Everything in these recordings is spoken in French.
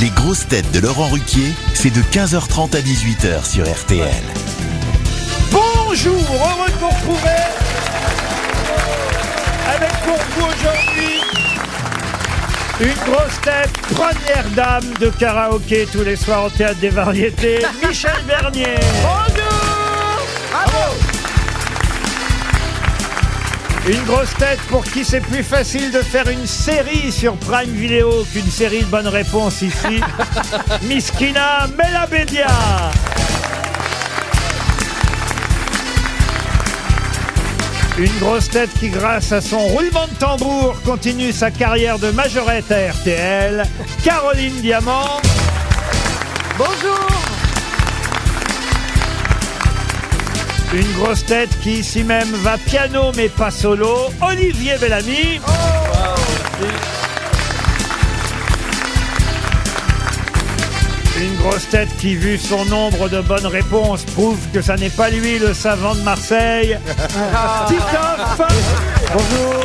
Les grosses têtes de Laurent Ruquier, c'est de 15h30 à 18h sur RTL. Bonjour, heureux de vous retrouver avec pour vous aujourd'hui une grosse tête, première dame de karaoké tous les soirs au théâtre des variétés, Michel Bernier. Une grosse tête pour qui c'est plus facile de faire une série sur Prime Video qu'une série de bonnes réponses ici. Miskina Melabedia. Une grosse tête qui, grâce à son roulement de tambour, continue sa carrière de majorette à RTL, Caroline Diamant. Bonjour Une grosse tête qui ici même va piano mais pas solo, Olivier Bellamy. Une grosse tête qui, vu son nombre de bonnes réponses, prouve que ça n'est pas lui le savant de Marseille. Titoff Bonjour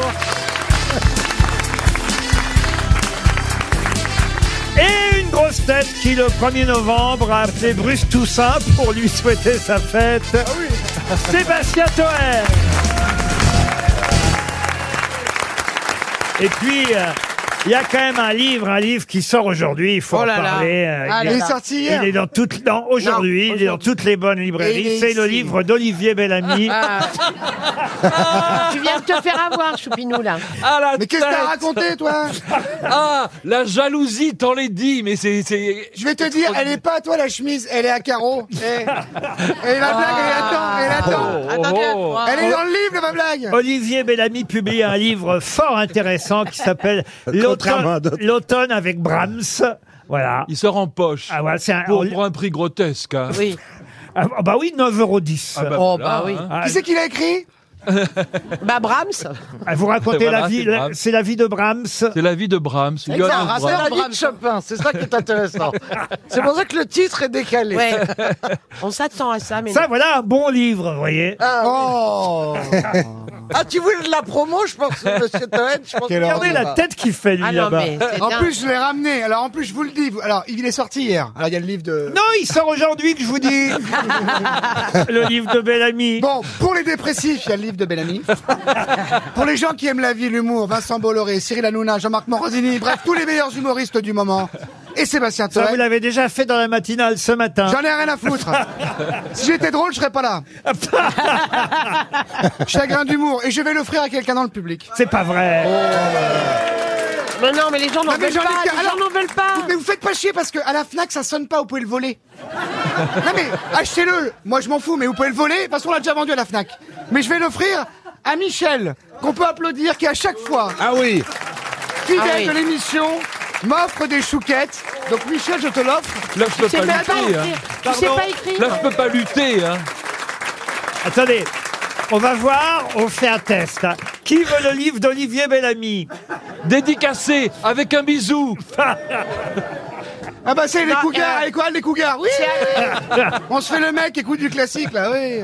Et une grosse tête qui, le 1er novembre, a appelé Bruce Toussaint pour lui souhaiter sa fête. Ah Sébastien Toer. Et puis, euh, il y a quand même un livre, un livre qui sort aujourd'hui. Il faut Oh en là là. parler. euh, Ah là est- là. Il est sorti hier. Il est dans toutes, non, aujourd'hui, il est dans toutes les bonnes Et il est librairies. C'est le ici. Ah. livre d'Olivier Bellamy. Ah. Tu viens de te faire avoir, Choupinou, là. Ah la Mais qu'est-ce que tête t'as raconté, toi Ah la jalousie, t'en l'es dit, mais c'est c'est. Je vais te dire, elle est pas à toi la chemise, elle est à carreaux. Eh. Et, Ah. la blague, elle attend, Oh, elle attend. Elle est dans le livre, ma blague. Olivier Bellamy publie un livre fort intéressant qui s'appelle Contrairement à L'automne d'autres. l'automne avec Brahms. Voilà. Il sort en poche. Ah, voilà, c'est un- pour, pour un prix grotesque. hein. Oui. Ah bah oui, 9,10 Ah, bah, Oh, voilà, bah oui. hein. Ah, Ah, Qui c'est qui l'a écrit Bah, Brahms. ah, vous racontez Voilà, la c'est vie, Brahms. la- c'est la vie de Brahms. C'est la vie de Brahms. C'est Johann un Brahms. rappel à vie de Chopin, c'est ça qui est intéressant. c'est pour ça que le titre est décalé. Ouais. On s'attend à ça, mais. Ça, voilà un bon livre, vous voyez. Oh Ah, tu voulais de la promo, je pense, monsieur Toen je pense Quelle que- Regardez la tête qu'il fait, lui, non. Ah non, là-bas. mais. c'est En dingue. plus, je l'ai ramené. Alors, en plus, je vous le dis. Alors, il est sorti hier. Alors, il y a le livre de. Non, il sort aujourd'hui, que je vous dis. le livre de Bellamy. Bon, pour les dépressifs, il y a le livre de Bellamy. pour les gens qui aiment la vie, l'humour, Vincent Bolloré, Cyril Hanouna, Jean-Marc Morosini, bref, tous les meilleurs humoristes du moment. Et Sébastien Ça, vous Toen. l'avez déjà fait dans la matinale ce matin. J'en ai rien à foutre. si j'étais drôle, je serais pas là. Chagrin d'humour. Et je vais l'offrir à quelqu'un dans le public. C'est pas vrai. Mais non, mais les gens n'en Non, Ah, mais veulent j'en ai pas. qu'un. Les gens Alors- n'en veulent pas. Mais vous faites pas chier parce que à la Fnac, ça sonne pas, vous pouvez le voler. non mais, achetez-le. Moi, je m'en fous, mais vous pouvez le voler. De toute façon, on l'a déjà vendu à la Fnac. Mais je vais l'offrir à Michel, qu'on peut applaudir, qui à chaque fois, Ah oui, fidèle Ah oui. de l'émission, m'offre des chouquettes. Donc Michel, je te l'offre. Là, je peux Tu sais pas même pas lutter. hein. écrire. Tu sais pas écrire. Là, je peux pas lutter. hein. Attendez. On va voir, on fait un test. hein. Qui veut le livre d'Olivier Bellamy Dédicacé avec un bisou. Ah bah c'est les Non, cougars, euh, les quoi, les cougars. Oui, oui, oui. on se fait le mec, écoute du classique là. Oui.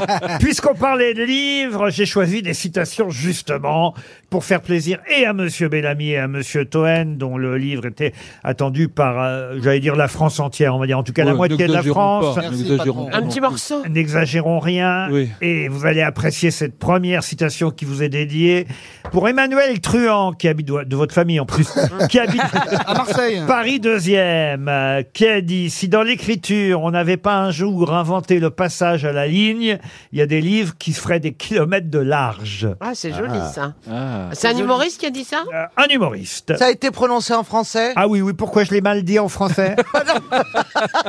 Puisqu'on parlait de livres, j'ai choisi des citations justement pour faire plaisir et à Monsieur Bellamy et à Monsieur Toen, dont le livre était attendu par, euh, j'allais dire, la France entière, on va dire en tout cas la Ouais, moitié de la n'exagérons France. pas, n'exagérons pas Un non petit plus. morceau. N'exagérons rien. Oui. Et vous allez apprécier cette première citation qui vous est dédiée pour Emmanuel Truand, qui habite de votre famille en plus, qui habite À Marseille. Paris deuxième, euh, qui a dit si dans l'écriture on n'avait pas un jour inventé le passage à la ligne, il y a des livres qui feraient des kilomètres de large. Ah, c'est joli, ça. Ah. C'est un humoriste qui a dit ça Ah, Euh, un humoriste. Ça a été prononcé en français Ah oui, oui, pourquoi je l'ai mal dit en français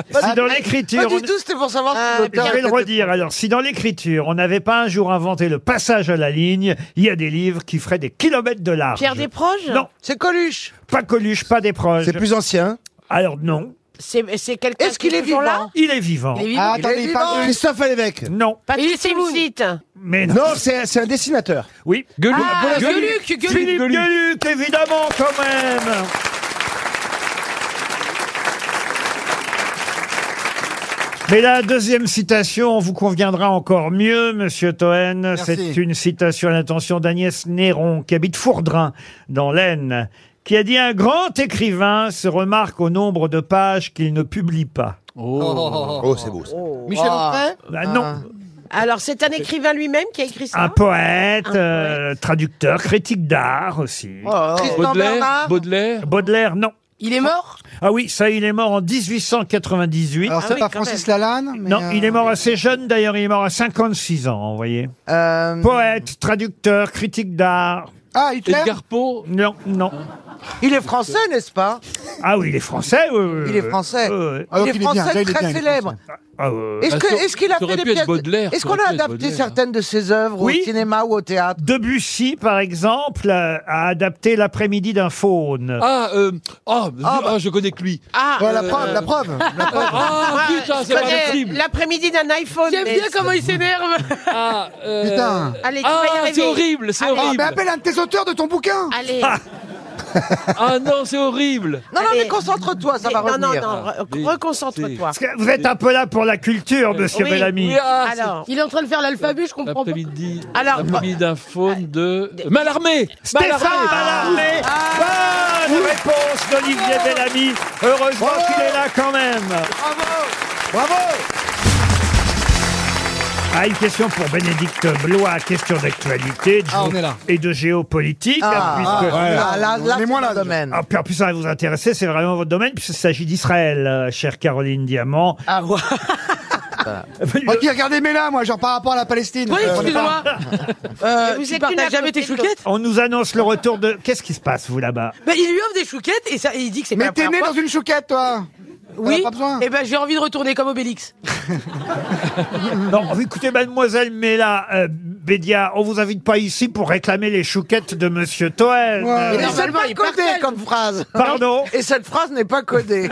Si dans Pas l'écriture... du on- tout, c'était pour savoir Ah, si l'auteur Je vais le était- redire. Alors, si dans l'écriture, on n'avait pas un jour inventé le passage à la ligne, il y a des livres qui feraient des kilomètres de large. Pierre Desproges Non, C'est Coluche. pas Coluche, pas des proches. c'est plus ancien. Alors non, C'est c'est quelqu'un Est-ce qu'il est toujours là vivant il est vivant. Il est Ah, vivant. Il attendez, est il parle de- Christophe Lévesque. Non, Patrick Timsit. mais non. Non, c'est c'est un dessinateur. Oui. Gueuluc, Ah, Gueuluc. Gueuluc, Philippe Gueuluc. Gueluc, évidemment, quand même. Mais la deuxième citation vous conviendra encore mieux, Monsieur Toen. Merci. C'est une citation à l'intention d'Agnès Néron, qui habite Fourdrin, dans l'Aisne, qui a dit un grand écrivain se remarque au nombre de pages qu'il ne publie pas. Oh, c'est beau. ça. Michel Onfray Bah, non, Ah. Ah. Alors, c'est un écrivain lui-même qui a écrit ça un poète, Un euh, traducteur, critique d'art aussi. Oh. Baudelaire, Baudelaire. Baudelaire, non. Il est mort Ah oui, ça, il est mort en 1898. Alors, Ah c'est oui, pas quand Francis Lalanne mais, non, euh, il est mort assez jeune d'ailleurs, il est mort à 56 ans, vous voyez. Euh, Poète, traducteur, critique d'art. Ah, Hitler Edgar Poe. Non, non. Il est français, n'est-ce pas Ah oui, il est français. oui, oui, Il est oui. français. Oui, oui. Ah, donc Il est il est bien, français là, il est très bien, il est célèbre. Ah, oui, oui. Est-ce que- Ah, ça- est-ce qu'il a ça fait aurait des pu être pièces Baudelaire, Est-ce ça qu'on aurait a pu être adapté Baudelaire. certaines de ses œuvres Oui. au cinéma ou au théâtre Debussy, par exemple, euh, a adapté l'après-midi d'un faune. Ah, euh, oh, zut, bah. ah, je connais que lui. Ah, Ouais, la Euh, preuve, la preuve. Ah, putain, c'est je pas connais possible. L'après-midi d'un iPhone. J'aime mais- bien comment il s'énerve. Ah, euh, Putain. Allez, tu vas y ah, arriver. c'est horrible, c'est Allez. Ah, mais horrible. appelle un de tes auteurs de ton bouquin. Allez. Ah non, c'est horrible. Non, non, Allez. mais concentre-toi, ça Mais- va non, non, revenir. non, re- Oui, reconcentre-toi. Parce que vous êtes un peu là pour la culture, monsieur Oui, Bellamy. Oui, ah, c'est- Alors, Il est en train de faire l'alphabet, je comprends pas. L'après-midi. Alors, L'après-midi d'un faune de. Malarmé Stéphane Ah. Mallarmé Bonne réponse d'Olivier Bellamy Heureusement qu'il est là quand même Ah, une question pour Bénédicte Blois, question d'actualité de Ah, géo- on est là. et de géopolitique. hein, Ah, puisque- ah, là, là, là, On est moins là, c'est le domaine. Ah, puis en plus, ça va vous intéresser, c'est vraiment votre domaine, puisqu'il s'agit d'Israël, euh, chère Caroline Diamant. Ah, ouais. Ah. Ok, regardez-moi là, moi, genre par rapport à la Palestine. Oui, Euh, excuse-moi. Euh, vous Tu êtes une à partages jamais côté tes de l'autre. chouquettes On nous annonce le retour de... Qu'est-ce qui se passe, vous, là-bas Bah, Il lui offre des chouquettes et, ça, et il dit que c'est pas Mais la t'es né première dans fois. une chouquette, toi. Oui, pas besoin. et ben j'ai envie de retourner comme Obélix. Non, écoutez, mademoiselle Mela euh, Bédia, on vous invite pas ici pour réclamer les chouquettes de monsieur Toen. Ouais. Euh, Et Mais c'est normalement, pas il codé partage. comme phrase. Pardon Et cette phrase n'est pas codée.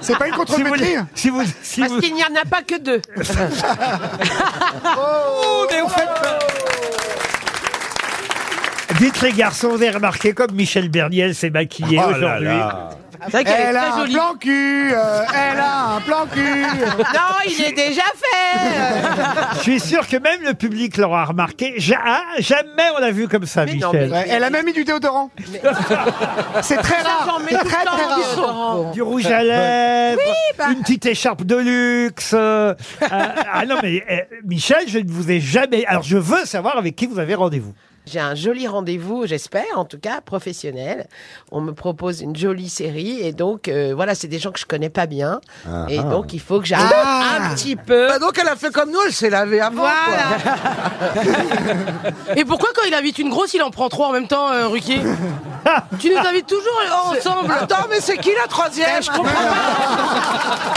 C'est pas une si vous, contre-maîtrise. si vous, si vous, parce qu'il n'y en a pas que deux. Oh, dites les garçons, vous avez remarqué comme Michel Berniel s'est maquillé aujourd'hui. C'est vrai qu'elle est Elle a très un jolie. plan cul. euh, elle a un plan cul. Non, il est déjà fait. Je suis sûr que même le public l'aura remarqué. Ja- ah, jamais on l'a vu comme ça, Mais non, Michel. mais- Ouais, elle a même mis du déodorant. C'est très Ça, rare. j'en mets C'est tout très, le temps, bah. très du rare. sang. Du rouge à lèvres, une petite écharpe de luxe. euh, euh, ah non, mais euh, Michel, je ne vous ai jamais... Alors, je veux savoir avec qui vous avez rendez-vous. J'ai un joli rendez-vous, j'espère, en tout cas professionnel. On me propose une jolie série et donc euh, voilà, c'est des gens que je connais pas bien Ah. et donc il faut que j'arrive un petit peu. Bah donc elle a fait comme nous, elle s'est lavée avant. Voilà. quoi. Et pourquoi quand il invite une grosse, il en prend trois en même temps, euh, Ruquier Tu nous invites toujours euh, ensemble. Eh, Attends, mais c'est qui la troisième Je comprends pas.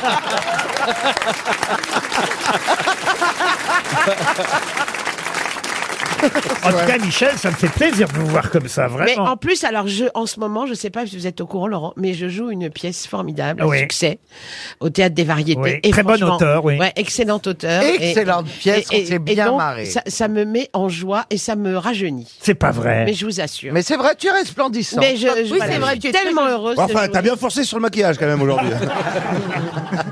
En tout cas, Michel, ça me fait plaisir de vous voir comme ça, Mais vraiment. en plus, alors je, en ce moment, je sais pas si vous êtes au courant, Laurent, mais je joue une pièce formidable, à Ah Oui. succès, au théâtre des Variétés. Oui, très bon franchement, auteur, oui. Ouais, excellent auteur. Excellente pièce, on s'est bien donc, marré. Ça, ça me met en joie et ça me rajeunit. C'est pas vrai. Mais je vous assure. Mais c'est vrai, tu es resplendissant. Mais je, je- Oui, c'est vrai, je tu suis es très tellement jolie. heureuse. de Enfin, jouer. t'as bien forcé sur le maquillage quand même aujourd'hui.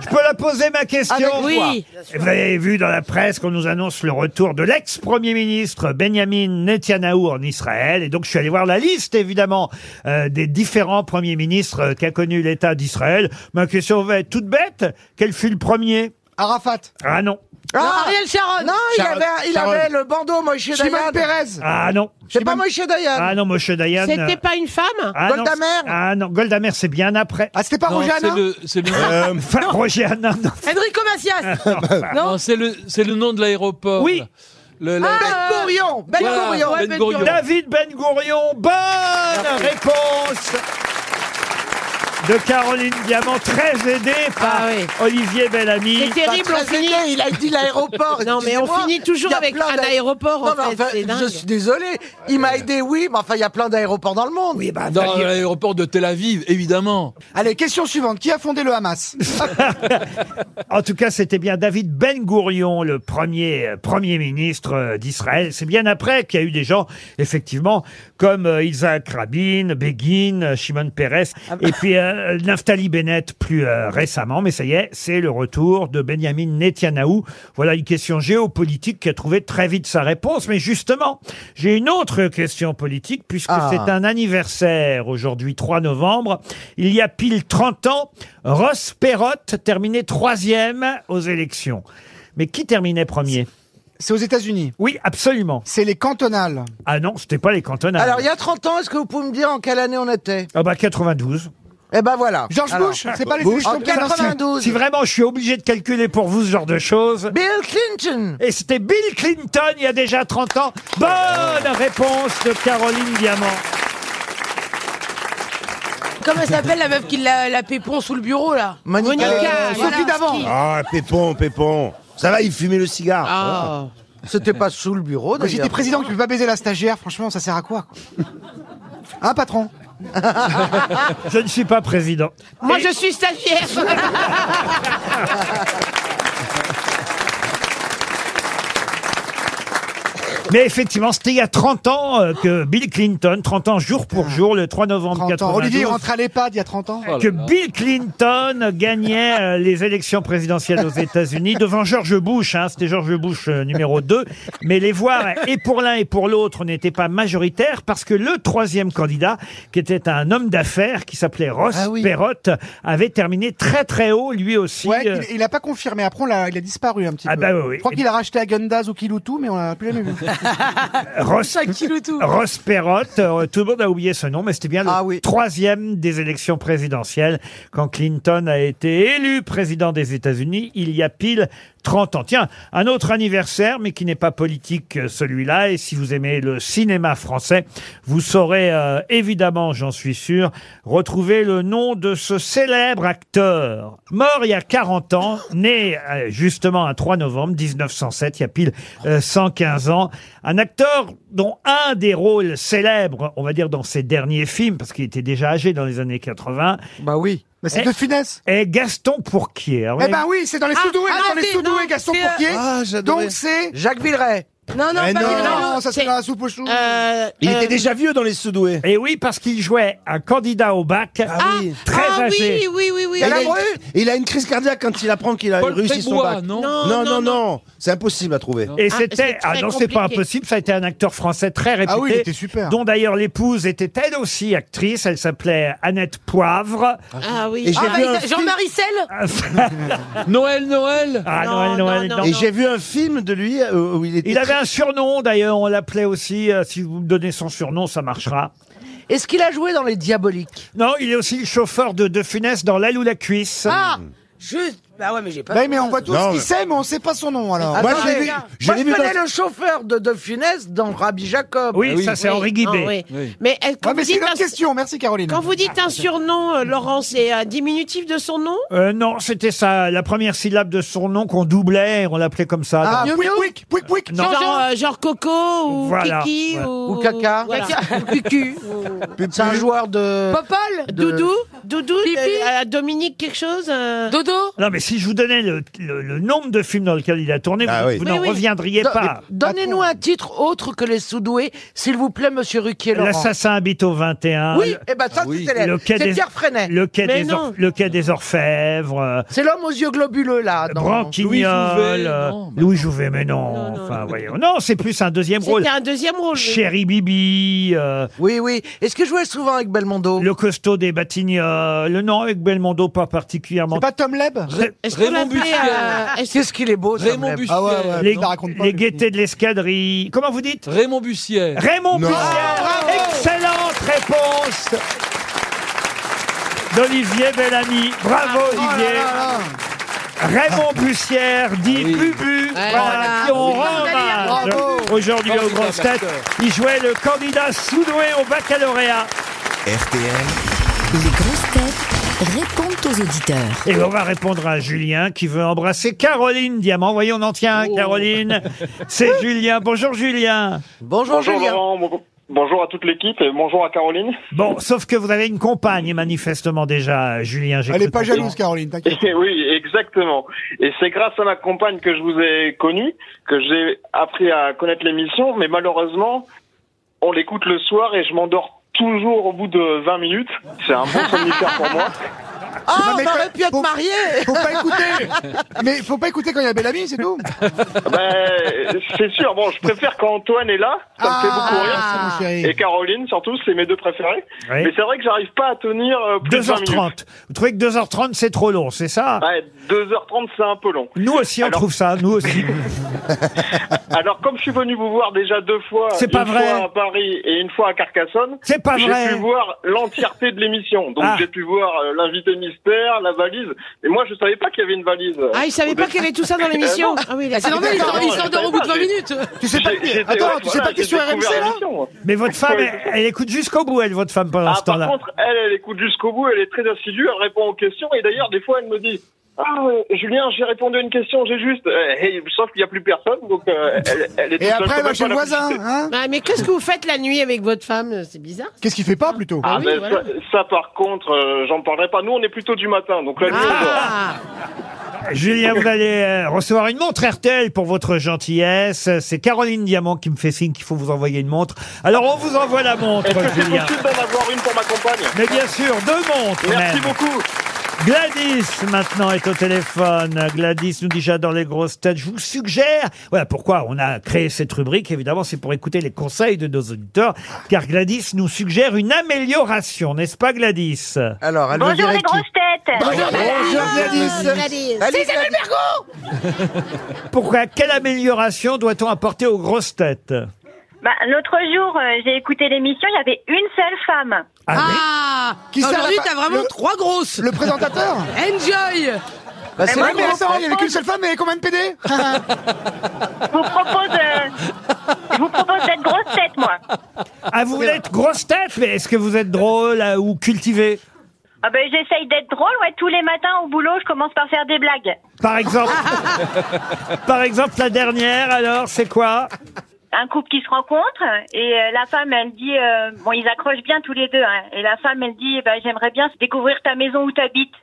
Je peux la poser ma question Avec Oui. Vous avez vu dans la presse qu'on nous annonce le retour de l'ex-premier ministre Benjamin Netanyahou en Israël. Et donc, je suis allé voir la liste, évidemment, euh, des différents premiers ministres euh, qu'a connu l'État d'Israël. Ma question va être toute bête. Quel fut le premier Arafat. Ah non. Ah, Ariel Sharon non, il Sharon- avait, il Sharon. avait le bandeau Moïse Shimon Dayan. Perez. Ah non. C'est pas Moïse Dayan. Ah non, Moshe Dayan. C'était euh, pas une femme ah non, Golda c'est- Meir. Ah non, Golda Meir, c'est bien après. Ah, c'était pas Non, c'est Rojana le, c'est le, Euh, Enfin, Roger Hanin, non. Enrico Macias non, c'est le, c'est le nom de l'aéroport. Oui. Le, la- Ben Gurion, Ben Voilà, Gurion. Ben Gurion. David Ben Gourion, bonne réponse de Caroline Diamant, très aidée par Ah oui. Olivier Bellamy. C'est terrible, on Très finit. aidé, il a dit l'aéroport. Non, mais on Excusez-moi, finit toujours il y a avec plein un d'a- aéroport, en Non, mais fait, enfin, c'est dingue. je suis désolé. Il m'a aidé, oui, mais enfin, il y a plein d'aéroports dans le monde. Oui, bah, Dans Daniel- l'aéroport de Tel Aviv, évidemment. Allez, question suivante. Qui a fondé le Hamas en tout cas, c'était bien David Ben Gourion, le premier euh, premier ministre euh, d'Israël. C'est bien après qu'il y a eu des gens, effectivement, comme euh, Isaac Rabin, Begin, euh, Shimon Peres, et puis euh, euh, Naftali Bennett plus euh, récemment, mais ça y est, c'est le retour de Benjamin Netanyahou. Voilà une question géopolitique qui a trouvé très vite sa réponse, mais justement, j'ai une autre question politique puisque Ah. c'est un anniversaire aujourd'hui, 3 novembre. Il y a pile 30 ans, Ross Perot terminait troisième aux élections. Mais qui terminait premier C'est aux États-Unis. Oui, absolument. C'est les cantonales. Ah non, c'était pas les cantonales. Alors, il y a 30 ans, est-ce que vous pouvez me dire en quelle année on était Ah bah 92. Eh ben voilà. George Alors. Bush, c'est pas les Bush. élections En 92. Si vraiment je suis obligé de calculer pour vous ce genre de choses. Bill Clinton. Et c'était Bill Clinton il y a déjà 30 ans. Bonne réponse de Caroline Diamant. Comment elle s'appelle la meuf qui l'a la pépon sous le bureau là Monica. Euh, voilà, Sophie d'avant. qui- Ah, Pépon, Pépon. Ça va, il fumait le cigare. Ah. C'était pas sous le Oh, bureau, Quand j'étais d'ailleurs. président, tu peux pas baiser la stagiaire, franchement, ça sert à quoi quoi Hein, patron Je ne suis pas président. Moi je suis stagiaire. Mais effectivement, c'était il y a 30 ans euh, que Bill Clinton, 30 ans jour pour jour, le 3 novembre 30 ans. Olivier 92, rentre à l'EHPAD il y a 30 ans. Oh là que là. Bill Clinton gagnait euh, les élections présidentielles aux États-Unis devant George Bush. hein. C'était George Bush euh, numéro 2. Mais les voix, euh, et pour l'un et pour l'autre, n'étaient pas majoritaires parce que le troisième candidat, qui était un homme d'affaires qui s'appelait Ross Ah oui. Perot, avait terminé très très haut lui aussi. Ouais, euh, il, il a pas confirmé. Après, on l'a- il a disparu un petit Ah peu. bah oui, Ah oui. Je crois qu'il a racheté à Gundaz ou Kiloutou, mais on l'a plus jamais vu. Euh, Ross, Ross Perot, euh, tout le monde a oublié ce nom, mais c'était bien le Ah oui. troisième des élections présidentielles quand Clinton a été élu président des États-Unis il y a pile 30 ans. Tiens, un autre anniversaire, mais qui n'est pas politique euh, celui-là, et si vous aimez le cinéma français, vous saurez euh, évidemment, j'en suis sûr, retrouver le nom de ce célèbre acteur, mort il y a 40 ans, né euh, justement un 3 novembre 1907, il y a pile euh, 115 ans, un acteur dont un des rôles célèbres, on va dire dans ses derniers films, parce qu'il était déjà âgé dans les années 80, Bah oui. Mais c'est de finesse. est Gaston Pourquier. Alors, Eh ben oui, c'est dans les Ah, sous-doués, ah, dans les c'est- sous-doués, non, Gaston c'est, euh, Pourquier. Ah, j'adorais. Donc c'est. Jacques Villeray. Non non, Mais pas non. Villeray, Non, ça c'est c'est- dans la soupe aux choux. Euh, Il euh, était déjà vieux dans les Soudoués. Et Eh oui, parce qu'il jouait un candidat au bac Ah oui. très ah âgé. oui, oui, oui, euh, oui. il, a une, il a une crise cardiaque quand il apprend qu'il a Paul réussi son Prébois, bac. non non, non, non. C'est impossible à trouver. Et Ah, c'était c'est ah très non c'est pas compliqué. impossible ça a été un acteur français très réputé Ah oui, il était super. dont d'ailleurs l'épouse était elle aussi actrice elle s'appelait Annette Poivre Ah Et oui. j'ai Ah, vu bah, un il- Jean-Marie Sel Noël, Noël ah Non, Noël Noël non, non. non. Et j'ai vu un film de lui euh, où il était. il avait très- un surnom d'ailleurs on l'appelait aussi euh, si vous me donnez son surnom ça marchera Est-ce qu'il a joué dans les Diaboliques non il est aussi le chauffeur de De Funès dans l'aile ou la cuisse Ah Je. Bah ouais, mais j'ai pas. Bah oui, mais on voit tous Non, qui mais- sait, mais on sait pas son nom alors. Moi, je Attendez, l'ai vu- moi, je l'ai vu connais dans- le chauffeur de De Funès dans Rabbi Jacob. oui, ça c'est Oui, Henri Guibé non, oui. Oui. Mais euh, quand, Ah, Ouais, mais vous c'est dites une autre un- question. Merci Caroline. quand vous dites un surnom, euh, Laurent, c'est un diminutif de son nom Euh, non c'était ça la première syllabe de son nom qu'on doublait et on l'appelait comme ça Ah, dans- pouic, pouic, pouic, pouic. Non. Genre, euh, genre Coco ou Voilà, Kiki ouais. ou... Ou Caca. Voilà. Ou Cucu. C'est un joueur de. Popol De- euh, Doudou Doudou Pipi euh, euh, Dominique quelque chose euh, Dodo non mais si je vous donnais le, le- le nombre de films dans lesquels il a tourné, Ah vous, oui. vous Oui, n'en oui. reviendriez Do- pas. Donnez-nous un titre autre que les Soudoués, s'il vous plaît, monsieur Ruquier Laurent. L'assassin habite au 21. Oui, eh ben ça, Ah oui. c'était Le le quai des- C'est Pierre Freinet. Le quai, Mais des non. Or- le quai des Orfèvres, euh, C'est l'homme aux yeux globuleux, là. dans- Louis Branquignol, Jouvet, euh, non, bah Louis Jouvet, mais non. Non, non, enfin, non. voyons. Non, c'est plus un deuxième rôle. C'était un deuxième rôle. oui. Chéri Bibi, euh, Oui, oui. Est-ce que je jouais souvent avec Belmondo le costaud des Batignolles, le nom avec Belmondo pas particulièrement. C'est pas Tom Leb Est-ce qu'on Raymond l'appelait, Bussière. euh, est-ce- Qu'est-ce qu'il est beau, ça me Raymond lève. Bussière. Ah ouais, ouais. les, Je la raconte pas, les le gaietés de l'escadrille. Comment vous dites Raymond Bussière. Raymond Non. Ah, Bussière. Excellente réponse d'Olivier Bellamy. Bravo, Ah, oh Olivier. Raymond Bussière, dit Ah oui. Bubu, voilà, voilà. qui on rend Bravo. hommage aujourd'hui aux Formidable grosses têtes. acteur. Il jouait le candidat soudoué au baccalauréat. RTL, Les grosses têtes répondent aux auditeurs. Et on va répondre à Julien qui veut embrasser Caroline Diamant. Vous voyez, on en tient, un, Oh. Caroline. C'est Julien. Bonjour, Julien. Bonjour, Julien. bonjour à toute l'équipe et bonjour à Caroline. Bon, sauf que vous avez une compagne, manifestement déjà, Julien. j'ai Elle cru est pas comprendre. jalouse, Caroline, t'inquiète. Et oui, exactement. Et c'est grâce à ma compagne que je vous ai connu, que j'ai appris à connaître l'émission, mais malheureusement, on l'écoute le soir et je m'endors toujours au bout de 20 minutes. C'est un bon somnifère pour moi. Ah, on aurait pu être mariés Faut pas écouter Mais faut pas écouter quand il y a Bellamy, c'est tout Ben, c'est sûr. Bon, je préfère quand Antoine est là. Ça me Ah, fait beaucoup rire. c'est mon chéri. Et Caroline, surtout, c'est mes deux préférés. Oui. Mais c'est vrai que j'arrive pas à tenir euh, plus de 20 minutes. 2h30. Vous trouvez que 2h30 c'est trop long, c'est ça Ouais, 2h30, c'est un peu long. Nous aussi on trouve ça, nous aussi. Alors, comme je suis venu vous voir déjà deux fois, C'est pas une vrai. fois à Paris et une fois à Carcassonne, C'est pas vrai. j'ai pu voir l'entièreté de l'émission. Donc, Ah. j'ai pu voir euh, l'invité mystère, la valise. Et moi, je savais pas qu'il y avait une valise. Ah, il savait pas qu'il y avait tout ça dans l'émission. Ah oui, il a- C'est normal, il s'en- il s'endort au bout de 20 minutes. Tu sais pas J'étais- que... Attends, ouais, tu sais voilà, pas que t'es sur j'ai découvert RMC, là l'émission, moi. Mais votre femme, Ouais, elle, elle écoute jusqu'au bout, elle, votre femme, pendant Ah, ce temps-là. par contre, elle, elle écoute jusqu'au bout, elle est très assidue, elle répond aux questions, et d'ailleurs, des fois, elle me dit Ah, euh, Julien, j'ai répondu à une question, j'ai juste. Euh, hey, sauf qu'il n'y a plus personne, donc euh, elle, elle est toute Et seule, je peux après, elle va même chez pas le la voisin, féliciter. hein Ah, mais qu'est-ce que vous faites la nuit avec votre femme C'est bizarre. Qu'est-ce qu'il fait pas, plutôt Ah, oui, ben, voilà. ça, ça, par contre, euh, j'en parlerai pas. Nous, on est plutôt du matin, donc là, lui, on dort. Ah euh, Julien, vous allez euh, recevoir une montre RTL pour votre gentillesse. C'est Caroline Diamant qui me fait signe qu'il faut vous envoyer une montre. Alors on vous envoie la montre, Est-ce que c'est Julien. possible d'en avoir une pour ma compagne Mais bien sûr, deux montres Merci même. beaucoup. Gladys maintenant est au téléphone. Gladys nous dit j'adore les grosses têtes. Je vous suggère, voilà pourquoi on a créé cette rubrique. Évidemment, c'est pour écouter les conseils de nos auditeurs, car Gladys nous suggère une amélioration, n'est-ce pas Gladys Alors, elle veut Bonjour virer les qui grosses têtes Bonjour, Gladys C'est Isabelle Bergot Pourquoi Quelle amélioration doit-on apporter aux grosses têtes bah, L'autre jour, euh, j'ai écouté l'émission, il y avait une seule femme. Ah, mais- Ah Qui sert Aujourd'hui, la- t'as vraiment le- trois grosses. Le présentateur Enjoy Bah, c'est moi, la Mais grosse. attends, il y avait qu'une seule femme, mais il y avait combien de PD Je vous propose, euh, je vous propose d'être grosse tête, moi. Ah, vous voulez être grosse tête, mais est-ce que vous êtes drôle euh, ou cultivé Ah ben, J'essaye d'être drôle, ouais. Tous les matins au boulot, je commence par faire des blagues. Par exemple, par exemple, la dernière, alors, c'est quoi Un couple qui se rencontre et euh, la femme, elle dit, euh, bon, ils accrochent bien tous les deux. hein. et la femme, elle dit, eh ben, j'aimerais bien découvrir ta maison où t'habites.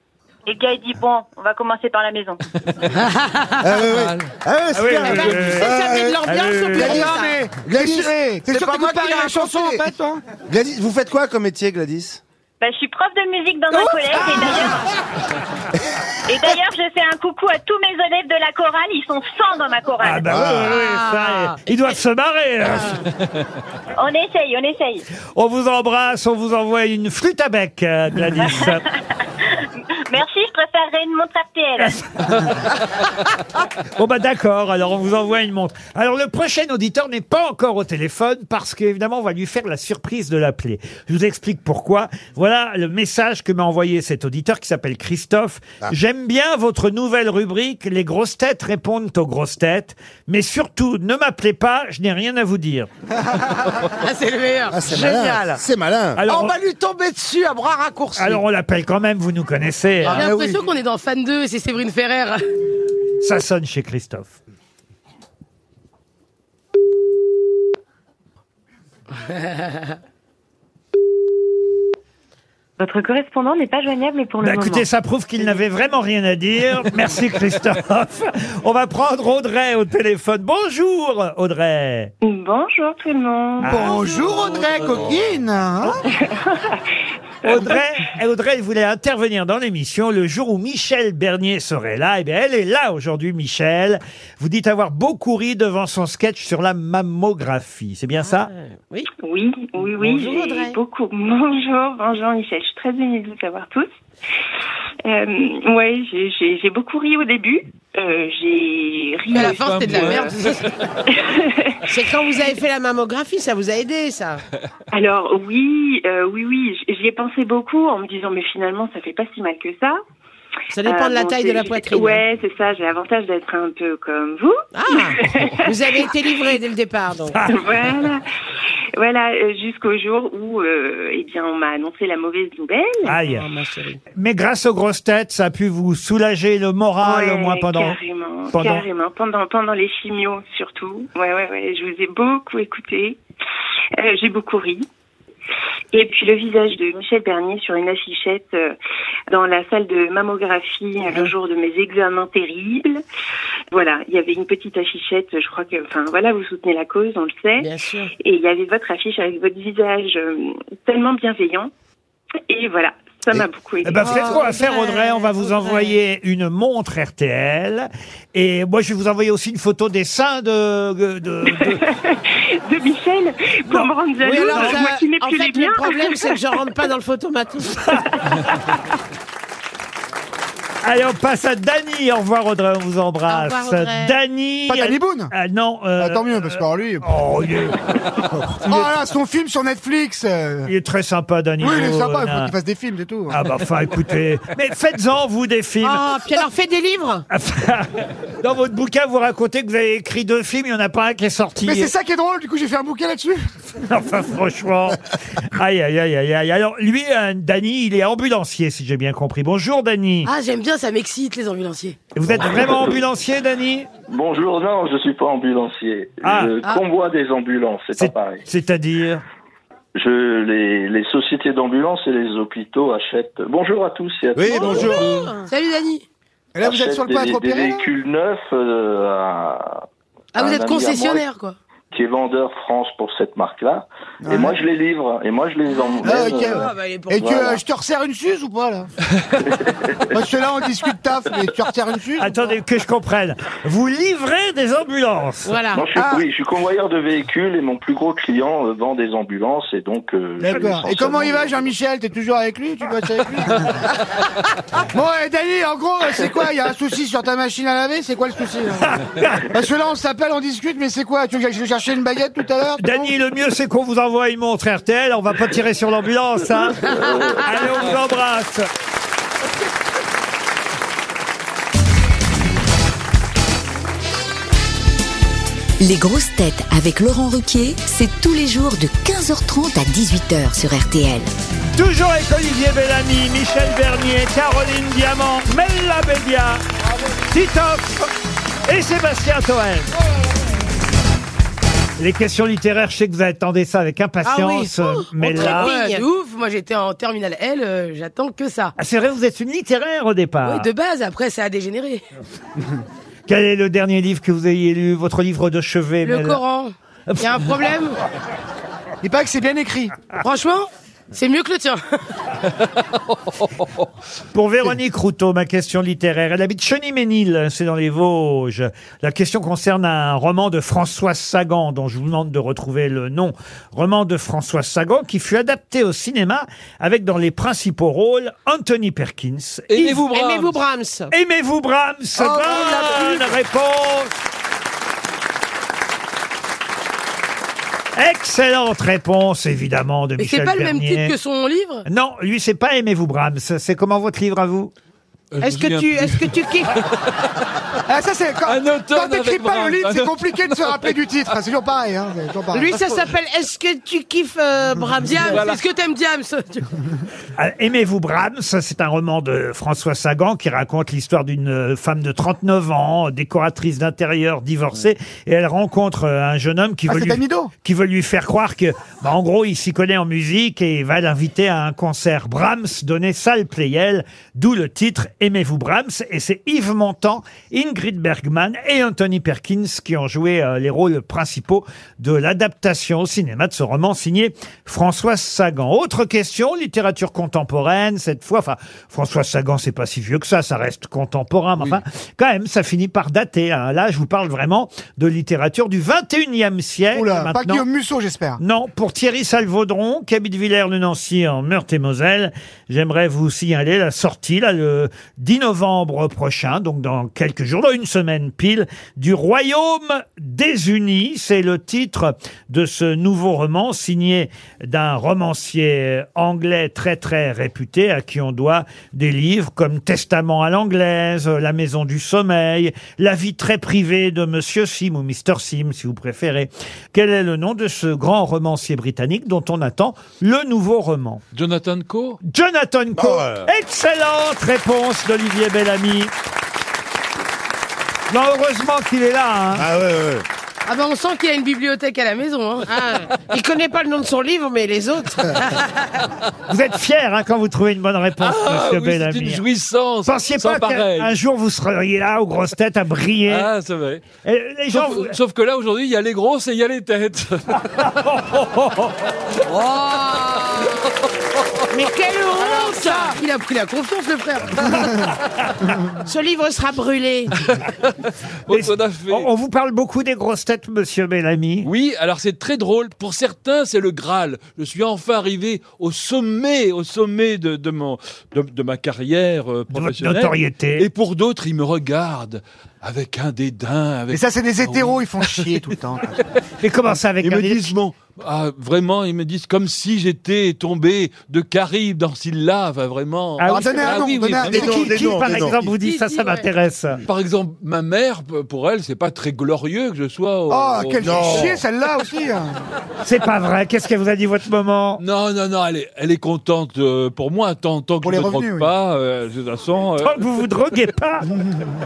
Et le gars, il dit, bon, on va commencer par la maison. Ah, ouais, ouais. Ah, ouais, c'est oui, bien. oui, oui, oui. Ah, ouais. Ah, oui, oui, Gladys, Gladys, eh, t'es c'est sûr pas que moi t'écoutes pas qui l'ai les chansons, en fait, toi Gladys, vous faites quoi comme métier, Gladys Ben, je suis prof de musique dans un collège et d'ailleurs, et d'ailleurs, je fais un coucou à tous mes élèves de la chorale. Ils sont 100 dans ma Ah chorale. bah oui, oui, oui, ça, ils doivent se marrer. hein. On essaye, on essaye. On vous embrasse, on vous envoie une flûte à bec, euh, Gladys. Merci, je préférerais une montre RTL. bon bah d'accord, alors on vous envoie une montre. Alors le prochain auditeur n'est pas encore au téléphone parce qu'évidemment on va lui faire la surprise de l'appeler. Je vous explique pourquoi. Voilà le message que m'a envoyé cet auditeur qui s'appelle Christophe. Ah. J'aime bien votre nouvelle rubrique, les grosses têtes répondent aux grosses têtes, mais surtout ne m'appelez pas, je n'ai rien à vous dire. Ah, c'est le meilleur. Ah, c'est Génial. malin. C'est malin. Ah, Alors, on va lui tomber dessus à bras raccourcis. alors on l'appelle quand même, vous nous connaissez. hein. J'ai l'impression qu'on est dans Fan 2 et c'est Séverine Ferrer. Ça sonne chez Christophe. Votre correspondant n'est pas joignable pour Bah, écoutez, ça prouve qu'il n'avait vraiment rien à dire. Merci Christophe. On va prendre Audrey au téléphone. Bonjour Audrey. Bonjour tout le monde. Bonjour, Audrey, coquine Ah. hein Audrey, eh, Audrey elle voulait intervenir dans l'émission le jour où Michel Bernier serait là. Et bien, elle est là aujourd'hui, Michel. Vous dites avoir beaucoup ri devant son sketch sur la mammographie. C'est bien ça Ah. Oui. Oui, oui, oui. Bonjour, j'ai Audrey. Beaucoup. Bonjour, bonjour Michel. Je suis très émue de vous avoir tous. Euh, ouais, j'ai- j'ai j'ai beaucoup ri au début. Euh, j'ai ri. euh, Mais à la fin, c'était de la merde. C'est quand vous avez fait la mammographie, ça vous a aidé, ça. Alors oui, euh, oui, oui. j- J'y ai pensé beaucoup en me disant mais finalement ça fait pas si mal que ça. Ça dépend Euh, de la bon, taille c'est- de la poitrine. hein. Ouais, c'est ça. J'ai l'avantage d'être un peu comme vous. Ah Vous avez été livré dès le départ, donc. voilà. Voilà, euh, jusqu'au jour où, euh, eh bien, on m'a annoncé la mauvaise nouvelle. Aïe. Oh, ma chérie. Mais grâce aux grosses têtes, ça a pu vous soulager le moral Ouais, au moins pendant. Carrément, pendant- carrément. Pendant, pendant les chimios, surtout. Ouais, ouais, ouais. Je vous ai beaucoup écouté. Euh, J'ai beaucoup ri. Et puis le visage de Michel Bernier sur une affichette euh, dans la salle de mammographie euh, le jour de mes examens terribles. Voilà, il y avait une petite affichette, je crois que, enfin voilà, vous soutenez la cause, on le sait. Et il y avait votre affiche avec votre visage euh, tellement bienveillant. Et voilà, ça m'a beaucoup aidé. Eh ben, Oh, faites quoi à faire, Audrey On va vous envoyer une montre RTL. Et moi, je vais vous envoyer aussi une photo des seins de. de, de- de Michel pour me rendre jalouse, moi qui n'ai en plus fait, les biens. le problème, c'est que je rentre pas dans le photomaton. Allez, on passe à Dany. Au revoir, Audrey. On vous embrasse. Au revoir, Audrey. Dany. Pas Danny Boone Ah, Non. euh, Ah, tant mieux, parce que par lui. Oh, il est... Oh là, son film sur Netflix euh. Il est très sympa, Danny. Oui, il est Boone. sympa, euh, il faut qu'il fasse des films, c'est tout. Ah bah enfin, écoutez, mais faites-en vous des films. Ah, puis alors, faites des livres Dans votre bouquin, vous racontez que vous avez écrit deux films, il n'y en a pas un qui est sorti. Mais c'est ça qui est drôle, du coup j'ai fait un bouquin là-dessus. Enfin, franchement. Aïe, aïe, aïe, aïe, aïe. Alors, lui, euh, Dany, il est ambulancier, si j'ai bien compris. Bonjour, Dany. Ah, j'aime bien, ça m'excite, les ambulanciers. Vous êtes vraiment ambulancier, Dany Bonjour, non, je suis pas ambulancier. Ah. je Ah. convoie des ambulances, c'est pas pareil. C'est-à-dire Je, les, les sociétés d'ambulances et les hôpitaux achètent. Bonjour à tous et à toutes. Salut, Dani. Achètent des, des véhicules neufs euh, à. Ah, à vous un êtes ami à moi concessionnaire, quoi. Qui est vendeur France pour cette marque-là. Et moi, je les livre. Et moi, je les emmène. Ah, ok. euh, bah, Et que voilà. euh, je te resserre une suze ou pas là Parce que là on discute taf, mais tu resserres une suze Attendez, que je comprenne. Vous livrez des ambulances. Ah. Moi, je suis, Ah. oui, je suis convoyeur de véhicules et mon plus gros client euh, vend des ambulances et donc. euh, je les D'accord. sens Et comment il seulement. va Jean-Michel T'es toujours avec lui Tu bosses avec lui Bon, et Dani, en gros, euh, c'est quoi Il y a un souci sur ta machine à laver C'est quoi le souci là Parce que là, on s'appelle, on discute, mais c'est quoi Tu veux que j'aille chercher une baguette tout à l'heure Dany, le mieux, c'est qu'on vous envoie une montre RTL. On va pas tirer sur l'ambulance, hein. Allez, on vous embrasse. Les grosses têtes avec Laurent Ruquier, c'est tous les jours de 15h30 à 18h sur RTL. Toujours avec Olivier Bellamy, Michel Bernier, Caroline Diamant, Mella Bédia, Titoff et Sébastien Toen. Les questions littéraires, je sais que vous attendez ça avec impatience, Ah oui. mais On là... trépigne. Ouais, de ouf, moi j'étais en terminale L, euh, j'attends que ça. Ah, c'est vrai, vous êtes une littéraire au départ. Oui, de base, après ça a dégénéré. Quel est le dernier livre que vous ayez lu, votre livre de chevet Le Mella Coran, il y a un problème Il paraît que c'est bien écrit. Franchement, c'est mieux que le tien. Pour Véronique Routot, ma question littéraire. Elle habite Cheny-Ménil, c'est dans les Vosges. La question concerne un roman de François Sagan, dont je vous demande de retrouver le nom. Roman de François Sagan qui fut adapté au cinéma avec dans les principaux rôles Anthony Perkins. Aimez-vous Yves- Brahms. Aimez-vous Brahms. Oh, Aimez-vous Brahms. oh, Bonne réponse. Excellente réponse, évidemment, de Mais Michel c'est pas le même Bernier. titre que son livre Non, lui, c'est pas Aimez-vous Brahms. C'est comment votre livre à vous Euh, Est-ce que tu, est-ce que tu kiffes Ah, ça, c'est quand, quand t'écris avec pas Brahms. le livre, c'est compliqué de se rappeler du titre. C'est toujours pareil. Hein, c'est Bah, toujours pareil. Lui, ça s'appelle Est-ce que tu kiffes euh, Brahms Diams Est-ce que t'aimes Diams Ah, Aimez-vous Brahms, c'est un roman de François Sagan qui raconte l'histoire d'une euh, femme de 39 ans, décoratrice d'intérieur, divorcée, et elle rencontre euh, un jeune homme qui, Ah, veut, c'est lui, Damido qui veut lui faire croire que, bah, en gros, il s'y connaît en musique et il va l'inviter à un concert Brahms donné salle Playel, d'où le titre Aimez-vous Brahms, et c'est Yves Montand, Ingrid Bergman et Anthony Perkins qui ont joué euh, les rôles principaux de l'adaptation au cinéma de ce roman signé François Sagan. Autre question, littérature contemporaine, cette fois, enfin, François Sagan, c'est pas si vieux que ça, ça reste contemporain, mais enfin, quand même, ça finit par dater. hein. Là, je vous parle vraiment de littérature du 21e siècle. Oula, Euh, pas maintenant. Guillaume Musso, j'espère. Non, pour Thierry Salvaudron, qui habite Villers-le-Nancy en Meurthe-et-Moselle, j'aimerais vous signaler la sortie, là, le 10 novembre prochain, donc dans quelques jours, dans une semaine pile, du Royaume des Unis. C'est le titre de ce nouveau roman signé d'un romancier euh, anglais très très réputé à qui on doit des livres comme Testament à l'anglaise, euh, La maison du sommeil, La vie très privée de Monsieur Sim ou Mr. Sim si vous préférez. Quel est le nom de ce grand romancier britannique dont on attend le nouveau roman Jonathan Coe Jonathan Coe. Ah ouais. Excellente réponse d'Olivier Bah, Bellamy. Non, heureusement qu'il est là. hein. Ah ben on sent qu'il y a une bibliothèque à la maison. Hein. Ah, Il connaît pas le nom de son livre, mais les autres. Vous êtes fier hein, quand vous trouvez une bonne réponse, Ah, monsieur oui, Bellamy. c'est une jouissance Pensiez sans pas pareil. qu'un un jour vous seriez là, aux grosses têtes, à briller. Ah, c'est vrai. Et les gens- sauf, sauf que là, aujourd'hui, il y a les grosses et il y a les têtes. Oh. mais quelle honte Il a pris la confiance, le frère. Ce livre sera brûlé. Et- on, on vous parle beaucoup des grosses têtes, monsieur Bellamy. Oui, alors c'est très drôle. Pour certains, c'est le Graal. Je suis enfin arrivé au sommet, au sommet de, de, mon, de, de ma carrière euh, professionnelle. notoriété. Et pour d'autres, ils me regardent avec un dédain. Avec... Mais ça, c'est des Ah oui. hétéros, ils font chier tout le temps. Mais comment ça avec Ils un me dé- disent, bon, ah, vraiment, ils me disent comme si j'étais tombé de Caribe dans Scylla, enfin, vraiment. Ah oui, c'est- ah oui, oui, vraiment. Qui, qui, par exemple, vous dit ça, ça m'intéresse Par exemple, ma mère, p- pour elle, c'est pas très glorieux que je sois. Au, Oh, au- quel chier celle-là aussi. hein. C'est pas vrai. Qu'est-ce qu'elle vous a dit votre maman Non, non, non, elle est, elle est contente euh, pour moi, tant, tant que je les ne me revenus, drogue oui. pas, euh, de toute façon. euh, Tant que vous vous droguez pas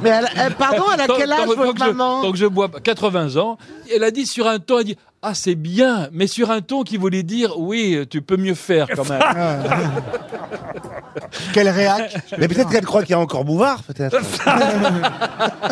Mais elle- elle- pardon, elle a Tant- quel tant- âge, tant votre que je- maman Tant que je bois pas- 80 ans. Elle a dit sur un ton, elle dit Ah, c'est bien, mais sur un ton qui voulait dire Oui, tu peux mieux faire quand même. Quel réac Mais peut-être qu'elle croit qu'il y a encore Bouvard, peut-être.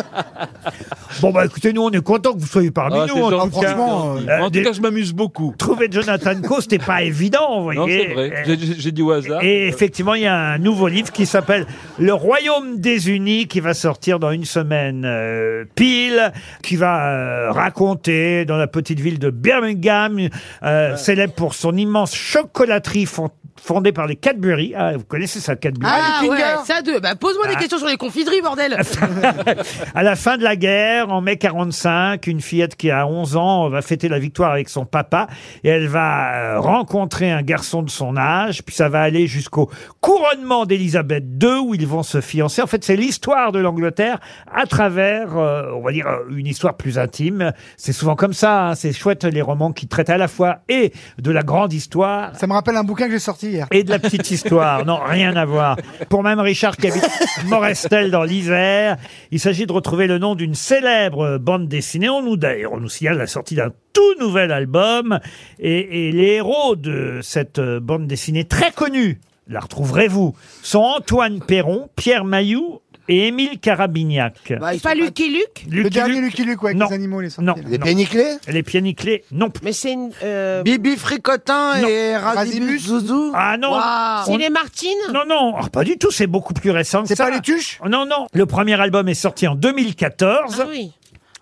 Bon, bah écoutez, nous, on est content que vous soyez parmi Ah, c'est nous. En gentil, tout cas, franchement, euh, en tout cas, je m'amuse beaucoup. Trouver Jonathan Coe, c'était pas évident, vous voyez. Non, c'est vrai. J'ai- J'ai j'ai dit au hasard. Et effectivement, il y a un nouveau livre qui s'appelle Le Royaume des Unis, qui va sortir dans une semaine euh, pile, qui va euh, raconter dans la petite ville de Birmingham, euh, célèbre pour son immense chocolaterie fon- fondée par les Cadbury. Ah, vous connaissez ça, Cadbury Ah ouais, ça deux. Bah, pose-moi des Ah. questions sur les confiseries, bordel. À la fin de la guerre, en mai 45, une fillette qui a 11 ans va fêter la victoire avec son papa et elle va euh, rencontrer un garçon de son âge, puis ça va aller jusqu'au couronnement d'Élisabeth II où ils vont se fiancer. En fait, c'est l'histoire de l'Angleterre à travers, euh, on va dire, euh, une histoire plus intime. C'est souvent comme ça, hein. c'est chouette les romans qui traitent à la fois et de la grande histoire Ça me rappelle un bouquin que j'ai sorti hier. et de la petite histoire. Non, rien à voir. Pour même Richard qui habite Morestel dans l'Isère, il s'agit de retrouver le nom d'une célèbre bande dessinée. On nous, d'ailleurs, on nous signale la sortie d'un tout nouvel album et, et les héros de cette euh, bande dessinée très connue, la retrouverez-vous, sont Antoine Perron, Pierre Mailloux et Émile Carabignac. Bah, C'est pas Lucky Luke Lucky le dernier Luke. Lucky Luke, ouais, avec Non. les animaux, les sorties. Non, là. les pieds nickelés Les pieds nickelés, non plus. Mais c'est une. euh, Bibi Fricotin Non. et Razibus Razibus. Zouzou Ah non, Waouh. C'est les Martines Non, non, oh, pas du tout, c'est beaucoup plus récent que C'est ça. pas les tuches Non, non. Le premier album est sorti en 2014. Ah oui.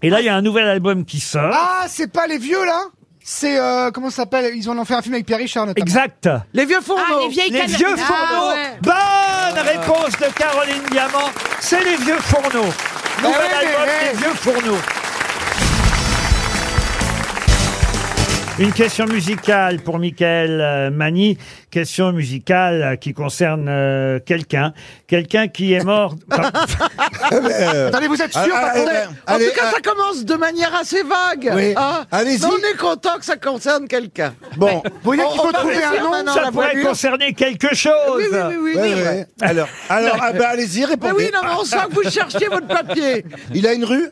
Et là, il y a un nouvel album qui sort. Ah, c'est pas les vieux, là C'est, euh, comment ça s'appelle Ils en ont fait un film avec Pierre Richard, notamment. exact. Les vieux fourneaux Ah, les vieilles Les cana- vieux Ah, fourneaux. ouais. Ah. Bonne réponse de Caroline Diamant. C'est les vieux fourneaux. Nouvel Ah ouais, album mais, des vieux fourneaux. Une question musicale pour Michael euh, Mani. Question musicale euh, qui concerne euh, quelqu'un. Quelqu'un qui est mort. Pardon. Attendez, vous êtes sûr Ah, par ah, contre ah, eh, En allez, tout cas, ah, ça commence de manière assez vague. Oui. Ah, Allez-y. mais on est content que ça concerne quelqu'un. Bon, Vous voyez qu'il Oh, On- faut on va trouver laisser un nom maintenant Ça la pourrait voilure. concerner quelque chose. Oui, oui, oui, oui. ouais, oui. ouais. alors, alors ah bah, allez-y, Mais répondez. oui, non, mais on sent que vous cherchiez votre papier. Il a une rue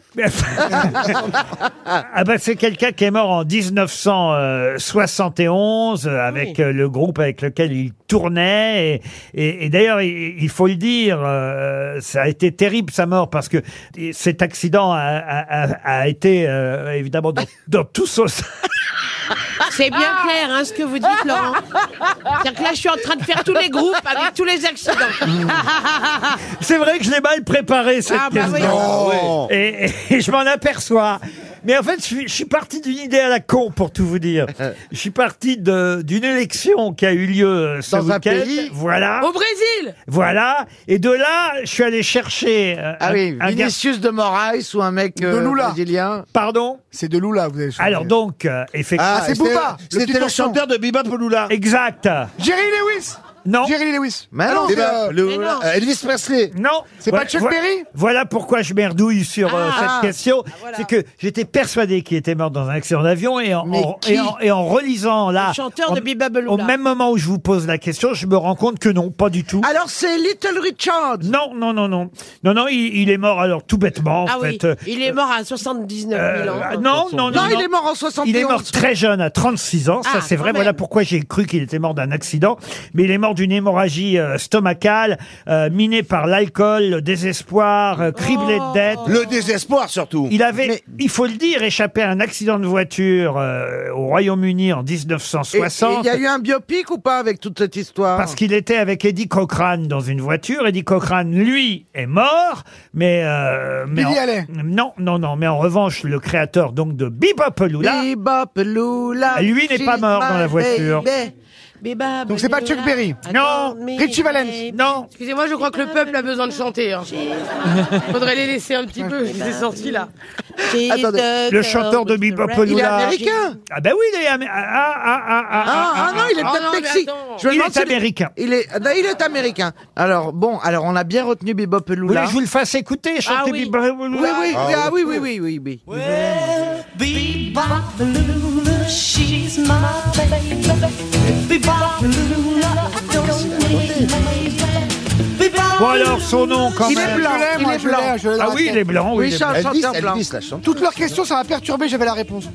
Ah bah c'est quelqu'un qui est mort en 1971 euh, avec Oh. euh, le groupe avec lequel il tournait et, et- et d'ailleurs il, il faut le dire euh, ça a été terrible sa mort parce que cet accident a, a- a- a été euh, évidemment dans, dans tout son C'est bien clair, hein, ce que vous dites, Laurent. C'est-à-dire que là, je suis en train de faire tous les groupes avec tous les accidents. c'est vrai que je l'ai mal préparé cette Ah, bah oui. question. Oh. et, et- et je m'en aperçois. Mais en fait, je suis, je suis parti d'une idée à la con, pour tout vous dire. Euh. Je suis parti de- d'une élection qui a eu lieu euh, ce Dans un week-end. pays Voilà, Au Brésil voilà. Et de là, je suis allé chercher euh, Ah un, oui, un gars- Vinicius de Moraes ou un mec euh, De Lula. brésilien. Ah, Pardon C'est de Lula, vous avez choisi. Ah, Alors donc, euh, effectivement... c'est c'était- Booba, le petit C'était le cochon. chanteur de Biba Peloula. Exact Jerry Lewis Non. Jerry Lewis. Mais Ah non, c'est, Eh ben, euh, le- euh, Elvis Presley. Non. C'est Voilà- pas Chuck voi- Berry Voilà pourquoi je merdouille sur euh, Ah. cette question. C'est que j'étais persuadé qu'il était mort dans un accident d'avion et en, en- qui et en- et en relisant là. Le chanteur en- de Biba Belula. Au même moment où je vous pose la question, je me rends compte que non, pas du tout. Alors c'est Little Richard. Non, non, non, non. Non, non, il, il est mort alors tout bêtement. en Ah oui, fait. Euh, il est mort à 79 000 ans. euh, non, non, non, Non, il est mort en 71. Il est mort très jeune, à 36 ans, ça Ah, c'est quand vrai. Voilà pourquoi j'ai cru qu'il était mort d'un accident. Mais il est mort d'une hémorragie euh, stomacale, euh, minée par l'alcool, le désespoir, euh, criblé Oh. de dettes. Le désespoir surtout. Il avait, il faut le dire, échappé à un accident de voiture euh, au Royaume-Uni en Et- et 1960. Il y a eu un biopic ou pas avec toute cette histoire Parce qu'il était avec Eddie Cochrane dans une voiture. Eddie Cochrane, lui, est mort, mais euh, mais Billy en- Haley. non, non, non. Mais en revanche, le créateur donc de Bebopelula, Bebopelula, lui n'est pas she's mort dans la my voiture. baby. bah, Donc c'est pas Chuck Berry. Non. Richie Valens. Non. Excusez-moi, je crois que le peuple a besoin de chanter. hein. Faudrait les laisser un petit Eh peu, ben, c'est sorti là. Attendez. Le chanteur de Bebopelula. Il est américain Ah bah ben oui, il est américain. Ah, ah, ah, ah, Ah, ah, non, il est ah, peut-être ah. mexicain. Il est américain. Il est, non, il est américain. Alors bon, alors on a bien retenu Bebop Vous voulez Lula. que je vous le fasse Ah écouter, chanter oui. Bebopelula Oui, oui, oui, ah, oui, oui, oui, oui, oui. Bebopaloola, she's my baby. Bebopaloola, I don't need baby. Bebopaloola. Bon alors, son nom quand Il même. est blanc, Je l'ai, il moi, est je l'ai. blanc. je l'ai dans Ah la oui, tête. il est blanc. Oui, c'est un il est blanc. chanteur blanc. Toutes leurs questions, ça m'a perturbé, j'avais la réponse.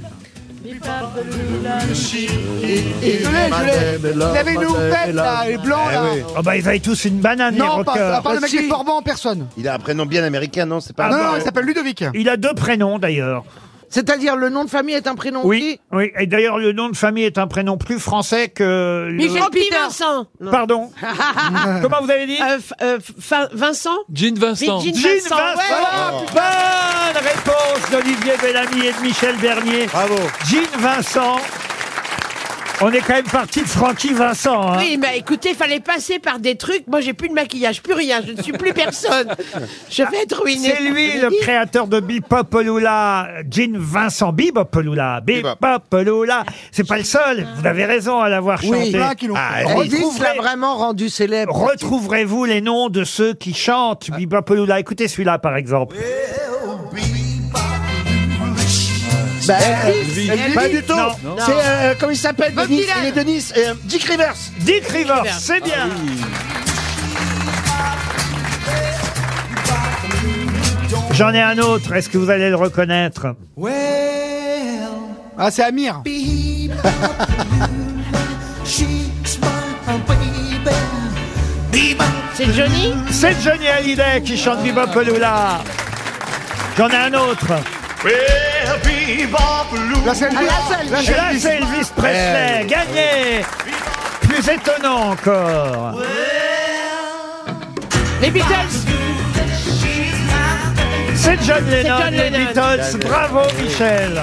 je l'ai, je l'ai. Il avait une houppette, là, et blanc, Eh là. oui. Ah bah, ils avaient tous une banane, Non, pas, à part le mec des Si. Forbans, personne. Il a un prénom bien américain, non C'est pas. Ah non, non, il s'appelle Ludovic. Il a deux prénoms d'ailleurs. C'est-à-dire le nom de famille est un prénom Oui, oui. Et d'ailleurs, le nom de famille est un prénom plus français que. le- Vincent. Pardon. Comment vous avez dit Euh, Vincent Jean Vincent. Jean Jean Vincent, Vincent. ouais. Bonne réponse d'Olivier Bellamy et de Michel Bernier. Bravo. Jean Vincent. On est quand même parti de Francky Vincent. hein. Oui, mais écoutez, fallait passer par des trucs. Moi, j'ai plus de maquillage, plus rien. Je ne suis plus personne. Je vais être ruiné. C'est lui le créateur de Bipopolula, Jean Vincent Bipopolula. Bipopolula. C'est pas le seul. Vous avez raison à l'avoir chanté. Ah, Elvis l'a retrouverez- vraiment rendu célèbre. Retrouverez-vous les noms de ceux qui chantent Bipopolula Écoutez celui-là par exemple. Bah, Elvis. Elvis. Pas du tout. Non. Non. C'est euh, comment il s'appelle Bob Denis Dylan. Il est Denis. euh, Dick Rivers. Dick Rivers, c'est bien. J'en ai un autre. Est-ce que vous allez le reconnaître Ah, c'est Amir. C'est Johnny C'est Johnny Hallyday qui chante Bipopolula. J'en ai un autre. Là, c'est Elvis. Ah, Là, c'est Là, c'est Elvis Presley. Eh. Gagné. Plus étonnant encore. Les Beatles. C'est John Lennon, John les Lennon. Beatles. Bravo, Michel.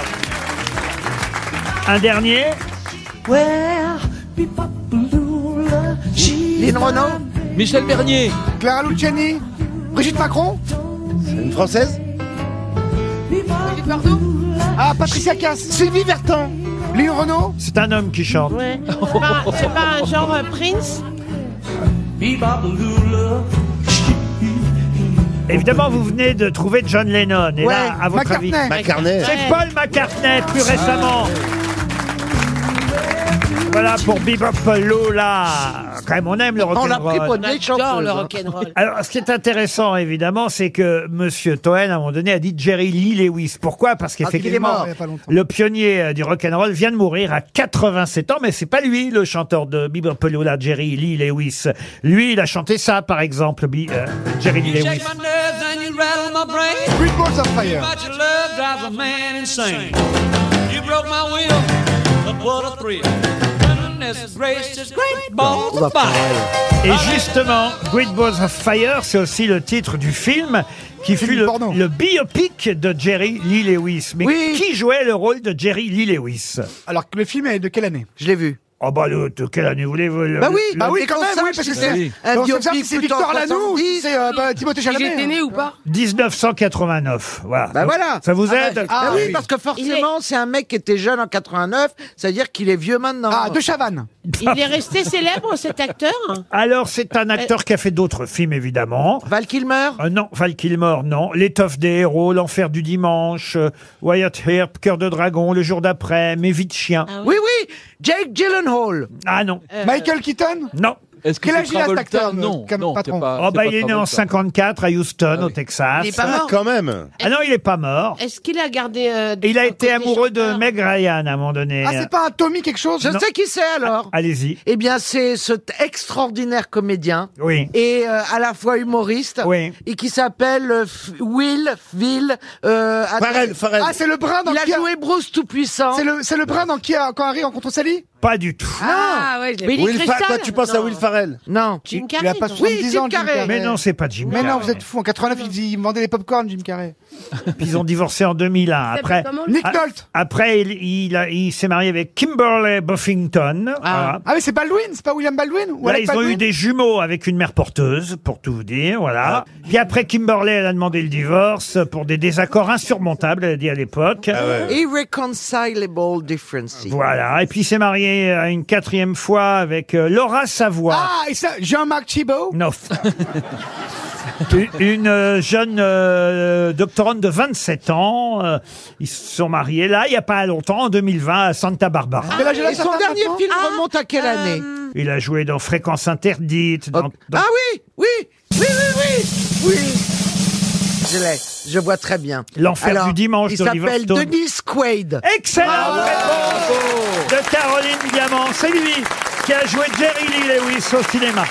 Un dernier. Lynn Renaud Michel Bernier. Clara Luciani. Brigitte Macron. Une française. Ah, Patricia Cass. Sylvie Vertan. Léon Renaud. C'est un homme qui chante. Ouais. C'est pas, c'est pas un genre euh, Prince Évidemment, vous venez de trouver John Lennon. Et Ouais, là, à votre McCartney. avis, McCartney. C'est Ouais. Paul McCartney, plus récemment. Voilà pour Bebop Lola. Quand même, on aime le rock'n'roll. J'adore hein. le rock'n'roll. Alors, ce qui est intéressant, évidemment, c'est que Monsieur Toen, à un moment donné, a dit Jerry Lee Lewis. Pourquoi Parce Ah, qu'il est qu'effectivement, mort il y a pas longtemps. le pionnier euh, du rock'n'roll vient de mourir à 87 ans, mais c'est pas lui le chanteur de Bebopelula, Jerry Lee Lewis. Lui, il a chanté ça, par exemple, Bi- euh, Jerry Lee Lewis. Three Balls of Fire. Et justement, Great Balls of Fire, c'est aussi le titre du film qui fut le, le biopic de Jerry Lee Lewis. Mais qui jouait le rôle de Jerry Lee Lewis Alors, le film est de quelle année Je l'ai vu. Oh bah, le, de quelle année voulez-vous le- Bah oui, le- bah oui, le- quand même, oui, parce que c'est un Donc, biopic c'est ça, c'est coûtant 70, euh, bah, Timothée Si j'étais né ou pas 1989, voilà. Bah Donc, voilà. Ça vous Ah, aide Ah, oui, parce que forcément, c'est un mec qui était jeune en 89, c'est-à-dire qu'il est vieux maintenant. Ah, de Chavannes. Il est resté célèbre, cet acteur Alors, c'est Euh, un acteur qui a fait d'autres films, évidemment. Val Kilmer Non, Val Kilmer, non. L'étoffe des héros, L'enfer du dimanche, euh, Wyatt Earp, Cœur de dragon, Le jour d'après, Mes vies de chien. Ah Oui, oui, Jake Gyllenhaal. Euh, Ah non. Michael Keaton Non. Est-ce Quel âge il a cet acteur Non, comme non, patron c'est pas- Oh c'est bah, pas il est né en Travolta. 54 à Houston, au Texas. Il est pas Ah, mort. quand même. Ah non, il est pas mort. Est-ce qu'il a gardé. euh, Et il a été amoureux de Meg Ryan à un moment donné. Ah, c'est pas un Tommy quelque chose Je Non. sais qui c'est alors. Allez-y. Eh bien, c'est cet extraordinaire comédien. Oui. Et euh, à la fois humoriste. Oui. Et qui s'appelle euh, F- Will, Phil. Euh, attends- Farrell, Farrell. Ah, c'est le brin dans Il a qui a- joué Bruce Tout-Puissant. C'est le, c'est le brin dans qui a, quand Harry rencontre Sally Pas du tout. Ah, ouais, je l'ai Billy Crystal Toi, tu penses à Non. Will Farrell Non. Jim Il a pas 70 ans, Jim Carrey. Mais non, c'est pas Jim Mais non, Carrey. vous êtes fous. En 89, il, dit- il vendait des popcorn, Jim Carrey. Puis Ils ont divorcé en 2001. s'appelle Après, comment, lui Nick a- Nolte. Après, il, il a- il s'est marié avec Kimberly Buffington. Voilà. Ah, mais c'est Baldwin, c'est pas William Baldwin ou Là, Alec ils ont Baldwin eu des jumeaux avec une mère porteuse, pour tout vous dire, Ah. voilà. Puis après, Kimberly, elle a demandé le divorce pour des désaccords insurmontables, elle a dit à l'époque. Ah Irreconcilable differences. Voilà. Et puis, il s'est marié à une quatrième fois avec euh, Laura Savoie. Ah, et ça, Jean-Marc Thibault Non. Une- Une euh, jeune euh, doctorante de 27 ans. euh, ils se sont mariés là, il n'y a pas longtemps, en 2020, à Santa Barbara. Ah. et son dernier film Ah, remonte à euh, quelle année Il a joué dans Fréquence Interdite. dans- dans- Ah oui, oui, oui, oui, oui, oui. Je l'ai, je vois très bien. L'enfer Alors, du dimanche Il d'Oliver s'appelle Stone. Denis Quaid. Excellent de Caroline Diamant. C'est lui qui a joué Jerry Lee Lewis au cinéma.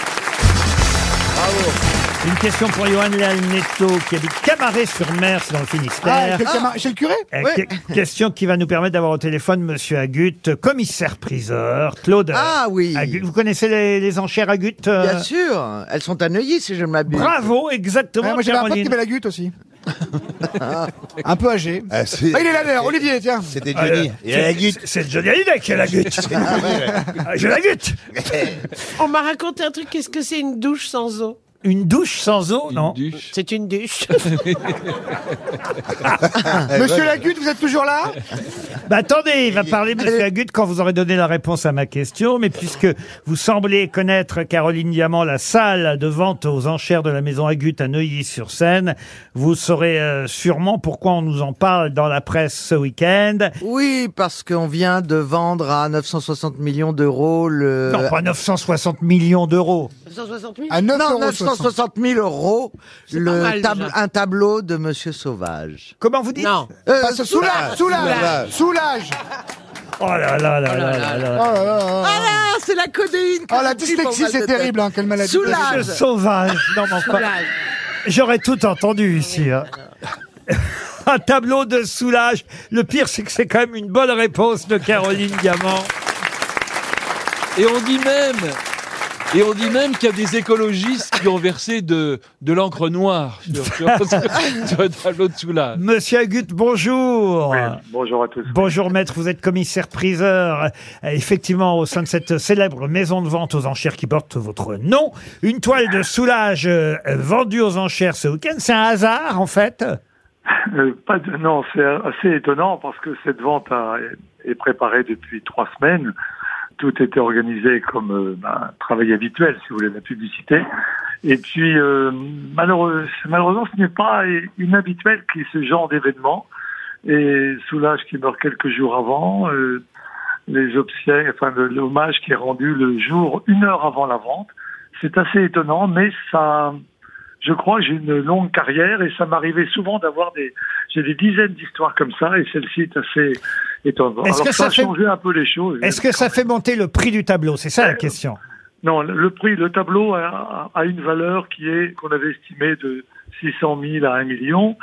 Une question pour Johan Lealnetto qui habite Camaret-sur-Mer, c'est dans le Ah, Finistère. c'est le, Camar- c'est le curé Euh, Ouais. que- Question qui va nous permettre d'avoir au téléphone Monsieur Agut, commissaire-priseur, Claude. Ah oui. Agut. Vous connaissez les, les enchères Agut euh, Bien sûr, elles sont à Neuilly si je ne m'abuse. Bravo, exactement. Ouais, moi j'avais un pote qui Caroline. avait la gutte aussi. un peu âgé. Ah, il est là d'ailleurs, Olivier, tiens. C'était Ah, Johnny. euh, Il a la c'est- guite. C'est Johnny Hallyday qui a la gutte. Ah, J'ai la gutte. On m'a raconté un truc, qu'est-ce que c'est une douche sans eau Une douche sans eau, non C'est une douche. Monsieur Lagutte, vous êtes toujours là Bah attendez, il va parler Monsieur Agut quand vous aurez donné la réponse à ma question, mais puisque vous semblez connaître Caroline Diamant, la salle de vente aux enchères de la maison Agut à Neuilly-sur-Seine, vous saurez euh, sûrement pourquoi on nous en parle dans la presse ce week-end. Oui, parce qu'on vient de vendre à 960 millions d'euros le. Non, pas 960 millions d'euros. 160 000 Ah, non, euros 960 000 euros, le mal, tab- déjà. un tableau de Monsieur Sauvage. Comment vous dites Non. Euh, Parce- Soulage, soulage, soulage. Oh là là là là là Oh là. là là là. Ah là, c'est la codéine. que Oh, la je suis pour dyslexie, mal de tête. c'est terrible, hein, quelle maladie. Soulage. Monsieur Sauvage, non mais enfin, Soulage. J'aurais tout entendu ici. hein. Un tableau de soulage. Le pire, c'est que c'est quand même une bonne réponse de Caroline Diamant. Et on dit même, et on dit même qu'il y a des écologistes qui ont versé de, de l'encre noire sur, sur, sur un tableau de soulage. Monsieur Agut, bonjour. Bonjour à tous. Bonjour maître, vous êtes commissaire priseur. Euh, Effectivement, au sein de cette célèbre maison de vente aux enchères qui porte votre nom, une toile de soulage euh, euh, vendue aux enchères ce week-end, c'est un hasard en fait. Euh, pas de, non, c'est assez étonnant parce que cette vente a- est préparée depuis trois semaines. Tout était organisé comme euh, ben, un travail habituel, si vous voulez, de la publicité. Et puis, euh, malheureux- malheureusement, ce n'est pas inhabituel qu'il y ait ce genre d'événement. Et Soulage qui meurt quelques jours avant, euh, les obsèques, enfin le- l'hommage qui est rendu le jour, une heure avant la vente, c'est assez étonnant, mais ça, je crois que j'ai une longue carrière et ça m'arrivait souvent d'avoir des, j'ai des dizaines d'histoires comme ça et celle-ci est assez étonnante. Est-ce Alors que ça, ça a fait- changé un peu les choses. hein. Est-ce que ça fait monter le prix du tableau C'est ça la question. Non, le- le prix, le tableau a, a une valeur qui est qu'on avait estimée de 600 000 à 1 million.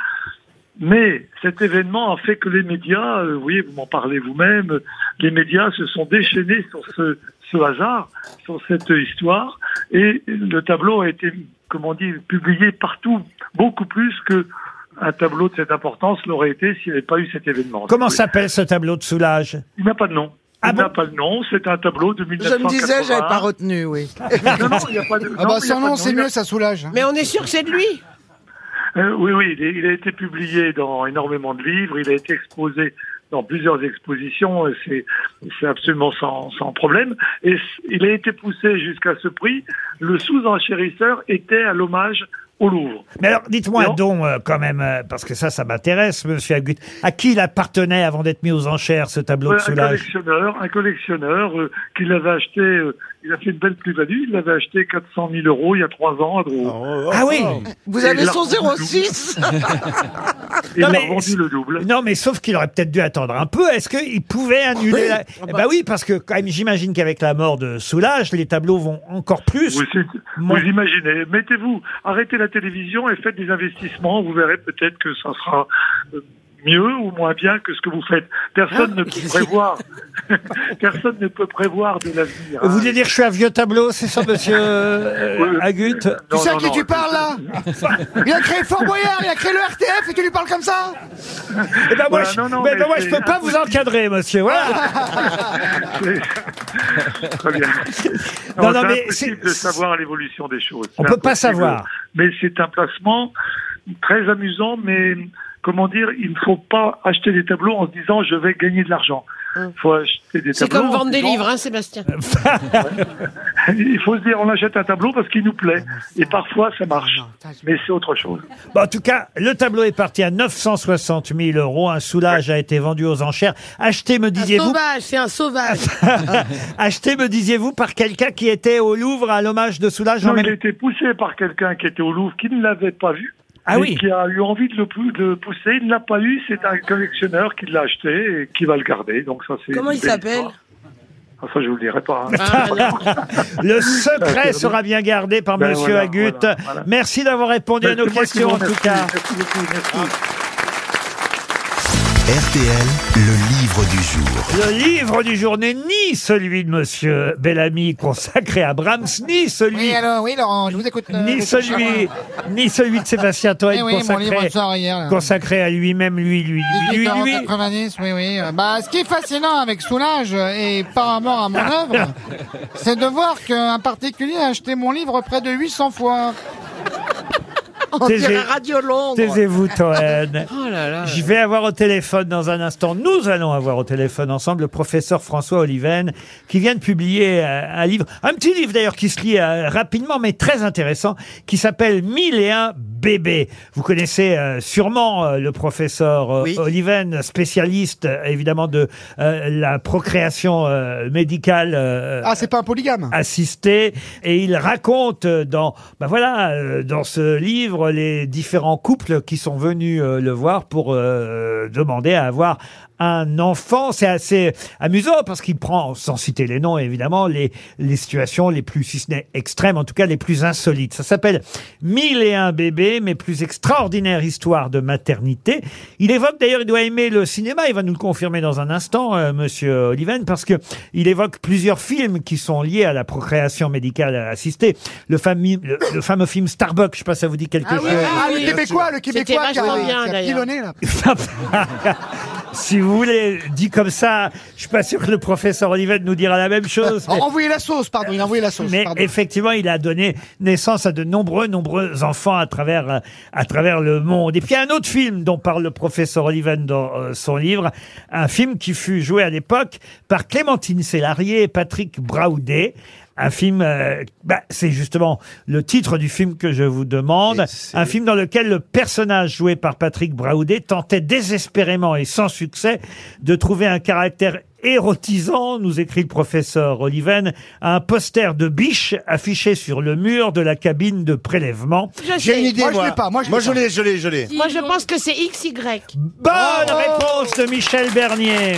Mais cet événement a fait que les médias, euh, oui, vous m'en parlez vous-même, euh, les médias se sont déchaînés sur ce, ce hasard, sur cette histoire, et le tableau a été, comment on dit, publié partout, beaucoup plus que un tableau de cette importance l'aurait été s'il n'y avait pas eu cet événement. Comment Oui. s'appelle ce tableau de soulage Il n'a pas de nom. Il n'a pas le nom, c'est un tableau de 1980. Je me disais, j'avais pas retenu, oui. Non, non, il n'y a pas de. Ah bah, non, il y sans a pas de nom, c'est il y a- mieux, ça soulage. Mais on est sûr que c'est de lui. Euh, oui, oui, il, est- il a été publié dans énormément de livres, il a été exposé dans plusieurs expositions, et c'est c'est absolument sans, sans problème. Et c- il a été poussé jusqu'à ce prix. Le sous-enchérisseur était à l'hommage au Louvre. Mais alors, dites-moi donc, euh, quand même, euh, parce que ça, ça m'intéresse, monsieur Agut, à qui il appartenait avant d'être mis aux enchères, ce tableau de Ouais, un soulage collectionneur, un collectionneur euh, qui l'avait acheté, euh, il a fait une belle plus-value, il l'avait acheté 400 000 euros il y a trois ans à Drouot. Ah oui Vous Et avez il l'a son revendu le 06 Il Non, l'a mais- vendu le double. Non, mais sauf qu'il aurait peut-être dû attendre un peu. Est-ce qu'il pouvait annuler Oui. la... Ah Eh bah. ben oui, parce que quand même, j'imagine qu'avec la mort de Soulage, les tableaux vont encore plus. Vous, c'est- Mon- vous imaginez, mettez-vous, arrêtez la télévision et faites des investissements, vous verrez peut-être que ça sera euh, mieux ou moins bien que ce que vous faites. Personne Ah, ne peut prévoir. Personne ne peut prévoir de l'avenir. hein. Vous voulez dire que je suis un vieux tableau, c'est ça, monsieur euh, Oui, oui. Agut Non, tu sais à non, qui non. tu parles là Il a créé Fort Boyard, il a créé le RTF et tu lui parles comme ça Eh ben moi, Voilà, je, non, non, mais mais ben moi, je c'est peux pas vous encadrer, monsieur. Ah, Voilà. Très bien. Non, non, mais c'est impossible de savoir l'évolution des choses. On C'est peut pas impossible. savoir. Mais c'est un placement très amusant, mais comment dire, il ne faut pas acheter des tableaux en se disant je vais gagner de l'argent. Hum. Il faut acheter des C'est tableaux. comme en se vendre des disant- livres, hein, Sébastien. Il faut se dire on achète un tableau parce qu'il nous plaît. Et parfois ça marche. Mais c'est autre chose. Bon, en tout cas, le tableau est parti à 960 000 euros. Un soulage a été vendu aux enchères. Acheté, me disiez-vous, Sauvage, c'est un sauvage. acheté, me disiez-vous, par quelqu'un qui était au Louvre à l'hommage de soulage. en Non, même- il a été poussé par quelqu'un qui était au Louvre, qui ne l'avait pas vu. Ah et oui. Qui a eu envie de le, pou- de le pousser. Il ne l'a pas eu. C'est un collectionneur qui l'a acheté et qui va le garder. Donc ça, c'est Comment une il belle s'appelle Ah, histoire. Ah, Ça, je vous le dirai pas. hein. Le secret sera bien gardé par Ah, Ben Monsieur voilà, Agut. voilà, voilà. Merci d'avoir répondu à Ben, nos c'est moi qui questions vous en tout remercie. cas. Merci beaucoup, merci. RTL, le livre du jour. Le livre du jour n'est ni celui de Monsieur Bellamy consacré à Brahms, ni celui, Oui, alors, oui, Laurent, je vous écoute. euh, ni monsieur celui, Chabrol. ni celui de Sébastien Toen Eh oui, mon livre consacré, sort hier, là. consacré à lui-même, lui, lui, lui, lui. 1890, oui, oui. Euh, Bah, ce qui est fascinant avec Soulage, euh, et par rapport à mon œuvre, c'est de voir qu'un particulier a acheté mon livre près de 800 fois. On Taisez- dirait Radio Londres. Taisez-vous, Toen. Oh là là. Je vais avoir au téléphone dans un instant. Nous allons avoir au téléphone ensemble le professeur François Oliven qui vient de publier euh, un livre, un petit livre d'ailleurs qui se lit euh, rapidement mais très intéressant, qui s'appelle 1001 bébés. Vous connaissez euh, sûrement euh, le professeur euh, Oliven, spécialiste euh, évidemment de euh, la procréation euh, médicale. euh, Ah, c'est pas un polygame assisté et il raconte euh, dans bah voilà euh, dans ce livre les différents couples qui sont venus euh, le voir pour euh, demander à avoir un enfant, c'est assez amusant parce qu'il prend, sans citer les noms évidemment, les, les situations les plus, si ce n'est extrêmes, en tout cas les plus insolites. Ça s'appelle Mille et un bébés, mes plus extraordinaires histoires de maternité. Il évoque d'ailleurs, il doit aimer le cinéma, il va nous le confirmer dans un instant, euh, monsieur Oliven, parce que il évoque plusieurs films qui sont liés à la procréation médicale assistée. Le, fameux le, le fameux film Starbuck, je sais pas si ça vous dit quelque Ah chose. oui, ah, le Québécois, le Québécois qui a, vachement bien, qui a d'ailleurs. pilonné là. Si vous voulez, dit comme ça, je suis pas sûr que le professeur Olivet nous dira la même chose. mais- Envoyez la sauce, pardon, il a envoyé la sauce. mais pardon. effectivement, il a donné naissance à de nombreux, nombreux enfants à travers, euh, à travers le monde. Et puis, il y a un autre film dont parle le professeur Oliven dans euh, son livre, un film qui fut joué à l'époque par Clémentine Sélarié et Patrick Braoudet. Un film, euh, bah, c'est justement le titre du film que je vous demande. Un film dans lequel le personnage joué par Patrick Braoudet tentait désespérément et sans succès de trouver un caractère érotisant, nous écrit le professeur Oliven, à un poster de biche affiché sur le mur de la cabine de prélèvement. J'ai une idée, moi. Moi, je l'ai, je l'ai, je l'ai. Moi, je pense que c'est XY. Bonne réponse de Michel Bernier.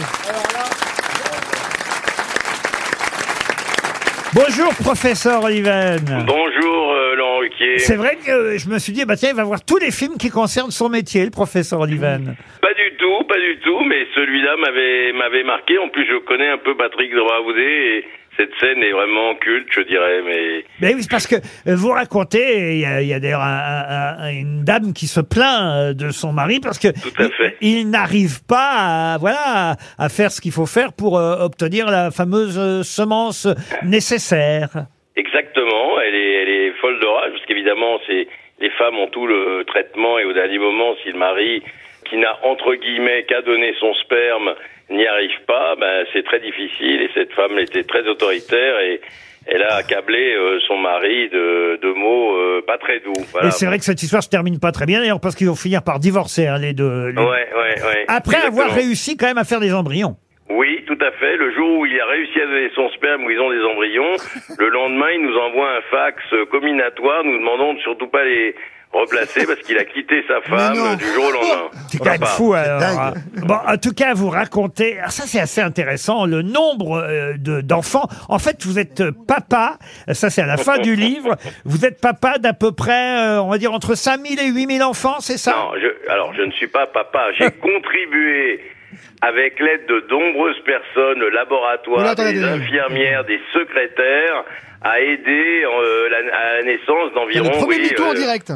Bonjour, professeur Oliven. Bonjour euh, Laurent Ruquier. Ah. C'est vrai que euh, je me suis dit, bah tiens, il va voir tous les films qui concernent son métier, le professeur Oliven. Pas du tout, pas du tout, mais celui-là m'avait m'avait marqué. En plus, je connais un peu Patrick Draoudet et Cette scène est vraiment culte, je dirais, mais Mais oui, c'est parce que euh, vous racontez, il y a, il y a d'ailleurs un- un- un- une dame qui se plaint euh, de son mari parce que Tout à il- fait. il, n'arrive pas à, voilà, à- à faire ce qu'il faut faire pour euh, obtenir la fameuse euh, semence nécessaire. exactement, elle est, elle est folle de rage, parce qu'évidemment, c'est, les femmes ont tout le traitement, et au dernier moment, si le mari, qui n'a entre guillemets qu'à donner son sperme, n'y arrive pas, ben, c'est très difficile, et cette femme était très autoritaire, et elle a accablé euh, son mari de, de mots euh, pas très doux. Voilà. Et c'est vrai que cette histoire se termine pas très bien d'ailleurs parce qu'ils vont finir par divorcer hein, les deux. les- Ouais, ouais, ouais. Après avoir Exactement. réussi quand même à faire des embryons. Oui, tout à fait. Le jour où il a réussi à donner son sperme, où ils ont des embryons, le lendemain, il nous envoie un fax euh, combinatoire nous demandant de surtout pas les replacer parce qu'il a quitté sa femme euh, du jour au lendemain. C'est quand même Papa. Oh, fou alors. hein. Bon, en tout cas, vous racontez. alors ça, c'est assez intéressant. Le nombre euh, de- d'enfants. en fait, vous êtes euh, papa. Ça, c'est à la fin du livre. Vous êtes papa d'à peu près, euh, on va dire, entre 5000 et 8000 enfants, c'est ça Non, je, alors je ne suis pas papa. J'ai contribué avec l'aide de nombreuses personnes, le laboratoire, Oula, attendez, des attendez. infirmières, des secrétaires, à aider euh, la- à la naissance d'environ Le premier oui, mytho en euh, direct.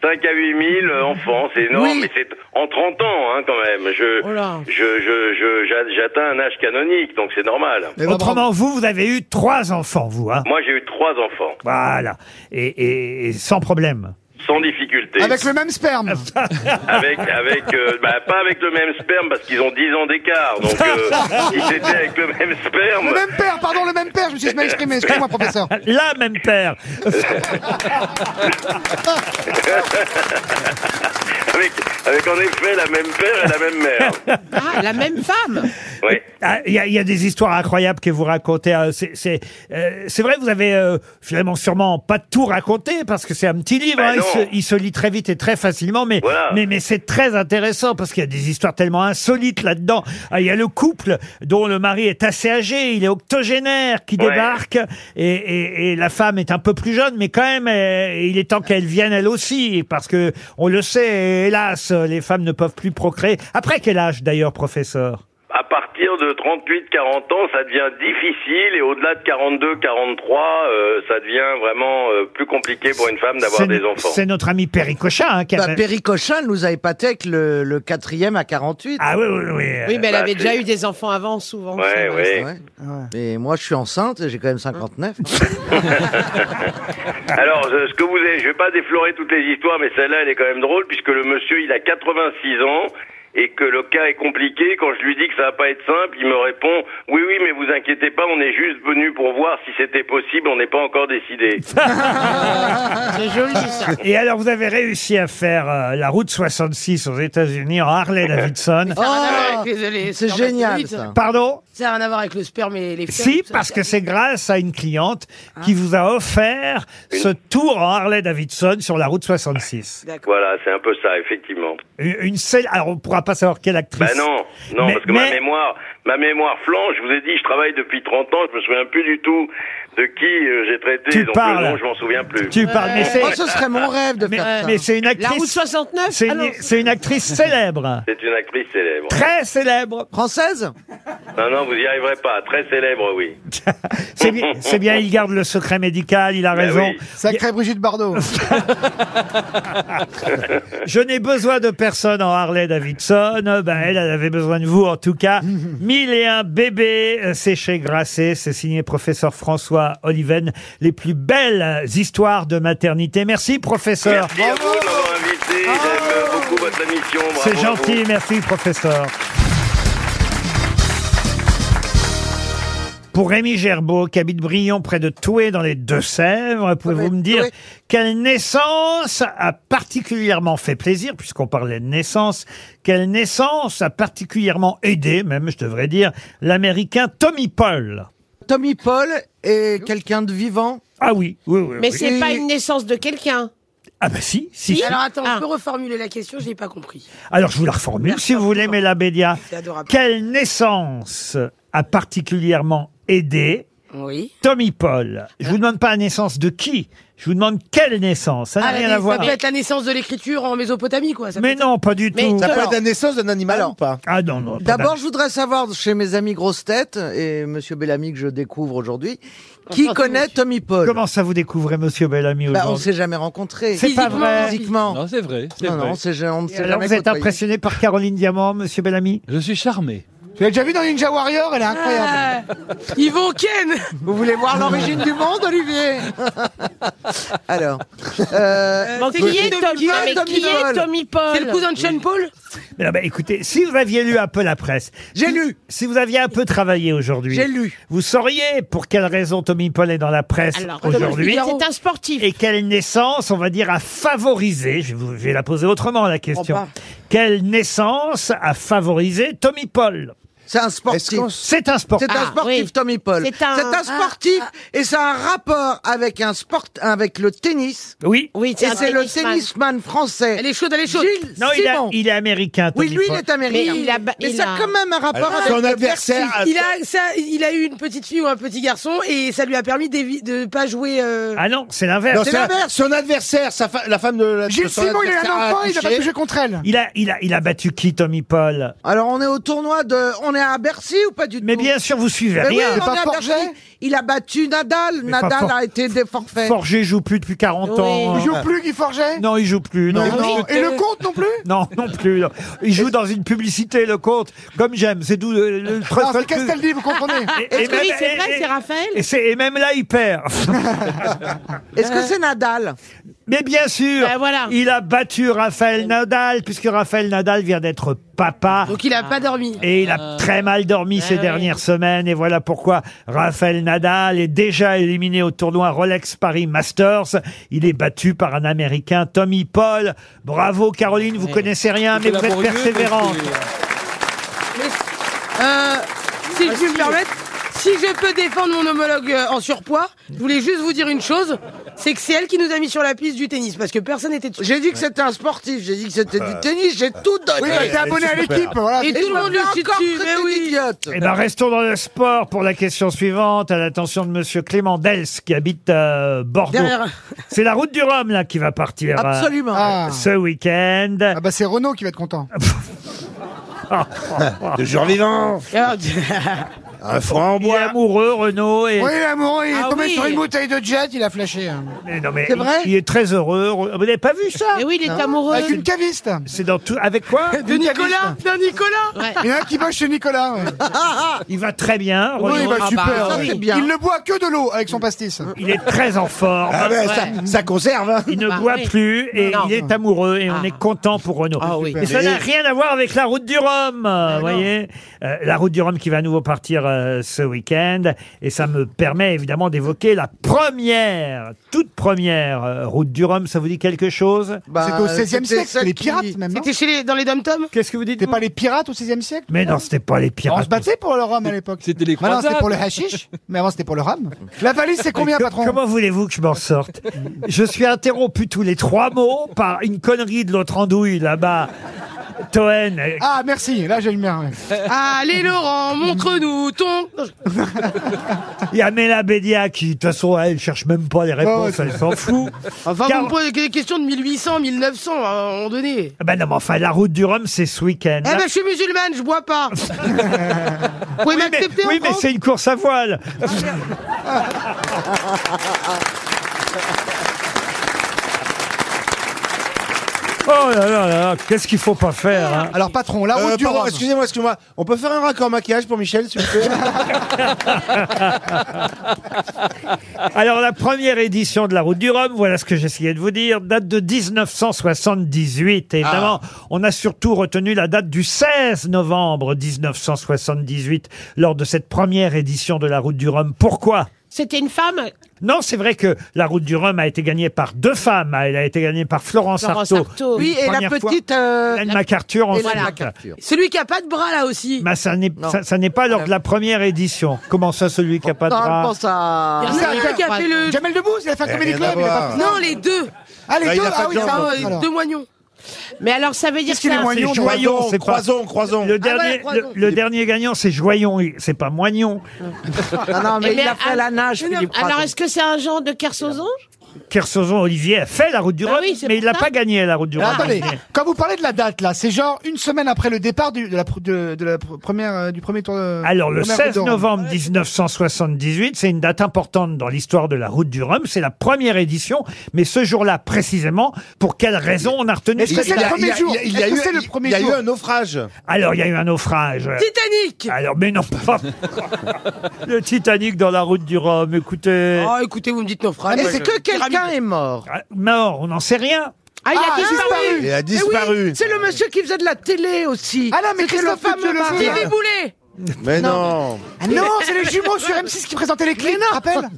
5 à 8 000 enfants, c'est énorme, mais c'est en 30 ans hein, quand même. Je, Oh je, je, je- j'a- j'atteins un âge canonique, donc c'est normal. Autrement, vous, vous avez eu trois enfants, vous. Hein Moi, j'ai eu trois enfants, voilà. Et, et- et sans problème. Euh, sans difficulté. Avec le même sperme. Avec, avec, euh, bah, pas avec le même sperme parce qu'ils ont 10 ans d'écart. Donc, euh, ils étaient avec le même sperme. Le même père, pardon, le même père, je me suis mal exprimé, excusez-moi professeur. La même père. avec, avec en effet la même père et la même mère. Ah, la même femme Oui. Ah, Il y, a- il y a des histoires incroyables que vous racontez. hein. C'est- C'est euh, c'est vrai, vous avez euh, finalement sûrement pas tout raconté parce que c'est un petit livre. hein. il, se, il se lit très vite et très facilement, mais mais, mais c'est très intéressant parce qu'il y a des histoires tellement insolites là-dedans. Ah, il y a le couple dont le mari est assez âgé, il est octogénaire, qui Ouais. débarque et, et- et la femme est un peu plus jeune, mais quand même, euh, il est temps qu'elle vienne elle aussi parce que on le sait, hélas, les femmes ne peuvent plus procréer. Après quel âge d'ailleurs, professeur À partir de 38-40 ans, ça devient difficile et au-delà de 42-43, euh, ça devient vraiment euh, plus compliqué pour une femme d'avoir C'est- des enfants. C'est notre ami Péricochat hein, qui Bah, avait- Péricochin nous a épaté avec le, le quatrième à 48. Ah oui, oui, oui. Oui, mais elle Bah, avait c'est- déjà eu des enfants avant, souvent. Ouais, ça, ouais. c'est vrai. Mais moi, je suis enceinte et j'ai quand même hein. 59. Alors, ce ce que vous avez, je vais pas déflorer toutes les histoires, mais celle-là, elle est quand même drôle puisque le monsieur, il a 86 ans et que le cas est compliqué. Quand je lui dis que ça va pas être simple, il me répond oui, oui, mais vous inquiétez pas, on est juste venu pour voir si c'était possible. On n'est pas encore décidé. C'est joli, ça. Et alors, vous avez réussi à faire euh, la route 66 aux États-Unis en Harley-Davidson. Ça n'a rien à Oh, voir avec les- les Oh, c'est spermatozoïdes. génial, ça. Pardon Ça n'a rien à voir avec le sperme et les femmes. Si, parce que c'est grâce à une cliente qui Ah. vous a offert ce tour en Harley-Davidson sur la route 66. Voilà, c'est un peu ça, effectivement. Une, une seule- alors, on ne pourra pas savoir quelle actrice. Bah non, non, Mais- parce que ma mais- mémoire, ma mémoire flanche. Je vous ai dit, je travaille depuis 30 ans. Je me souviens plus du tout de qui euh, j'ai traité. Tu donc parles. le nom, je m'en souviens plus. Tu parles, mais c'est. Oh, ce serait mon rêve de mais, faire ça. mais c'est une actrice. route 69 C'est une, alors- c'est une actrice célèbre. C'est une actrice célèbre. Très célèbre. Française Non, non, vous y arriverez pas. Très célèbre, oui. C'est bien, c'est bien, il garde le secret médical, il a Ben raison. oui. Sacré Brigitte Bardot. Je n'ai besoin de personne en Harley Davidson. Ben, elle, elle avait besoin de vous, en tout cas. Mille et un bébés, euh, c'est chez Grasset. C'est signé professeur François Oliven. Les plus belles euh, histoires de maternité. Merci, professeur. Merci à vous de m'avoir invité. J'aime beaucoup votre émission. Bravo C'est à vous. gentil. Merci, professeur. Pour Rémi Gerbeau, qui habite Brion, près de Toué, dans les Deux-Sèvres, pouvez-vous me dire quelle naissance a particulièrement fait plaisir, puisqu'on parlait de naissance, quelle naissance a particulièrement aidé, même je devrais dire, l'Américain Tommy Paul Tommy Paul est quelqu'un de vivant Ah oui, oui, oui. Mais oui. c'est pas une naissance de quelqu'un. Ah. Ah bah si, si. si. Alors attends, on peut reformuler la question, je n'ai pas compris. Alors, je vous la reformule si vous voulez, mais la Bédia. C'est adorable. Quelle naissance a particulièrement aidé Oui. Tommy Paul. Je vous demande pas la naissance de qui. Je vous demande quelle naissance. Ça n'a Ah, rien la- à voir. Ça peut être la naissance de l'écriture en Mésopotamie, quoi. Mais non, pas du tout. naissance d'un animal ou pas Ah non, non. pas D'abord, je voudrais savoir chez mes amis grosses têtes et Monsieur Bellamy que je découvre aujourd'hui, qui Enchanté, connaît monsieur. Tommy Paul Comment ça vous découvrez Monsieur Bellamy Bah, aujourd'hui on s'est jamais rencontrés. C'est pas vrai. Physiquement. Non, c'est vrai. c'est Non, non, vrai. on s'est ja- on ne s'est Alors, jamais vous êtes côtoyés. impressionné par Caroline Diamant, Monsieur Bellamy Je suis charmé. Tu l'as déjà vu dans Ninja Warrior Elle est incroyable. Yvon Ken Vous voulez voir l'origine du monde, Olivier Alors. Euh, C'est qui est Tommy Paul Mais qui est Tommy Paul C'est le cousin de Sean Paul Mais non, bah, écoutez, si vous aviez lu un peu la presse, j'ai lu. Si vous aviez un peu travaillé aujourd'hui, J'ai lu. Vous sauriez pour quelle raison Tommy Paul est dans la presse Alors, aujourd'hui. c'est un sportif. Et quelle naissance, on va dire, a favorisé Je vais, vous- je vais la poser autrement la question. Oh, bah. Quelle naissance a favorisé Tommy Paul C'est un sportif. C'est un sportif. C'est Ah, un sportif, Tommy Paul. Ah, C'est un- Ah. sportif et ça a un rapport avec un sport, avec le tennis. Oui. Oui, c'est et un c'est le tennisman. tennisman français. Elle est chaude, elle est chaude. Gilles Non, il, a- Simon. il est américain. Oui, Tommy lui, il Paul. est américain. Mais il a ba- Mais il ça a- quand même un rapport avec le Pepsi. Il a, ça, il a eu une petite fille ou un petit garçon et ça lui a permis d'évi- de pas jouer. euh, Ah non, c'est Non, l'inverse. c'est l'inverse. Son adversaire, sa fa- la femme de la. Gilles Simon, il est un enfant, il n'a pas pu jouer contre elle. Il a, il a, il a battu qui, Tommy Paul Alors on est au tournoi de, on est à Bercy ou pas du tout Mais bien sûr, vous suivez Mais oui, rien. on est à Bercy. Il a battu Nadal. pas Nadal For- a été déforfait. Forger joue plus depuis 40 ans. Il joue plus Guy Forget Non, il joue plus. Non, Mais non. Et le comte non plus Non, non plus. non. Il joue dans une publicité, le compte. Comme j'aime. C'est d'où euh, le Non, c'est Castaldi, vous comprenez Et même- et- et- et c'est- Et même là, il perd. Est-ce que c'est Nadal Mais bien sûr, il a battu Raphaël Nadal, puisque Raphaël Nadal vient d'être papa. Donc il a pas dormi. Et il a très mal dormi ces ouais. dernières semaines. Et voilà pourquoi Raphaël Nadal est déjà éliminé au tournoi Rolex Paris Masters. Il est battu par un Américain, Tommy Paul. Bravo Caroline, vous connaissez rien, mais vous êtes persévérante. Euh, si Ah, je puis me permettre, si je peux défendre mon homologue euh, en surpoids, je voulais juste vous dire une chose, c'est que c'est elle qui nous a mis sur la piste du tennis parce que personne n'était dessus. J'ai dit que c'était un sportif, j'ai dit que c'était Euh, du tennis, j'ai tout donné. Oui, bah, t'es abonné à l'équipe, voilà. Et tout le monde le encore suit dessus, mais oui. idiote. Eh ben, restons dans le sport pour la question suivante, à l'attention de Monsieur Clément Dels, qui habite euh, Bordeaux. Derrière. C'est la route du Rhum, là, qui va partir. euh, Absolument. Ah. Ce week-end. Ah bah c'est Renaud qui va être content. De survivants. Et alors, Un franc en Il est bois. amoureux, Renaud. Et... Oui, l'amoureux, il est Ah tombé oui. sur une bouteille de jet, il a flashé. hein. Mais non, mais C'est vrai il, il est très heureux. Vous n'avez pas vu ça Mais oui, il est Non. amoureux. Avec une caviste. C'est dans tout. Avec quoi De Nicolas D'un Nicolas Ouais. Il y en a un qui bosse chez Nicolas. ouais. Il va très bien. Oui, Renaud. bah Ah bah, super. ça, ouais. c'est bien. Il ne boit que de l'eau avec son pastis. Il est très en forme. Ah ben, ça, ça conserve. hein. Il ne Bah, boit oui. plus et Non. il est amoureux et on Ah. est content pour Renaud. Ah oui. Ah Et ça n'a rien à voir avec la route du Rhum, euh, vous voyez. Euh, la route du Rhum qui va à nouveau partir euh, ce week-end. Et ça me permet évidemment d'évoquer la première, toute première euh, route du Rhum. Ça vous dit quelque chose Bah, C'est au 16e siècle, c'est les pirates même. non C'était chez les, dans les dom-toms Qu'est-ce que vous dites T'es pas les pirates au 16e siècle Mais non, c'était pas les On pirates. se battait pour le rhum à l'époque. C'était les Bah Maintenant croisades. c'était pour le hashish, mais avant c'était pour le rhum. La valise c'est combien Que- patron Comment voulez-vous que je m'en sorte Je suis interrompu tous les trois mots par une connerie de l'autre andouille là-bas. Toen. euh, Ah merci, là j'ai le mien. ouais. Allez Laurent, montre-nous ton. Non, je- Il y a Mela Bédia qui, de toute façon, elle cherche même Oh, pas les réponses, ouais. elle s'en fout. Ah, Enfin, Car- vous me posez des questions de 1800, 1900 à un moment donné. Ah Ben non, mais enfin, la route du Rhum, c'est ce week-end. Eh ben, je suis musulmane, je bois pas. Vous pouvez mais, m'accepter en oui, mais France c'est une course à voile. oh là là là, qu'est-ce qu'il faut pas faire hein. Alors patron, la route Euh, du pardon, rhum. excusez-moi, excusez-moi. On peut faire un raccord maquillage pour Michel, s'il vous plaît Alors, la première édition de la Route du Rhum, voilà ce que j'essayais de vous dire, date de 1978. Ah. Et évidemment, on a surtout retenu la date du 16 novembre 1978 lors de cette première édition de la Route du Rhum. Pourquoi C'était une femme. non, c'est vrai que la route du Rhum a été gagnée par deux femmes. Elle a été gagnée par Florence, Florence Artaud. Artaud. une Oui, et la première fois, petite. euh, Hélène MacArthur, Hélène ensuite. MacArthur. Celui qui a pas de bras là aussi. Mais ça n'est Non. ça- ça n'est pas lors de la première édition. Comment ça, celui qui a pas de Non, bras elle pense à. Il y en a un qui a fait le. Jamel Debbouze, il a fait un Eh, comédie rien à club. il a pas- voir. Non, les deux. Ah les Bah, il deux, a pas ah de oui, jambe, ça, Ah, ouais, les alors. deux moignons. Mais alors, ça veut dire que c'est un- C'est Joyon, c'est pas- Le dernier, Ah ouais, Croison. le, le dernier gagnant, c'est Joyon, et c'est pas Moignon. Non, non, mais, Eh il bien, a fait ah, la nage, mais non, Philippe Alors, Croison. est-ce que c'est un genre de Kersozon Kersozon Olivier a fait la route du Bah Rhum, oui, c'est mais il pour n'a ça. pas gagné la route du Ah, Rhum. Attendez, quand vous parlez de la date là, c'est genre une semaine après le départ du, de la, pr- de, de la pr- première, euh, du premier tour de. Alors, le première 16 route de Rome. novembre 1978, c'est une date importante dans l'histoire de la route du Rhum. C'est la première édition, mais ce jour-là précisément, pour quelle raison on a retenu Est-ce que cette c'est le date premier Il y a- jour il y a- il y a Est-ce que eu- c'est le il- premier il y a eu jour un naufrage. Euh, Alors, il y a eu un naufrage. Titanic Alors, mais non, pas le Titanic dans la route du Rhum. Écoutez. Oh, écoutez, vous me dites naufrage. Mais Moi, c'est je- que Quelqu'un est mort. Ah, Mort, on n'en sait rien. Eh Ah, il a disparu. Il a Mais disparu. oui, c'est le monsieur qui faisait de la télé aussi. Ah non, mais C'était Christophe Futieux le mari. fait. Vivi Boulet. Mais non. Ah non, c'est les jumeaux sur M6 qui présentaient les clips, tu te rappelles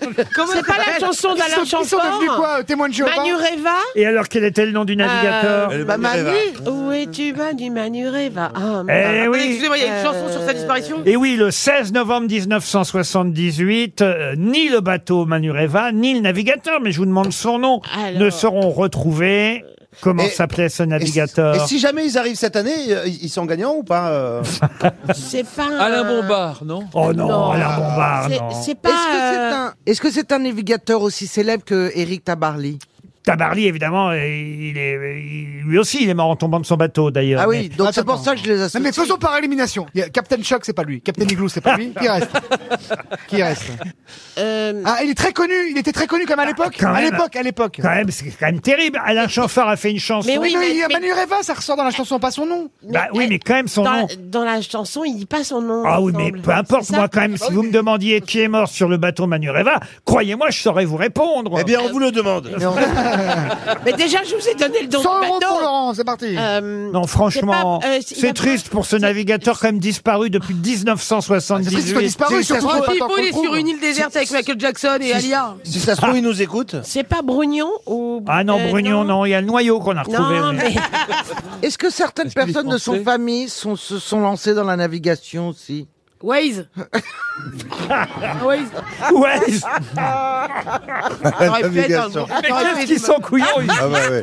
C'est pas la chanson d'Alain Ils sont- Ils sont devenus Chamfort quoi, euh, témoins de Jéhovah Manureva Et alors, quel était le nom du navigateur Euh, bah, Manu, où es-tu Manu Manureva ah, Euh, Eh oui. Excusez-moi, il y a une chanson sur sa disparition Et Eh oui, le 16 novembre 1978, euh, ni le bateau Manureva, ni le navigateur, mais je vous demande son nom, ne seront retrouvés. Comment Et- s'appelait ce Et navigateur si jamais ils arrivent cette année, euh, ils ils sont gagnants ou pas euh C'est pas Alain Bombard, non Oh non, Non. Alain Bombard, non. Est-ce que c'est euh, un, est-ce que c'est un navigateur aussi célèbre que Éric Tabarly Tabarly, évidemment, euh, il est, il- lui aussi, il est mort en tombant de son bateau, d'ailleurs. Ah oui, Mais- donc c'est pour ça que je les associe. Non, mais faisons par élimination. Il y a Captain Shock, c'est pas lui. Captain Igloo, c'est pas lui. Qui reste Qui reste Ah, il est très connu. Il était très connu comme à l'époque. Ah, quand à même. l'époque, à l'époque. Quand même, c'est quand même terrible. Alain Chanfort a fait une chanson. Mais oui, mais, Manu Reva, ça ressort dans la chanson, pas son nom. Bah oui, mais quand même son dans, nom. dans la chanson, il dit pas son nom. Ah oui, il me mais semble. peu importe, C'est ça moi quand même, si vous me demandiez qui est mort sur le bateau Manureva, croyez-moi, je saurais vous répondre. Eh bien, on vous le demande. Non, Mais déjà, je vous ai donné le don. 100 du euros bateau. pour Laurent, c'est parti. Euh, franchement, c'est pas- euh, il a c'est pas- triste pour ce navigateur quand même disparu depuis 1978. triste qu'il soit Ah disparu, C'est- surtout, ça se trouve- pas tant Pipo, qu'on il est sur trouve. une île déserte avec Michael Jackson et Alia. Si ça se trouve, ils nous écoutent. C'est pas Brugnon ou. Ah non, euh, Brugnon, non, il y a le noyau qu'on a retrouvé. Non, oui. mais- Est-ce que certaines personnes de son français famille sont, se sont lancées dans la navigation aussi Waze. Waze. Waze. Ah, J'aurais pu être dans le bon- Mais J'aurais pu qu'est-ce être- qu'ils sont couillons Ah bah ouais.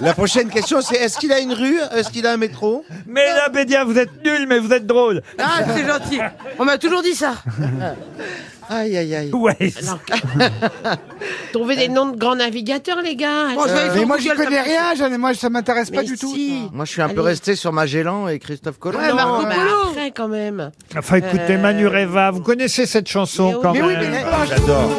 La prochaine question, c'est est-ce qu'il a une rue Est-ce qu'il a un métro Mais la Bédia, vous êtes nul, mais vous êtes drôle. Ah, c'est gentil. On m'a toujours dit ça. Aïe, aïe, aïe. Waze. Trouver des noms de grands navigateurs, les gars. Euh, mais moi, je connais rien, Jeanne, et moi, ça m'intéresse pas Mais du tout. si. Moi, je suis un peu Allez. resté sur Magellan et Christophe Colomb. Ouais, Non, Marco bah, bah, après, quand même. Enfin, écoutez, Euh, Manureva, vous connaissez cette chanson quand mais oui, même. mais- J'adore.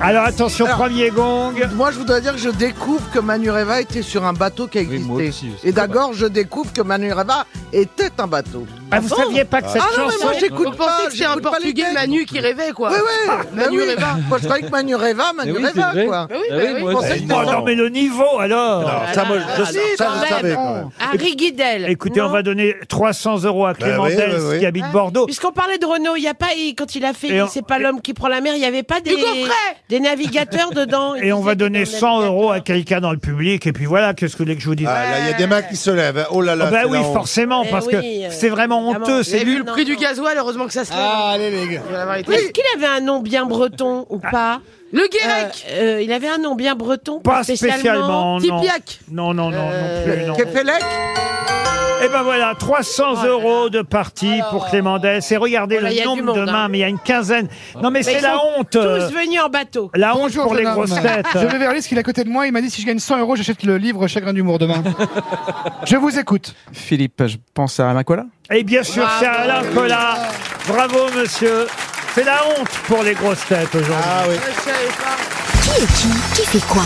Alors attention, premier gong. Moi, je voudrais dire que je découvre que Manureva était sur un bateau qui existait. et d'accord, je découvre que Manureva était un bateau. Ah, vous saviez pas que cette Ah non, mais chanson- Ah moi, j'écoute Vous pensez pas. que c'est un j'écoute pas les portugais textes. Manu qui rêvait, quoi. Oui, oui, Manu oui. Reva. Bah, Moi, je croyais que Manureva, oui, c'est Manureva, vrai. quoi. Bah oui, bah Ah oui, oui. moi Je pensais aussi. que Oh c'était non, mais le niveau alors Non, ça, moi, je- ça, je Ah, quand savais, même. quand même. Harry Guidel. Écoutez, on va donner 300 euros à Clément oui, bah Dels, oui, oui. qui Ah, habite Bordeaux. Puisqu'on parlait de Renault, il y a pas, il- quand il a Et fait, on- c'est pas l'homme qui prend la mer, il n'y avait pas des, Hugo Frey des navigateurs dedans. Et on va donner 100 euros à quelqu'un dans le public. Et puis voilà, qu'est-ce que vous voulez que je vous dise Ah, là, il y a des mains qui se lèvent. Oh là là. Ah bah c'est oui, la honte. forcément, Eh parce oui, euh, que c'est vraiment évidemment. honteux. Vous C'est avez vu nul. le prix du gasoil, heureusement que ça se lève. Ah, allez, les gars. Est-ce qu'il avait un nom bien breton ou Ah. pas Le Guérec Euh, euh, Il avait un nom bien breton Pas spécialement, non. Tipiak Non, non, non, Euh, Euh, non plus, non. Kefelec Et ben voilà, 300 euros de parti pour Clément Dess. Et regardez Oh là, il y le a du nombre de monde, mains, hein. mais il y a une quinzaine. Non, mais Mais c'est ils la sont honte. euh, Tous venus en bateau. La honte Bonjour, pour les jeune homme. grosses têtes. Je vais vers lui, parce qu'il est à côté de moi, il m'a dit si je gagne 100 euros, j'achète le livre Chagrin d'humour demain. Bah je vous écoute. Philippe, je pense à Alain Colas. Et Eh bien sûr, Bravo. c'est Alain Collat. Bravo, monsieur. C'est la honte pour les grosses têtes aujourd'hui. Ah oui. Qui est qui Qui fait quoi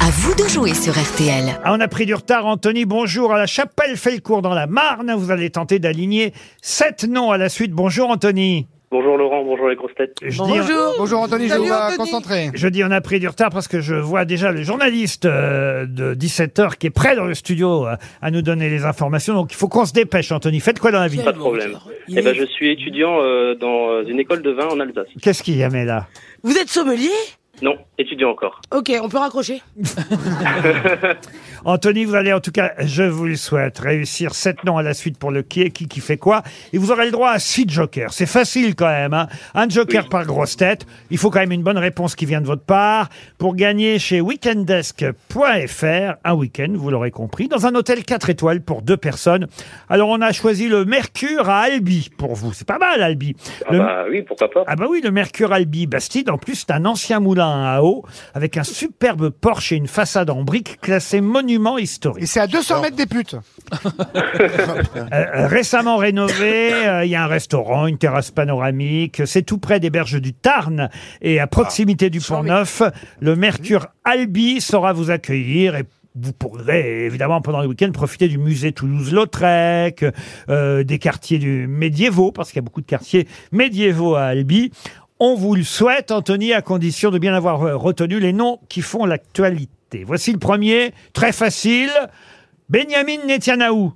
À vous de jouer sur RTL. Ah, on a pris du retard, Anthony. Bonjour à la chapelle Felcourt dans la Marne. Vous allez tenter d'aligner sept noms à la suite. Bonjour, Anthony. Bonjour Laurent, bonjour les grosses têtes. Je dis- Bonjour. Bonjour Anthony, je Salut, vous Anthony. concentrer. Je dis on a pris du retard parce que je vois déjà le journaliste euh, de 17h qui est prêt dans le studio euh, à nous donner les informations. Donc il faut qu'on se dépêche, Anthony. Faites quoi dans la vie Pas de problème. Eh ben, je suis étudiant euh, dans une école de vin en Alsace. Qu'est-ce qu'il y a, mais là Vous êtes sommelier Non, étudiant encore. Ok, on peut raccrocher. Anthony, vous allez en tout cas, je vous le souhaite, réussir sept noms à la suite pour le qui est qui qui fait quoi. Et vous aurez le droit à six jokers. C'est facile quand même. hein. Un joker par grosse tête. Il faut quand même une bonne réponse qui vient de votre part. Pour gagner chez weekendesk.fr, un week-end, vous l'aurez compris, dans un hôtel 4 étoiles pour deux personnes. Alors on a choisi le Mercure à Albi pour vous. C'est pas mal Albi. Ah Le- bah oui, pourquoi pas. ah bah oui, le Mercure Albi Bastide, en plus, c'est un ancien moulin à eau avec un superbe porche et une façade en briques classée monument historique. Et c'est à 200 mètres des putes. Euh, récemment rénové, euh, il y a un restaurant, une terrasse panoramique, c'est tout près des berges du Tarn et à proximité du Pont Neuf. Le Mercure Albi saura vous accueillir et vous pourrez évidemment pendant le week-end profiter du musée Toulouse-Lautrec, euh, des quartiers du médiévaux, parce qu'il y a beaucoup de quartiers médiévaux à Albi. On vous le souhaite, Anthony, à condition de bien avoir euh, retenu les noms qui font l'actualité. Voici le premier, très facile, Benjamin Netanyahou.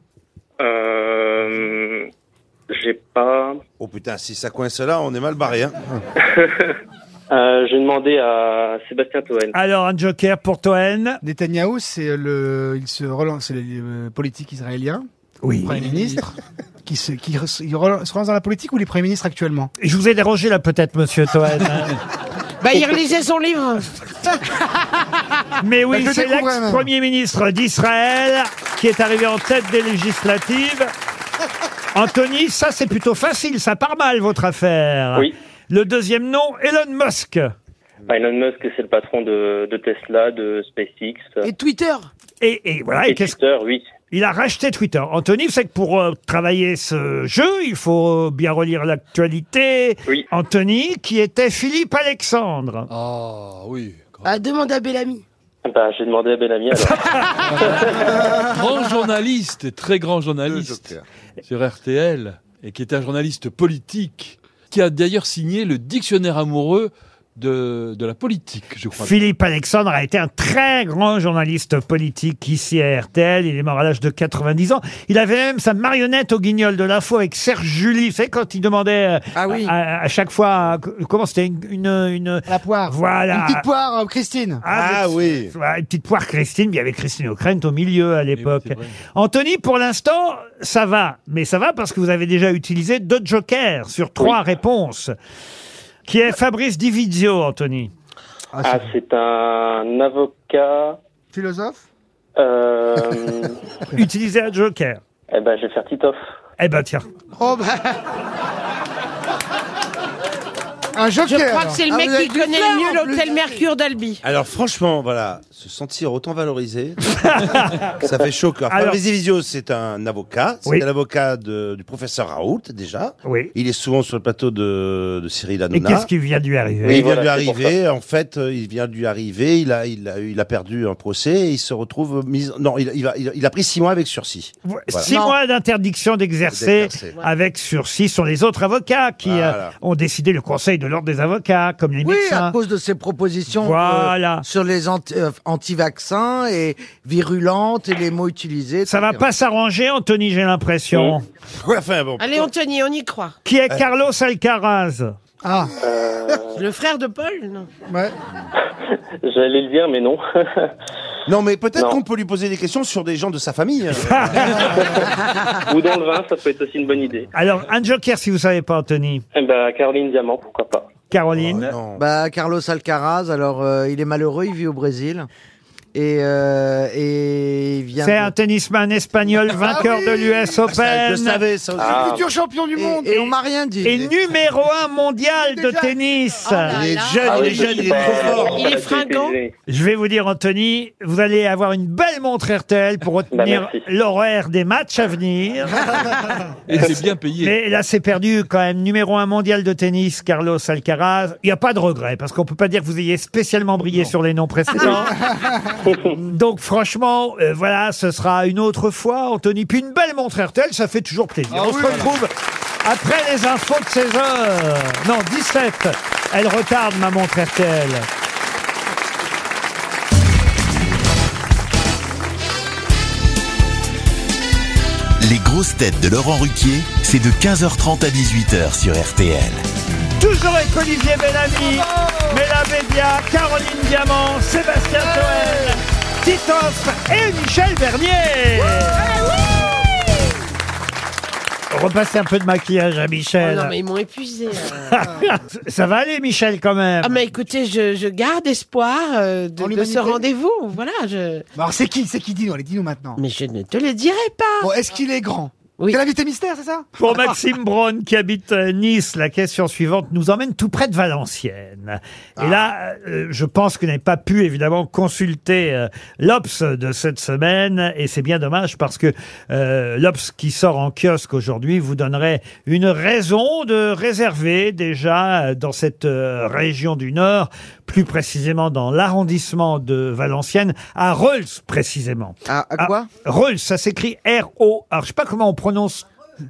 Euh, j'ai pas. Oh putain, si ça coince là, on est mal barré. Hein. Euh, j'ai demandé à Sébastien Toen. Alors, un joker pour Toen. Netanyahou, c'est le, il se relance, c'est le euh, le politique israélien. Oui. Premier ministre. Qui se, qui re- il relance- se relance dans la politique ou les premiers ministres actuellement Je vous ai dérangé là peut-être, monsieur Toen. hein. Bah, il relisait son livre. Mais Eh oui, Bah, je c'est découvre, hein. l'ex-premier ministre d'Israël qui est arrivé en tête des législatives. Anthony, ça c'est plutôt facile, ça part mal votre affaire. Oui. Le deuxième nom, Elon Musk. Bah, Elon Musk, c'est le patron de, de Tesla, de SpaceX. Twitter. Et, et voilà, et Et qu'est-ce Twitter, oui. il a racheté Twitter. Anthony, vous savez que pour euh, travailler ce jeu, il faut bien relire l'actualité. Anthony, qui était Philippe Alexandre. Ah oui. Ah, demande à Bellamy. Bah, j'ai demandé à Bellamy Ah, alors. Grand journaliste, très grand journaliste sur RTL, et qui est un journaliste politique, qui a d'ailleurs signé le dictionnaire amoureux de, de la politique, je crois. Philippe Alexandre a été un très grand journaliste politique ici à RTL. Il est mort à l'âge de 90 ans. Il avait même sa marionnette au guignol de l'info avec Serge Julie. Vous savez, quand il demandait euh, Ah à, à- à chaque fois, euh, co- comment c'était une, une, une- La poire. Voilà. Une petite poire, euh, Christine. Ah, oui. Une petite poire Christine, puis il y avait Christine O'Krent au milieu à l'époque. Anthony, pour l'instant, ça va. Mais ça va parce que vous avez déjà utilisé deux jokers sur trois réponses. Qui est Fabrice Divizio, Anthony Ah, c'est un avocat. Philosophe Euh... Utilisez un joker. eh ben, je vais faire Titoff. Eh ben tiens. Oh, bah. Un Je joker. crois que c'est le mec qui connaît le mieux l'hôtel Mercure d'Albi. Alors franchement, voilà, se sentir autant valorisé, ça fait chaud au cœur. Alors- Fabrice Divisio, c'est un avocat, c'est Oui. l'avocat de- du professeur Raoult déjà. Oui. Il est souvent sur le plateau de, de Cyril Et Hanouna. qu'est-ce qui vient de lui Et arriver il vient de lui arriver, en fait, euh, il vient de lui arriver, il a, il a, il a perdu un procès, et il se retrouve mis, non, il, il, va- il a- il a pris six mois avec sursis. Voilà. Six mois d'interdiction d'exercer D'exercer. avec sursis sur les autres avocats qui Voilà. euh, ont décidé le conseil de l'ordre des avocats, comme les Oui, ah, médecins. à cause de ses propositions euh, Voilà. sur les anti- euh, anti-vaccins et virulentes et les mots utilisés. Ça va pas s'arranger, Anthony, j'ai l'impression. Oh, bah. Allez, Anthony, on y croit. Qui Euh. est Carlos Alcaraz Ah. Le frère de Paul, non J'allais le dire, mais non. Non, mais peut-être Non. qu'on peut lui poser des questions sur des gens de sa famille. euh, Ou dans le vin, ça peut être aussi une bonne idée. Alors, un joker si vous savez pas, Anthony. Eh ben, Caroline Diamant, pourquoi pas. Oh, Caroline. Bah, Carlos Alcaraz, alors euh, il est malheureux, il vit au Brésil. Et, euh, et il vient. C'est un tennisman espagnol vainqueur de l'US Open. Ah. Futur champion du monde. Et on m'a rien dit. Et numéro un mondial de tennis. Il est là. Ah jeune, Ah, il est jeune, il est trop fort. Il est fringant. Je vais vous dire, Anthony, vous allez avoir une belle montre RTL pour retenir merci. l'horaire des matchs à venir. Et c'est bien payé. Mais là, c'est perdu quand même. Numéro un mondial de tennis, Carlos Alcaraz. Il n'y a pas de regret, parce qu'on peut pas dire que vous ayez spécialement brillé sur les noms précédents. Donc, franchement, euh, voilà, ce sera une autre fois, Anthony. Puis une belle montre RTL, ça fait toujours plaisir. On se retrouve après les infos de 16 heures. Non, 17. Elle retarde ma montre RTL. Les grosses têtes de Laurent Ruquier, c'est de 15h30 à 18h sur RTL. Toujours avec Olivier Bellamy, Mela Bédia, Caroline Diamant, Sébastien Toel, Titoff et Michel Bernier. Ah Repasser un peu de maquillage à Michel. Oh non, mais ils m'ont épuisé. euh. Ça va aller, Michel, quand même. Ah, mais écoutez, je, je garde espoir euh, de, de ce l'humanité. rendez-vous. Voilà, je. Alors c'est qui C'est qui Dis-nous, allez, dis-nous maintenant. Mais je ne te le dirai pas. Bon, est-ce qu'il est grand oui. C'est l'invité mystère, c'est ça Pour Maxime Braun qui habite euh, Nice, la question suivante nous emmène tout près de Valenciennes. Et là, euh, je pense que vous n'avez pas pu évidemment consulter euh, l'Obs de cette semaine et c'est bien dommage parce que euh, l'Obs qui sort en kiosque aujourd'hui vous donnerait une raison de réserver déjà euh, dans cette euh, région du Nord, plus précisément dans l'arrondissement de Valenciennes, à Reuls précisément. À, quoi Reuls, ça s'écrit R-O. Alors je sais pas comment on prononce.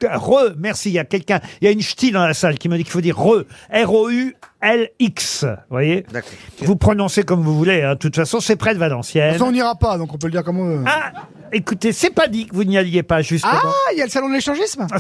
Re, merci, il y a quelqu'un, il y a une ch'ti dans la salle qui me dit qu'il faut dire re, R-O-U-L-X, vous voyez Vous prononcez comme vous voulez, hein. de toute façon, c'est près de Valenciennes. Ça, on n'ira pas, donc on peut le dire comme on veut. Ah, écoutez, c'est pas dit que vous n'y alliez pas, justement. Ah, il y a le salon de l'échangisme Ah,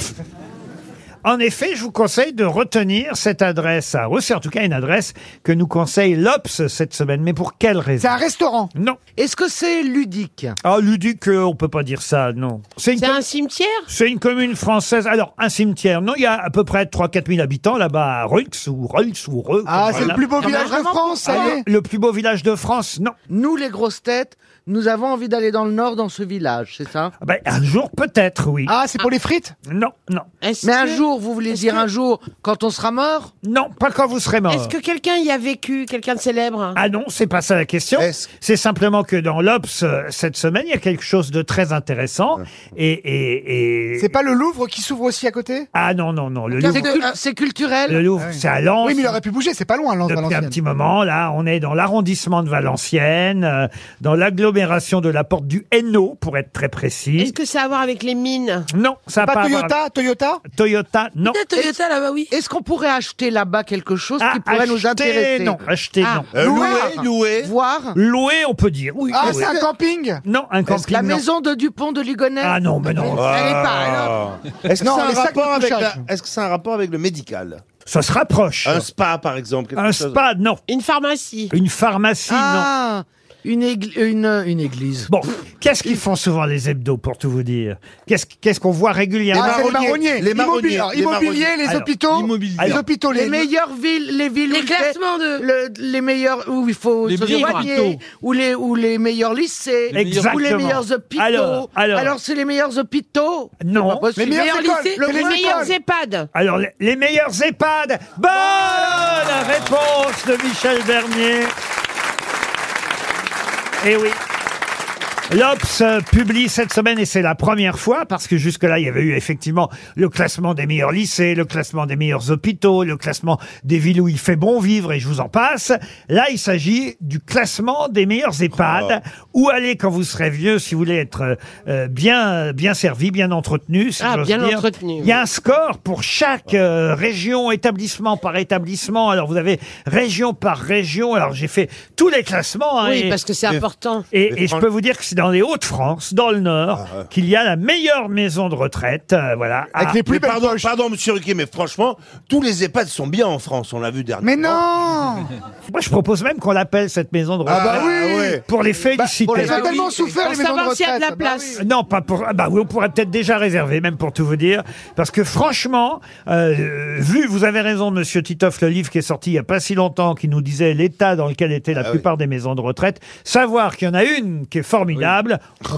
En effet, je vous conseille de retenir cette adresse à Reuss. C'est en tout cas une adresse que nous conseille l'Obs cette semaine. Mais pour quelle raison C'est un restaurant Non. Est-ce que c'est ludique Ah, ludique, euh, on peut pas dire ça, non. C'est un cimetière C'est une commune française. Alors, un cimetière, non, il y a à peu près 3-4 000 habitants là-bas à Reux ou Reuls ou Reux. Ah, Ah, c'est le plus beau Non, mais village de vraiment, France, ça y est. Le plus beau village de France, non. Nous, les grosses têtes, nous avons envie d'aller dans le nord, dans ce village, c'est ça Ben, un jour, peut-être, oui. Ah, c'est pour les frites Non, non. Mais un jour, vous voulez dire un jour, quand on sera mort Non, pas quand vous serez mort. Est-ce que quelqu'un y a vécu, quelqu'un de célèbre Ah non, c'est pas ça la question. C'est simplement que dans l'Obs, euh, cette semaine, il y a quelque chose de très intéressant. Et, et, et... C'est pas le Louvre qui s'ouvre aussi à côté Ah non, non, non. Le C'est Louvre, cul- C'est culturel le Louvre, c'est à Lens. Oui, mais il aurait pu bouger, c'est pas loin, Lens, Depuis un Valenciennes. petit moment, là, on est dans l'arrondissement de Valenciennes, euh, dans l'agglomération de la porte du Hainaut, pour être très précis. Est-ce que ça a à voir avec les mines Non, ça a Pas pas à voir- Toyota, Toyota Toyota, non. Toyota là-bas, oui. Est-ce qu'on pourrait acheter là-bas quelque chose qui pourrait nous Ah, acheter, intéresser non. Acheter, non. Euh, louer, louer. Voir. Louer, on peut dire, oui. Ah, louer. c'est un camping Non, un camping, La non. maison de Dupont de Ligonnès Ah non, mais non. Elle est pas, alors. hein. Est-ce que Non, c'est un les sacs de rapport avec couchage. la- est-ce que c'est un rapport avec le médical Ça se rapproche. Un spa, par exemple. quelque Un chose. spa, non. Une pharmacie. Une pharmacie, Ah, une, égl- une, une église. Bon, qu'est-ce qu'ils font souvent les hebdos, pour tout vous dire Qu'est-ce qu'est-ce qu'on voit régulièrement Ah, c'est les marronniers. Les marronniers. Immobilier, alors, Les immobilier, marronniers. les Alors, hôpitaux, les Alors, hôpitaux, les, les meilleures villes, les villes Les où il fait- classements le- les meilleurs où il faut Les se meilleurs soigner, hôpitaux. ou les ou les meilleurs lycées, Les meilleurs- ou les Exactement. meilleurs hôpitaux. Alors, alors. c'est les meilleurs hôpitaux. Non. C'est pas possible. Les meilleures écoles, lycées, c'est les les meilleurs écoles. EHPAD. Alors, les, les meilleurs EHPAD Bonne réponse de Michel Bernier Eh oui L'Obs euh, publie cette semaine, et c'est la première fois, parce que jusque-là, il y avait eu effectivement le classement des meilleurs lycées, le classement des meilleurs hôpitaux, le classement des villes où il fait bon vivre, et je vous en passe. Là, il s'agit du classement des meilleurs EHPAD. Où aller quand vous serez vieux, si vous voulez être euh, euh, bien, bien servi, bien entretenu, si Ah, j'ose bien dire. entretenu, Il y a un score pour chaque euh, région, établissement par établissement. Alors, vous avez région par région. Alors, j'ai fait tous les classements. hein, Oui, et- parce que c'est et- important. Et, et je peux vous dire que c'est dans Ah, les Hauts-de-France, dans le Nord, qu'il y a la meilleure maison de retraite. euh, voilà. à- Mais pardon, pardon, monsieur Ruquier, mais franchement, tous les EHPAD sont bien en France, on l'a vu dernièrement. Mais non Moi, je propose même qu'on l'appelle cette maison de retraite. Ah bah oui ouais. Pour les féliciter. pour les- Ils ont tellement souffert, Pour les maisons de savoir s'il y retraite. a de la Ah bah place. oui. Non, pas pour. ah Bah oui, on pourrait peut-être déjà réserver, même pour tout vous dire, parce que franchement, euh, vu, vous avez raison, Monsieur Titoff, le livre qui est sorti il y a pas si longtemps, qui nous disait l'état dans lequel étaient la plupart des maisons de retraite, savoir qu'il y en a une qui est formidable,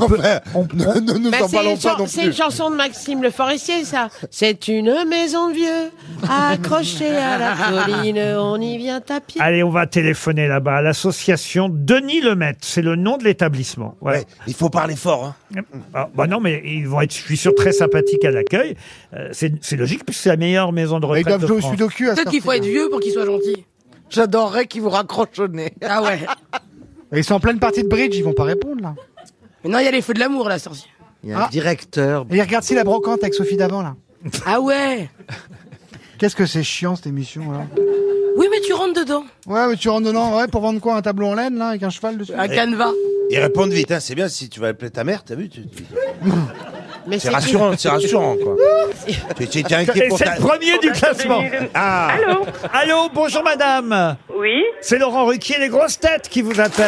on peut- on- on- Bah, c'est une chan- C'est une chanson de Maxime Le Forestier, ça. C'est une maison de vieux, accrochée à la colline, on y vient à pied. Allez, on va téléphoner là-bas à l'association Denis Lemaitre. C'est le nom de l'établissement. il faut parler fort. hein. bah non, mais ils vont être, je suis sûr, très sympathiques à l'accueil. Euh, c'est c'est logique puisque c'est la meilleure maison de retraite. de France. Peut-être qu'il faut être vieux pour qu'il soit gentil. J'adorerais qu'ils vous raccrochent au nez. Ah ouais. Ils sont en pleine partie de bridge, ils vont pas répondre là. Mais non, il y a les feux de l'amour, la sortie. Il y a un directeur. Et regarde si la brocante avec Sophie d'avant là. Ah ouais. Qu'est-ce que c'est chiant cette émission là. Oui, mais tu rentres dedans. Ouais, mais tu rentres dedans, ouais, pour vendre quoi Un tableau en laine là, avec un cheval dessus Ils répondent vite, hein, c'est bien si tu vas appeler ta mère, t'as vu tu- tu- Mais C'est rassurant, c'est rassurant, quoi. Tu- tu étais inquiet Et pour c'est ta- le premier du classement. Ah. Allô Allô, bonjour madame. Oui C'est Laurent Ruquier, les grosses têtes, qui vous appelle.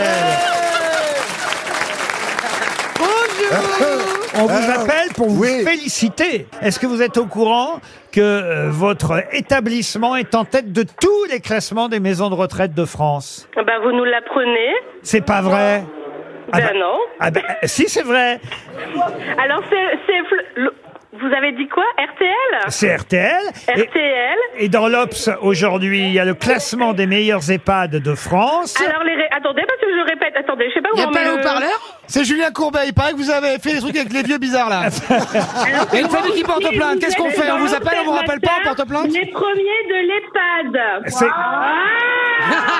Bonjour On vous appelle pour vous féliciter. Est-ce que vous êtes au courant que euh, votre établissement est en tête de tous les classements des maisons de retraite de France Ben, vous nous l'apprenez. C'est pas vrai Ben bah- non. Ah bah, si c'est vrai, Alors, c'est. c'est fl- le- Vous avez dit quoi RTL c'est RTL. Et- RTL. Et, dans l'Obs, aujourd'hui, il y a le classement des meilleurs EHPAD de France. Alors, les ré- attendez, parce que je répète. Attendez, je sais pas où Y a on pas met le Ah, le- haut-parleur C'est Julien Courbet, il paraît que vous avez fait des trucs avec les vieux bizarres là. Il y a une famille qui porte plainte, qu'est-ce qu'on fait On vous appelle, on vous rappelle pas, on porte plainte Les premiers de l'EHPAD. Ah, C'est-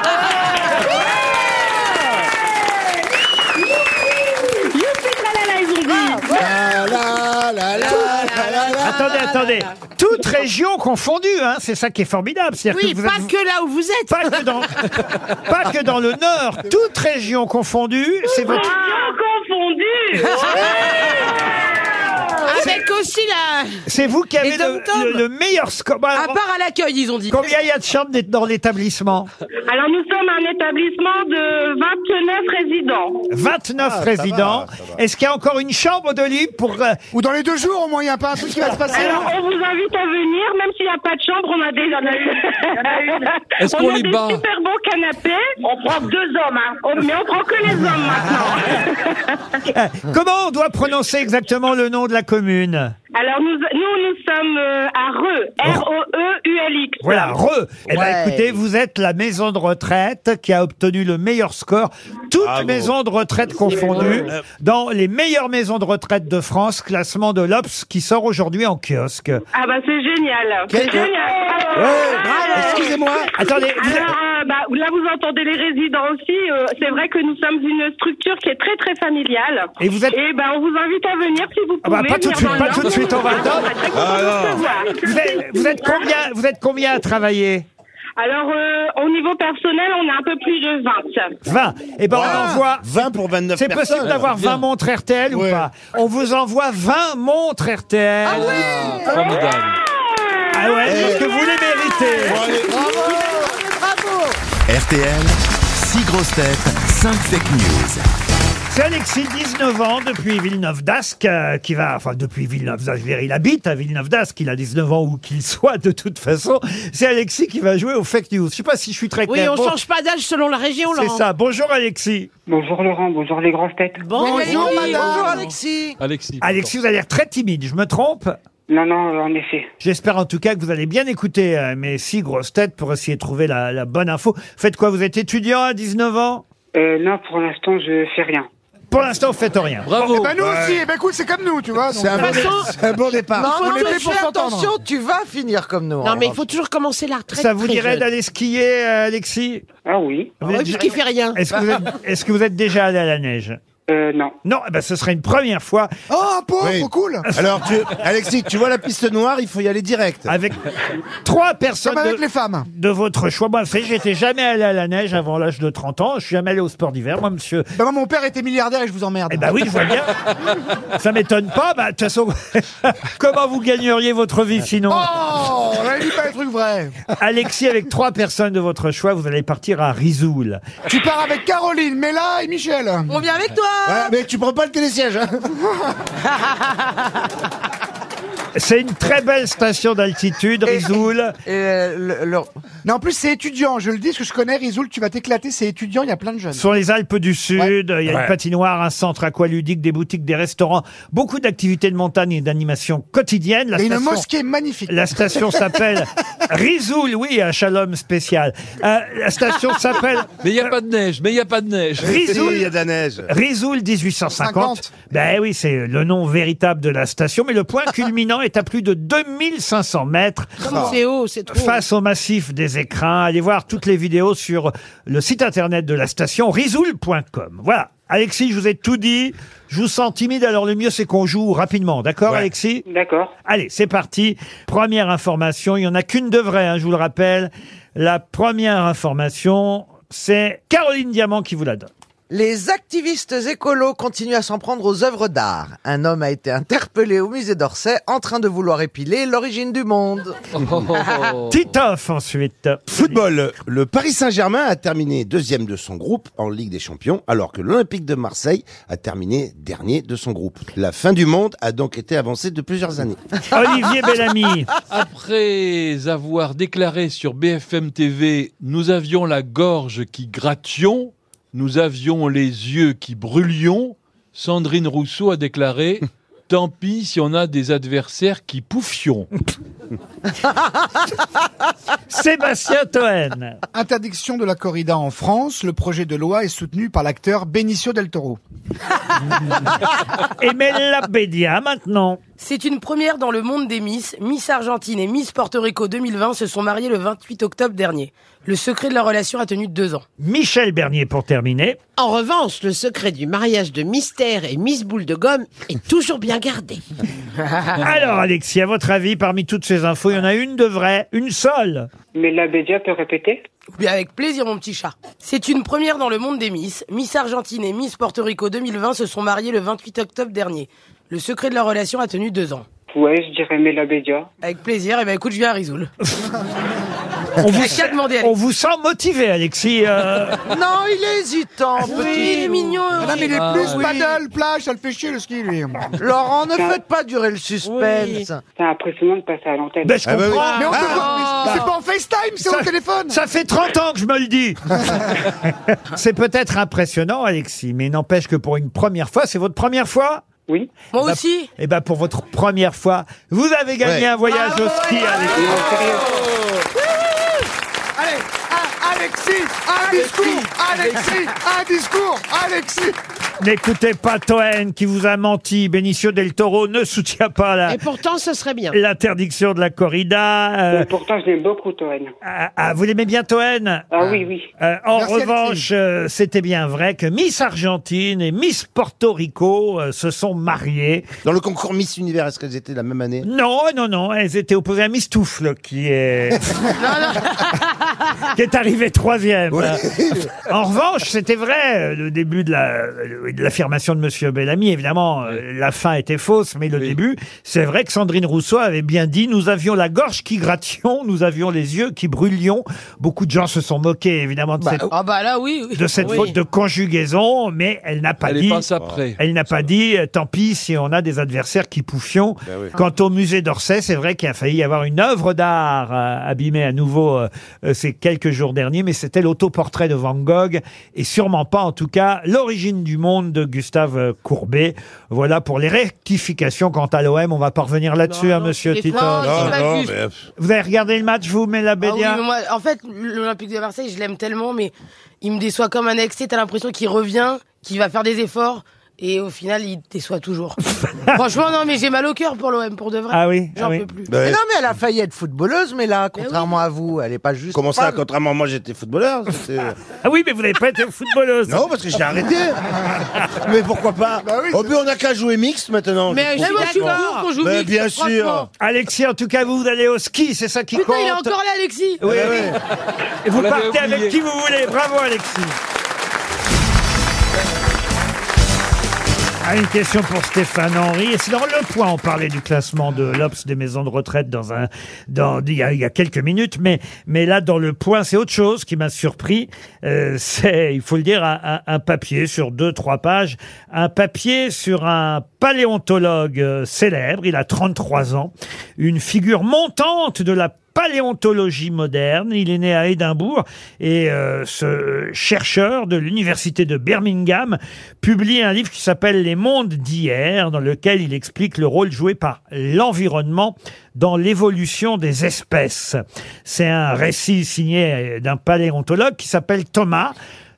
Attendez, attendez. Toutes régions confondues, hein, c'est ça qui est formidable. C'est-à-dire Oui, vous pas êtes- que là où vous êtes. Pas que dans, pas que dans le Nord, toutes régions confondues, c'est votre. Ah, confondues Ah, Avec aussi la. C'est vous qui avez le, le- le meilleur score. à part à l'accueil, ils ont dit. Combien il y a de chambres d'être dans l'établissement Alors, nous sommes un établissement de 29 résidents. 29 Ah, ça résidents. Est-ce qu'il y a encore une chambre de libre pour. euh, Ou dans les deux jours au moins, il n'y a pas un truc qui va se passer Alors, on vous invite à venir, même s'il n'y a pas de chambre, on a des. Est-ce on qu'on a les des bat super beaux canapés. On prend deux hommes, hein. On- mais on prend que les hommes hein. maintenant. euh, comment on doit prononcer exactement le nom de la commune Alors, nous, nous, nous sommes euh, à Reux. E Oh. R-O-E-U-L-X. Voilà, re. Eh ben, Ouais. écoutez, vous êtes la maison de retraite qui a obtenu le meilleur score, toutes maisons de retraite confondues, dans les meilleures maisons de retraite de France, classement de l'Obs qui sort aujourd'hui en kiosque. Ah bah c'est génial, c'est Quel- Oh, génial. excusez-moi. Attendez, vous- Alors, euh, bah, là vous entendez les résidents aussi. euh, c'est vrai que nous sommes une structure qui est très très familiale. Et vous êtes- Eh ben on vous invite à venir si vous pouvez. Ah bah, pas tout de venir suite, dans pas le tout de Nord. suite, on va Ah, attendre. on va très content de Ah, vous recevoir. vous êtes, vous êtes combien, vous êtes combien à travailler Alors euh, au niveau personnel, on est un peu plus de 20. 20. Eh ben, on envoie. 20 pour 29 C'est possible personnes. d'avoir 20 montres RTL ou pas On vous envoie 20 montres RTL. Ah ouais Formidable. Ah ouais, parce que vous les méritez. RTL, 6 grosses têtes, 5 fake news. C'est Alexis, 19 ans, depuis Villeneuve-d'Ascq, euh, qui va, enfin, depuis Villeneuve-d'Ascq, je veux dire, il habite à Villeneuve-d'Ascq, il a 19 ans ou qu'il soit, de toute façon. C'est Alexis qui va jouer au fake news. Je sais pas si je suis très Oui, clair. on Bon, change pas d'âge selon la région, là. C'est ça. Bonjour, Alexis. Bonjour Laurent, bonjour les grosses têtes. Bonjour, madame. Bonjour, Alexis. Alexis. Alexis, vous avez l'air très timide, je me trompe Non, non, en effet. J'espère en tout cas que vous allez bien écouter euh, mes six grosses têtes pour essayer de trouver la, la bonne info. Faites quoi Vous êtes étudiant à 19 ans Euh, non, pour l'instant, je fais rien. Pour l'instant, vous faites rien. Eh ben nous aussi, eh ben écoute, c'est comme nous, tu vois. donc, C'est un, euh, bon dé- c'est un bon départ. Non, on faut est fait toujours pour faire s'entendre. attention, tu vas finir comme nous. Non, mais il faut toujours commencer la retraite. Ça vous très dirait jeune. d'aller skier, euh, Alexis Ah oui. Vous êtes Oui, puisqu'il fait rien. Est-ce que, vous êtes- est-ce que vous êtes déjà allé à la neige Euh, non. Non, eh ben, ce serait une première fois. Oh, pauvre, Oui. cool Alors, tu, Alexis, tu vois la piste noire, il faut y aller direct. Avec trois personnes Comme avec de, les femmes. de votre choix. Moi, vous savez, j'étais jamais allé à la neige avant l'âge de 30 ans. Je suis jamais allé au sport d'hiver. Moi, monsieur, Ben moi, mon père était milliardaire et je vous emmerde. Eh ben oui, je vois bien. Ça m'étonne pas. Bah, de toute façon, comment vous gagneriez votre vie sinon Oh, on avait dit pas les trucs vrais. Alexis, avec trois personnes de votre choix, vous allez partir à Risoul. Tu pars avec Caroline, Mela et Michel. On vient avec toi Ouais, mais tu prends pas le télésiège. Hein C'est une très belle station d'altitude, Risoul. Et, euh, le- le- Non, en plus, c'est étudiant. Je le dis, ce que je connais, Rizoul, tu vas t'éclater. C'est étudiant, il y a plein de jeunes. Ce sont les Alpes du Sud. Il y a Ouais. une patinoire, un centre aqualudique, des boutiques, des restaurants, beaucoup d'activités de montagne et d'animation quotidienne. La Et une station- mosquée magnifique. La station s'appelle Risoul, oui, un shalom spécial. Euh, la station s'appelle Mais il n'y a pas de neige, mais il n'y a pas de neige. il y Risoul. a de la neige. Risoul 1850. 50. Ben oui, c'est le nom véritable de la station, mais le point culminant est à plus de 2500 mètres. Comme c'est haut, c'est trop. Face au massif des écrins, allez voir toutes les vidéos sur le site internet de la station risoul.com. Voilà. Alexis, je vous ai tout dit. Je vous sens timide, alors le mieux c'est qu'on joue rapidement. D'accord, Alexis D'accord. Allez, c'est parti. Première information. Il n'y en a qu'une de vraie, hein, je vous le rappelle. La première information, c'est Caroline Diamant qui vous la donne. Les activistes écolos continuent à s'en prendre aux œuvres d'art. Un homme a été interpellé au musée d'Orsay en train de vouloir épiler l'origine du monde. Titoff ensuite. Football. Le Paris Saint-Germain a terminé deuxième de son groupe en Ligue des Champions, alors que l'Olympique de Marseille a terminé dernier de son groupe. La fin du monde a donc été avancée de plusieurs années. Olivier Bellamy. Après avoir déclaré sur BFM TV Nous avions la gorge qui grattions, nous avions les yeux qui brûlions, Sandrine Rousseau a déclaré Tant pis si on a des adversaires qui pouffions. Sébastien Toen. Interdiction de la corrida en France. Le projet de loi est soutenu par l'acteur Benicio del Toro. Emel Bédia maintenant. C'est une première dans le monde des Miss. Miss Argentine et Miss Porto Rico 2020 se sont mariées le 28 octobre dernier. Le secret de leur relation a tenu deux ans. Michel Bernier pour terminer. En revanche, le secret du mariage de Mystère et Miss Boule de Gomme est toujours bien gardé. Alors Alexis, à votre avis, parmi toutes ces infos, il y en a une de vraie, une seule. Mais la Bédia peut répéter Mais avec plaisir, mon petit chat. C'est une première dans le monde des Miss. Miss Argentine et Miss Porto Rico 2020 se sont mariées le 28 octobre dernier. Le secret de leur relation a tenu deux ans. Ouais, je dirais mais la Bédia. Avec plaisir, et ben écoute, je viens à Risoul. On vous, Qu'à demander, Alex on vous sent motivé, Alexis. euh. Non, il est hésitant. Oui, il est mignon. Madame, il est Ah, plus oui. paddle, plage, ça le fait chier le ski, lui. Laurent, ne faites pas durer le suspense. C'est impressionnant de passer à l'antenne. Ben, je Ah bah oui. comprends. Mais on peut voir, mais c'est Ah. pas en FaceTime, c'est au Ça- téléphone. Ça fait 30 ans que je me le dis. c'est peut-être impressionnant, Alexis, mais n'empêche que pour une première fois, c'est votre première fois Oui. Moi aussi. Eh ben pour votre première fois, vous avez gagné Ouais. un voyage au ski, Alexis. Allez, un- Alexis, un discours, Alexis, un discours, Alexis. N'écoutez pas Toen qui vous a menti. Benicio del Toro ne soutient pas la- Et pourtant, ce serait Eh bien. l'interdiction de la corrida. Euh, Et pourtant, je l'aime beaucoup, Toen. ah, ah, vous l'aimez bien Toen Ah oui, oui. Euh, en Merci, revanche, euh, c'était bien vrai que Miss Argentine et Miss Porto Rico euh, se sont mariées. Dans le concours Miss Univers, est-ce qu'elles étaient la même année Non, non, non, elles étaient opposées à Miss Touffle, qui est qui est arrivée troisième. En revanche, c'était vrai euh, le début de la euh, de l'affirmation de Monsieur Bellamy. Évidemment, euh, la fin était fausse, mais le début, c'est vrai que Sandrine Rousseau avait bien dit nous avions la gorge qui grattions, nous avions les yeux qui brûlions. Beaucoup de gens se sont moqués évidemment de cette Ah bah là, oui. oui. de cette Oui. faute de conjugaison, mais elle n'a pas Elle dit. est passe après. Elle n'a pas dit, euh, tant pis si on a des adversaires qui pouffions. Quant au musée d'Orsay, c'est vrai qu'il a failli y avoir une œuvre d'art euh, abîmée à nouveau euh, euh, ces quelques jours derniers, mais c'était l'autoportrait de Van Gogh, et sûrement pas en tout cas l'origine du monde de Gustave euh, Courbet. Voilà pour les rectifications quant à l'OM, on va pas revenir là-dessus, Non, hein, non, monsieur les Tito. Français, Non, pas non, juste. mais... Vous avez regardé le match, vous, Ah oui, Mélabédia mais moi, en fait, l'Olympique de Marseille, je l'aime tellement, mais il me déçoit comme un ex. T'as l'impression qu'il revient, qu'il va faire des efforts, et au final, il te déçoit toujours. Franchement, non, mais j'ai mal au cœur pour l'OM, pour de vrai. Ah oui, J'en ah oui. peux Bah plus. Mais non, mais elle a failli être footballeuse, mais là, contrairement à vous, elle est pas juste. Comment ça, fan. contrairement à moi, j'étais footballeur c'était- Ah oui, mais vous n'avez pas été footballeuse. Non, parce que j'ai arrêté. mais pourquoi pas Bah oui, Au but, on n'a qu'à jouer mixte maintenant. Mais trouve, je suis franchement. d'accord. Pour qu'on joue Mais vite, bien franchement. sûr. Alexis, en tout cas, vous, vous allez au ski, c'est ça qui Putain, compte. il est encore là, Alexis. Oui, Ah oui. ouais. Et On vous l'avait partez avec oublié. qui vous voulez. Bravo, Alexis. Ah, une question pour Stéphane Henry. Et c'est dans le point, on parlait du classement de l'Obs des maisons de retraite dans un, dans, il y a, il y a quelques minutes, mais, mais là, dans le point, c'est autre chose qui m'a surpris. Euh, c'est, il faut le dire, un, un- un papier sur deux, trois pages. Un papier sur un paléontologue euh, célèbre. Il a 33 ans. Une figure montante de la paléontologie moderne. Il est né à Édimbourg et euh, ce chercheur de l'université de Birmingham publie un livre qui s'appelle Les mondes d'hier, dans lequel il explique le rôle joué par l'environnement dans l'évolution des espèces. C'est un récit signé euh, d'un paléontologue qui s'appelle Thomas.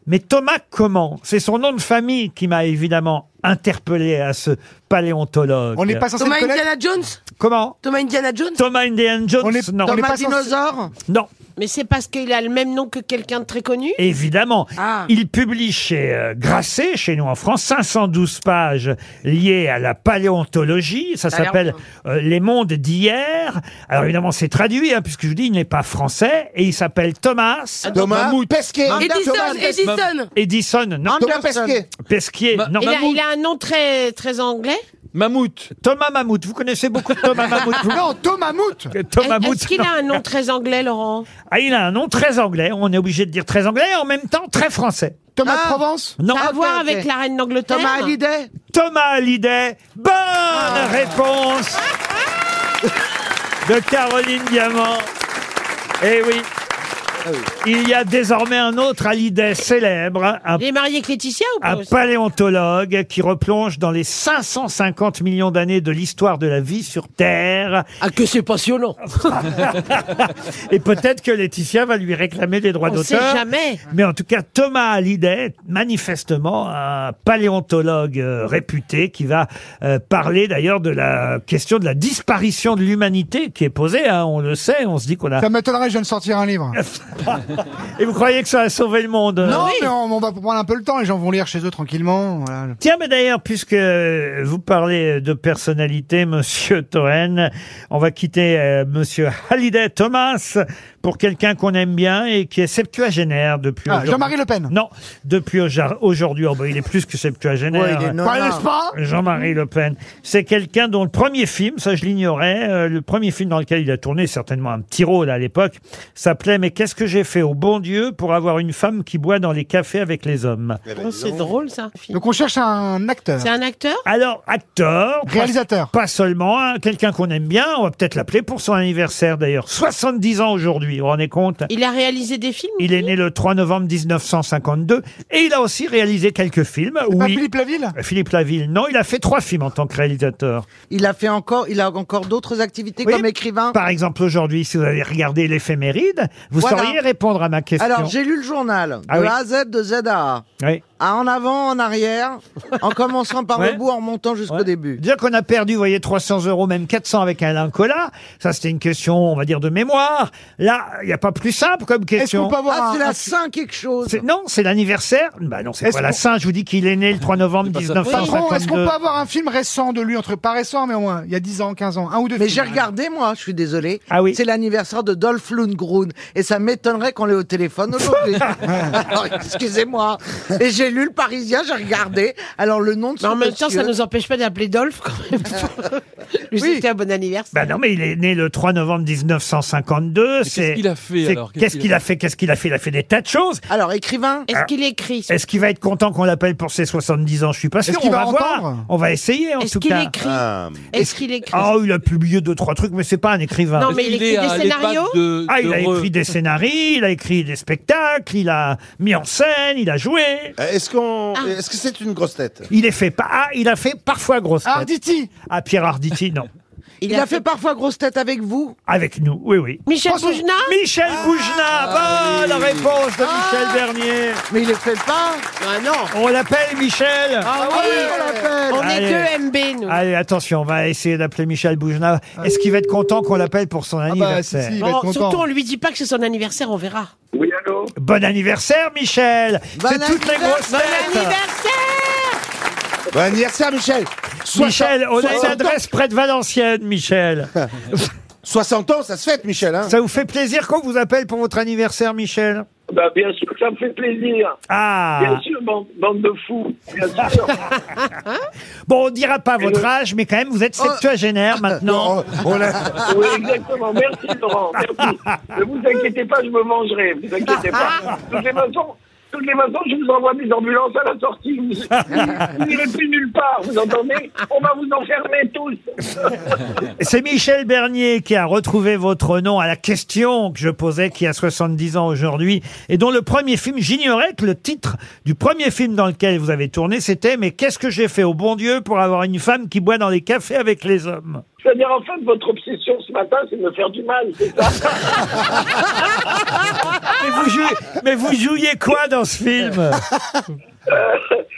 Mais Thomas comment C'est son nom de famille qui m'a évidemment interpellé à ce paléontologue. On n'est pas censé Thomas le connaître. Indiana Jones Comment Thomas Indiana Jones Thomas Indiana Jones On est- Non. on est Thomas pas censé- Dinosaure Non. Mais c'est parce qu'il a le même nom que quelqu'un de très connu Évidemment. Ah. Il publie chez euh, Grasset, chez nous en France, 512 pages liées à la paléontologie. Ça Ça a l'air s'appelle euh, Les mondes d'hier. Alors évidemment, c'est traduit, hein, puisque je vous dis, il n'est pas français. Et il s'appelle Thomas. Thomas Mammouth. Pesquet. Edison, Edison. Edison, non. Thomas Pesquet. Pesquet, non. il, a, il a un nom très, très anglais Mammouth. Thomas Mammouth. Vous connaissez beaucoup de Thomas Mammouth. vous Non, Thomas Mammouth. Thomas Mammouth. Est-ce qu'il a un nom très anglais, Laurent Ah, il a un nom très anglais. On est obligé de dire très anglais et en même temps très français. Thomas de Provence Non. Ça a à voir avec la reine d'Angleterre Thomas Hallyday Ah. Thomas Hallyday. Bonne réponse de Caroline Diamant. Eh oui. Il y a désormais un autre Hallyday célèbre, hein, un Il est marié avec Laetitia ou pas un aussi paléontologue qui replonge dans les 550 millions d'années de l'histoire de la vie sur Terre. Ah, que c'est passionnant Et peut-être que Laetitia va lui réclamer des droits On sait d'auteur. jamais. Mais en tout cas, Thomas Hallyday, manifestement un paléontologue euh, réputé qui va euh, parler d'ailleurs de la question de la disparition de l'humanité qui est posée, hein, on le sait, on se dit qu'on a... Ça m'étonnerait, je viens de sortir un livre. Et vous croyez que ça a sauvé le monde euh Non, mais on, on va prendre un peu le temps, les gens vont lire chez eux tranquillement. voilà. Tiens, mais d'ailleurs, puisque vous parlez de personnalité, Monsieur Toen, on va quitter euh, Monsieur Halliday Thomas pour quelqu'un qu'on aime bien et qui est septuagénaire depuis. Ah, aujourd'hui. Jean-Marie Le Pen. Non, depuis auja- aujourd'hui. Oh, bah, il est plus que septuagénaire. Ouais, il est nonna. Bah, n'est-ce pas Jean-Marie Le Pen. C'est quelqu'un dont le premier film, ça je l'ignorais, euh, le premier film dans lequel il a tourné certainement un petit rôle à l'époque, s'appelait Mais qu'est-ce que j'ai fait au bon Dieu pour avoir une femme qui boit dans les cafés avec les hommes ben, Oh, C'est drôle, ça. Donc on cherche un acteur. C'est un acteur alors, acteur. pas- Réalisateur. Pas, seulement, hein, quelqu'un qu'on aime bien. On va peut-être l'appeler pour son anniversaire d'ailleurs. 70 ans aujourd'hui, vous vous rendez compte Il a réalisé des films Il est né le 3 novembre 1952 et il a aussi réalisé quelques films. Oui. Euh, Philippe Laville Philippe Laville, non, il a fait trois films en tant que réalisateur. Il a fait encore, il a encore d'autres activités comme écrivain. Par exemple, aujourd'hui, si vous avez regardé l'éphéméride, vous Voilà. sauriez répondre à ma question. Alors j'ai lu le journal de Ah oui. A à Z de Z à A. Oui. Ah, en avant, en arrière, en commençant par Ouais. le bout, en montant jusqu'au début. Dire qu'on a perdu, vous voyez, 300 euros, même 400 avec Alain Colas, ça c'était une question, on va dire, de mémoire. Là, il n'y a pas plus simple comme question. ah, c'est la Saint quelque chose. C'est- Non, c'est l'anniversaire. Bah non, c'est Est-ce pas la qu'on- Saint. Je vous dis qu'il est né le 3 novembre Patron, Est-ce qu'on 1952. peut avoir un film récent de lui, entre pas récent, mais au moins, il y a 10 ans, 15 ans, un ou deux Mais j'ai films. hein. regardé, moi, je suis désolé. C'est l'anniversaire de Dolph Lundgren. Et ça m'étonnerait qu'on l'ait au téléphone aujourd'hui. Alors, excusez-moi. Et j'ai lu le Parisien, j'ai regardé. Alors, le nom de Mais ce en même temps, ça monsieur- nous empêche pas d'appeler Dolph quand même. Lui souhaiter un bon anniversaire. Bah non, mais il est né le 3 novembre 1952. Qu'est-ce qu'il a fait, alors Qu'est-ce qu'il a fait Qu'est-ce qu'il a fait Il a fait des tas de choses. Alors, écrivain. Est-ce qu'il écrit Est-ce qu'il va être content qu'on l'appelle pour ses 70 ans Je suis pas sûr. Est-ce qu'il on va, va voir. entendre On va essayer en Est-ce tout qu'il cas. écrit Ah. Est-ce qu'il écrit Ah, il a publié deux trois trucs, mais c'est pas un écrivain. Non, mais il Est-ce qu'il écrit est des à l'époque scénarios de- Ah, il a d'Heureux écrit des scénarios, il a écrit des spectacles, il a mis en scène, il a joué. Est-ce Ah. qu'on, est-ce que c'est une grosse tête Il est fait pas. Ah, il a fait parfois grosse. Arditi. Ah, Pierre Arditi, non. Il, a, fait parfois grosse tête avec vous. Avec nous, oui, oui. Michel François- Boujna Michel Ah. Boujna, bonne réponse de Michel Bernier. Mais il le fait pas Ah non On l'appelle Michel Ah oui, on Allez. est deux MB, nous. Allez, attention, on va essayer d'appeler Michel Boujna. Est-ce qu'il va être content qu'on l'appelle pour son bah, anniversaire Bon, surtout, on lui dit pas que c'est son anniversaire, on verra. Oui, allô Bon anniversaire, Michel Bon C'est toutes les anniversaire grosses Bon têtes anniversaire Bon anniversaire, Michel. Michel, on a une 60 ans. adresse près de Valenciennes, Michel 60 ans, ça se fête, Michel. Hein Ça vous fait plaisir qu'on vous appelle pour votre anniversaire, Michel Bah, bien sûr, ça me fait plaisir. Ah. Bien sûr, bande, bande de fous, bien sûr. Bon, on dira pas votre âge, mais quand même, vous êtes Oh. septuagénaire maintenant. Oui, exactement. Merci, Laurent. Merci. Ne vous inquiétez pas, je me mangerai. Ne vous inquiétez pas. De toutes les façons, de toutes les façons, je vous envoie des ambulances à la sortie. Vous vous n'irez plus nulle part, vous entendez On va vous enfermer tous. C'est Michel Bernier qui a retrouvé votre nom à la question que je posais, qui a 70 ans aujourd'hui, et dont le premier film, j'ignorais que le titre du premier film dans lequel vous avez tourné, c'était Mais qu'est-ce que j'ai fait au bon Dieu pour avoir une femme qui boit dans les cafés avec les hommes C'est-à-dire, en fait, votre obsession ce matin, c'est de me faire du mal, c'est ça mais vous, jouez- mais vous jouiez quoi dans ce film Euh,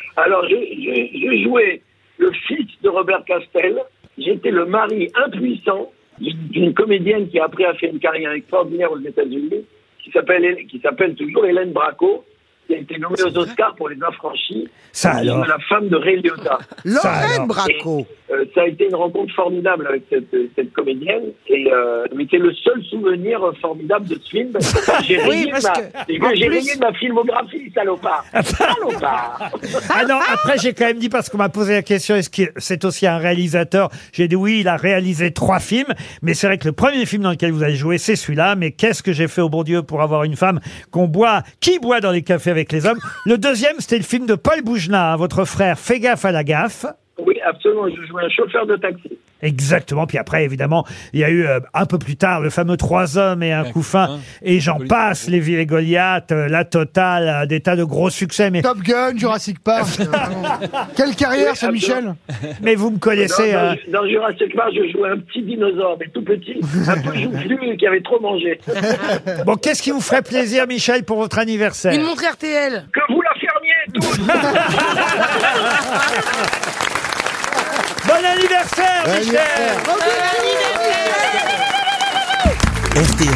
alors, je- je- j'ai joué le fils de Robert Castel. J'étais le mari impuissant d'une comédienne qui après a fait une carrière extraordinaire aux États-Unis. qui s'appelle qui s'appelle toujours Hélène Bracco, qui a été nommée aux Oscars pour Les Affranchis. Ça qui alors. joue La femme de Ray Liotta. Ça alors. Bracco. Et, euh, ça a été une rencontre formidable avec cette, euh, cette comédienne. Et, euh, mais c'est le seul souvenir euh, formidable de ce film. parce que J'ai Oui, rayé, parce ma- que, c'est que en plus- j'ai Ah, bah. rayé ma filmographie, salopard. salopard. Ah non, après j'ai quand même dit parce qu'on m'a posé la question est-ce que c'est aussi un réalisateur J'ai dit oui, il a réalisé trois films, mais c'est vrai que le premier film dans lequel vous avez joué, c'est celui-là. Mais qu'est-ce que j'ai fait au bon Dieu pour avoir une femme qu'on boit, qui boit dans les cafés avec les hommes Le deuxième, c'était le film de Paul Bougenat, hein, votre frère. Fais gaffe à la gaffe. Oui, absolument. Je jouais un chauffeur de taxi. Exactement. Puis après, évidemment, il y a eu euh, un peu plus tard le fameux Trois hommes et un couffin. Et j'en passe, les vieux et Goliath, euh, la totale, euh, des tas de gros succès. Mais... Top Gun, Jurassic Park. Quelle carrière, ce Michel Mais vous me connaissez. Dans, dans- euh, dans Jurassic Park, je jouais un petit dinosaure, mais tout petit, un peu joufflu et qui avait trop mangé. Bon, qu'est-ce qui vous ferait plaisir, Michel, pour votre anniversaire Une montre RTL. Que vous la fermiez Bon anniversaire, Michel RTL,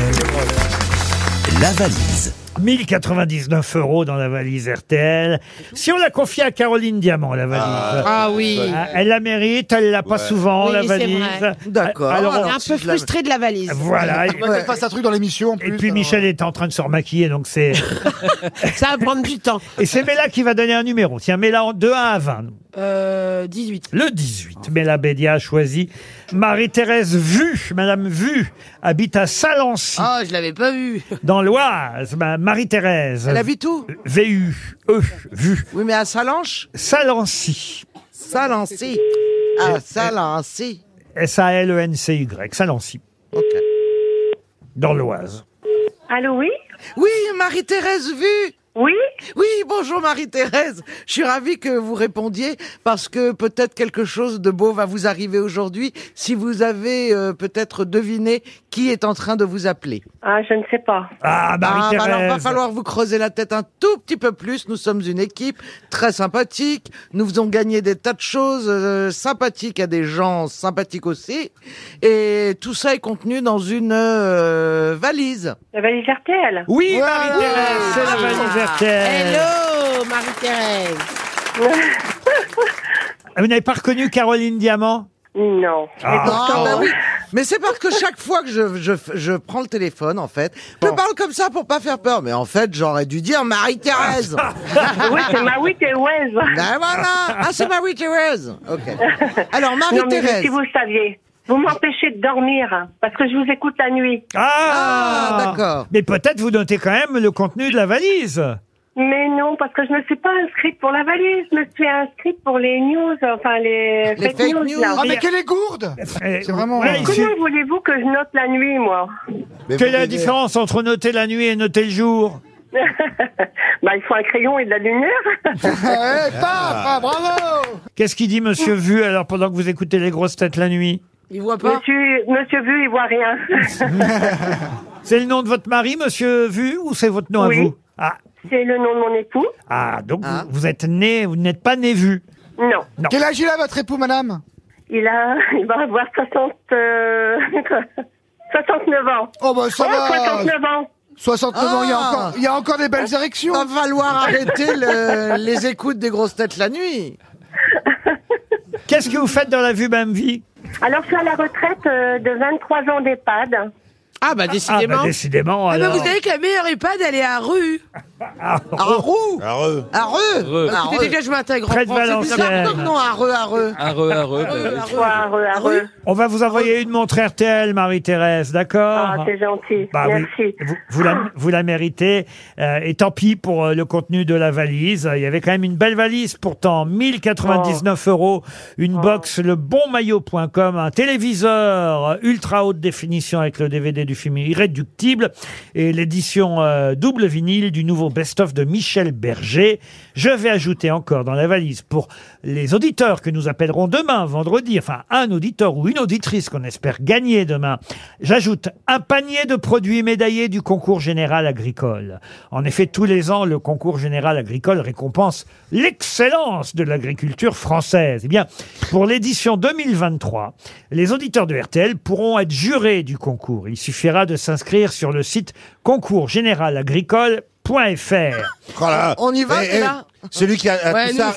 la valise. 1099 euros dans la valise RTL. Si on la confie à Caroline Diamant, la valise. Ah, Ah oui. Ah, Elle la mérite, elle l'a pas Ouais. souvent, Oui, la c'est valise. vrai. Ah, alors, on est un peu frustré de la valise. Voilà. On va qu'elle fasse un truc dans l'émission. hein. Et puis Michel est en train de se remaquiller, donc c'est. Ça va prendre du temps. Et c'est Mela qui va donner un numéro. Tiens, Mela en 2 à 20. Euh, 18. Le 18, Mela Bédia a choisi Marie-Thérèse Vu, Madame Vu, habite à Salancy. Ah, je l'avais pas vu. Dans l'Oise, ma Marie-Thérèse. Elle habite où VU, E, Vu. Oui, mais à Salanche Salancy. Salancy. Ah, Salancy. E S-A-L-E-N-C-Y, Salancy. Dans l'Oise. Allô, oui Oui, Marie-Thérèse Vu oui Oui, bonjour Marie-Thérèse. Je suis ravie que vous répondiez parce que peut-être quelque chose de beau va vous arriver aujourd'hui si vous avez euh, peut-être deviné qui est en train de vous appeler. Ah, je ne sais pas. Ah, bah alors, va Marie-Thérèse. falloir vous creuser la tête un tout petit peu plus. Nous sommes une équipe très sympathique. Nous faisons gagner des tas de choses euh, sympathiques à des gens sympathiques aussi. Et tout ça est contenu dans une euh, valise. La valise RTL Oui, Marie-Thérèse, c'est la valise RTL. Hello, Marie-Thérèse. Ah, Vous n'avez pas reconnu Caroline Diamant Non. Ah, bah oui. Mais c'est parce que chaque fois que je, je, je prends le téléphone, en fait, je parle comme ça pour pas faire peur. Mais en fait, j'aurais dû dire Marie-Thérèse. oui, c'est Marie-Thérèse. Ben voilà. Ah, c'est Marie-Thérèse. OK. Alors, Marie-Thérèse. Non, mais Si vous saviez, vous m'empêchez de dormir hein, parce que je vous écoute la nuit. Ah, d'accord. Mais peut-être vous notez quand même le contenu de la valise. Mais non, parce que je ne suis pas inscrite pour la valise, je me suis inscrite pour les news, enfin les, Les fake news. là. Ah, mais quelle est gourde Eh, C'est vraiment. Mais Comment voulez-vous que je note la nuit, moi Quelle est la différence entre noter la nuit et noter le jour Bah, il faut un crayon et de la lumière. Eh, bravo Qu'est-ce qu'il dit Monsieur Vu alors pendant que vous écoutez les grosses têtes la nuit Il voit pas. Monsieur, monsieur Vu, il voit rien. C'est le nom de votre mari, Monsieur Vu, ou c'est votre nom Oui. à vous ah. C'est le nom de mon époux. ah, donc vous, vous êtes né, vous n'êtes pas né Vu. Non. Hein Quel âge il a, votre époux, madame Il a, il va avoir 60, euh, 69 ans. Oh, bah, ça Ouais, va. 69 ans. 69 ans, il y, a Ah. encore, il y a encore des belles érections. va falloir arrêter le- les écoutes des grosses têtes la nuit. Qu'est-ce que vous faites dans la vue, même vie Alors, je suis à la retraite euh, de 23 ans d'EHPAD. Ah bah décidément. Ah bah décidément. Ah bah, alors. vous savez que la meilleure EHPAD, elle est à rue. Ah, Areux Areux Areux Parce que déjà, je m'intègre en Près de France, c'est bizarre. Valenciennes. Non, non, Areux, Areux. Areux, areux. Areux, areux. On va vous envoyer une montre RTL, Marie-Thérèse, d'accord Ah, c'est gentil. Bah oui. Merci. Vous, vous la, vous la méritez. Euh, et tant pis pour euh, le contenu de la valise. Il y avait quand même une belle valise pourtant. 1099 Oh. euros, une box lebonmaillot.com, un téléviseur euh, ultra haute définition avec le DVD du film Irréductible et l'édition euh, double vinyle du nouveau au best-of de Michel Berger. Je vais ajouter encore dans la valise pour les auditeurs que nous appellerons demain, vendredi, enfin un auditeur ou une auditrice qu'on espère gagner demain. J'ajoute un panier de produits médaillés du concours général agricole. En effet, tous les ans, le concours général agricole récompense l'excellence de l'agriculture française. Eh bien, pour l'édition 2023, les auditeurs de RTL pourront être jurés du concours. Il suffira de s'inscrire sur le site concoursgénéralagricole.fr. On y va, là Eh, celui qui, a, a Ouais, tout nous, ça,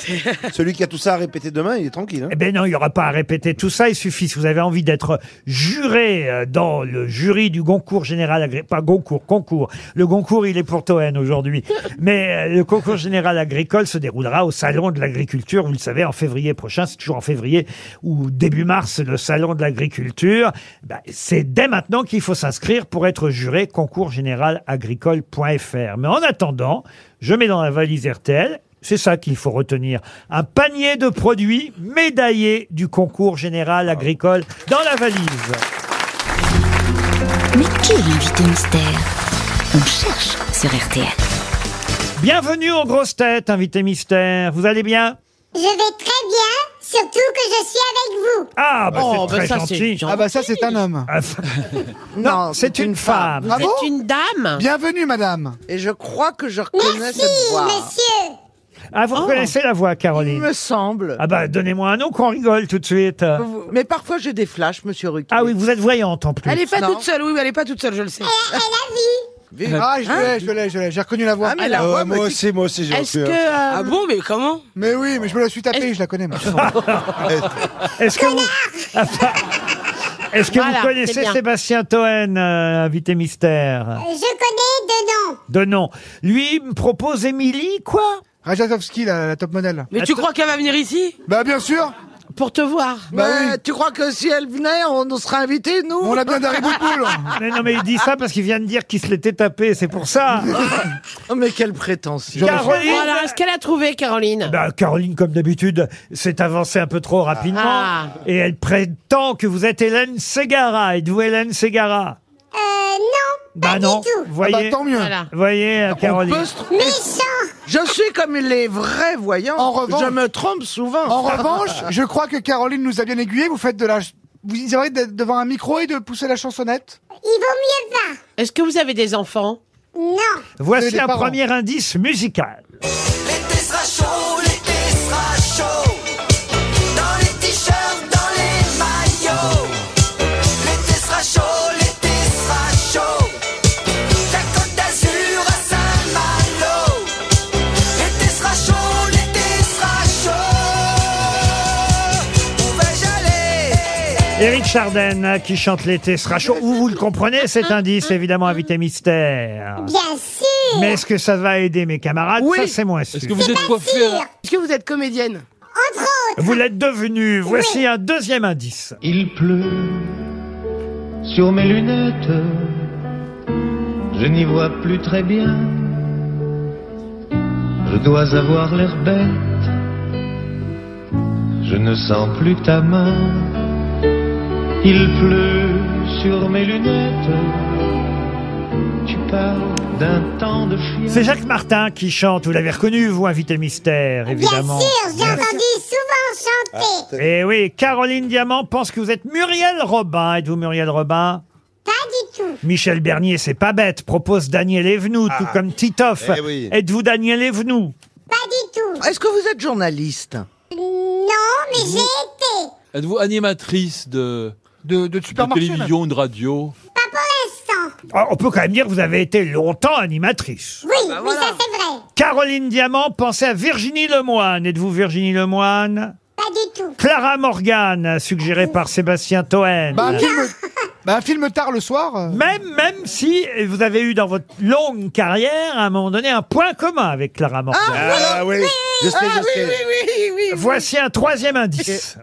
celui qui a tout ça à répéter demain, il est tranquille. hein. Eh ben non, il n'y aura pas à répéter tout ça. Il suffit, si vous avez envie d'être juré euh, dans le jury du Goncourt Général Agricole, pas Goncourt, concours. Le Goncourt, il est pour Toen aujourd'hui. Mais euh, le concours Général Agricole se déroulera au Salon de l'Agriculture, vous le savez, en février prochain. C'est toujours en février ou début mars, le Salon de l'Agriculture. Ben, c'est dès maintenant qu'il faut s'inscrire pour être juré concoursgénéralagricole.fr. Mais en attendant, je mets dans la valise RTL c'est ça qu'il faut retenir. Un panier de produits médaillés du concours général agricole dans la valise. Mais qui est l'invité mystère On cherche sur RTL. Bienvenue aux grosses têtes, invité mystère. Vous allez bien Je vais très bien, surtout que je suis avec vous. Ah, bah, Oh, c'est bah, très ça, c'est gentil. gentil. Ah, bah, ça, c'est un homme. non, c'est une, femme. Vous êtes une dame Bienvenue, madame. Et je crois que je reconnais cette voix. monsieur. Ah, vous Oh. reconnaissez la voix, Caroline Il me semble. Ah bah, donnez-moi un nom qu'on rigole tout de suite. Vous- Mais parfois j'ai des flashs, monsieur Ruquier. Ah oui, vous êtes voyante en plus. Elle est pas Non. toute seule, oui, mais elle est pas toute seule, je le sais. Elle a vu. Ah, je l'ai, je l'ai, je l'ai. J'ai reconnu la voix. Ah, mais la Euh, voix me moi dit- aussi, moi aussi, hein. j'ai Est-ce reconnu. que, euh, Ah bon, mais comment Mais oui, mais je me la suis tapée, je la connais. moi. Euh, Est-ce que vous... Ah, bah. Est-ce que Voilà, c'est vous connaissez bien. Sébastien Toen, euh, invité mystère Euh, Je connais deux noms. De nom. Lui, il me propose Émilie, quoi Rajatowski, la, la top modèle. Mais tu crois qu'elle va venir ici Bah bien sûr Pour te voir. Bah Mais oui. tu crois que si elle venait, on, on serait invités, nous On a bien d'arrêt de poule. Mais non, mais il dit ça parce qu'il vient de dire qu'il se l'était tapé, c'est pour ça. Oh, mais quelle prétention. Caroline Voilà, ce qu'elle a trouvé, Caroline. Bah, Caroline, comme d'habitude, s'est avancée un peu trop rapidement. Ah. Et elle prétend que vous êtes Hélène Ségara. Êtes-vous Hélène Ségara Euh, non. Bah non. Vous Ah, voyez, Ah, voyez, euh, Caroline. Je suis comme les vrais voyants. En revanche- je me trompe souvent. En revanche, je crois que Caroline nous a bien aiguillés. Vous faites de la... Vous avez d'être devant un micro et de pousser la chansonnette Il vaut mieux pas. Est-ce que vous avez des enfants Non. Voici un premier indice musical. L'été sera chaud, l'été sera chaud. Dans les t-shirts, dans les maillots. L'été sera chaud, l'été sera chaud. La Côte d'Azur à Saint-Malo. L'été sera chaud, l'été sera chaud. Où vais-je aller Éric Chardin qui chante l'été sera chaud. Vous, vous le comprenez cet indice, évidemment, invité mystère. Bien sûr. Mais est-ce que ça va aider mes camarades Ça, c'est moins sûr. Est-ce que vous êtes comédienne Vous l'êtes devenu. Voici un deuxième indice. Il pleut sur mes lunettes, je n'y vois plus très bien. Je dois avoir l'air bête, je ne sens plus ta main. Il pleut sur mes lunettes, tu parles d'un temps de chien. C'est Jacques Martin qui chante. Vous l'avez reconnu, vous, invité mystère, évidemment. Bien sûr, j'ai entendu souvent Ah. chanter. Et Eh oui, Caroline Diamant pense que vous êtes Muriel Robin. Êtes-vous Muriel Robin Pas du tout. Michel Bernier, c'est pas bête, propose Daniel Evenou, tout comme Titoff. Ah. Eh oui. Êtes-vous Daniel Evenou Est-ce que vous êtes journaliste Non, mais j'ai été. Êtes-vous animatrice de, de, supermarché, télévision, de radio Pas pour l'instant. Ah, On peut quand même dire que vous avez été longtemps animatrice. Ah Oui, bah oui, ça c'est vrai. Caroline Diamant, pensez à Virginie Lemoine. Êtes-vous Virginie Lemoine Pas du tout. Clara Morgan, suggérée par Sébastien Toen. bah, un film... bah un film tard le soir euh. Même, même si vous avez eu dans votre longue carrière, à un moment donné, un point commun avec Clara Morgan. Ah oui, je sais, je sais. oui, oui, Voici un troisième indice.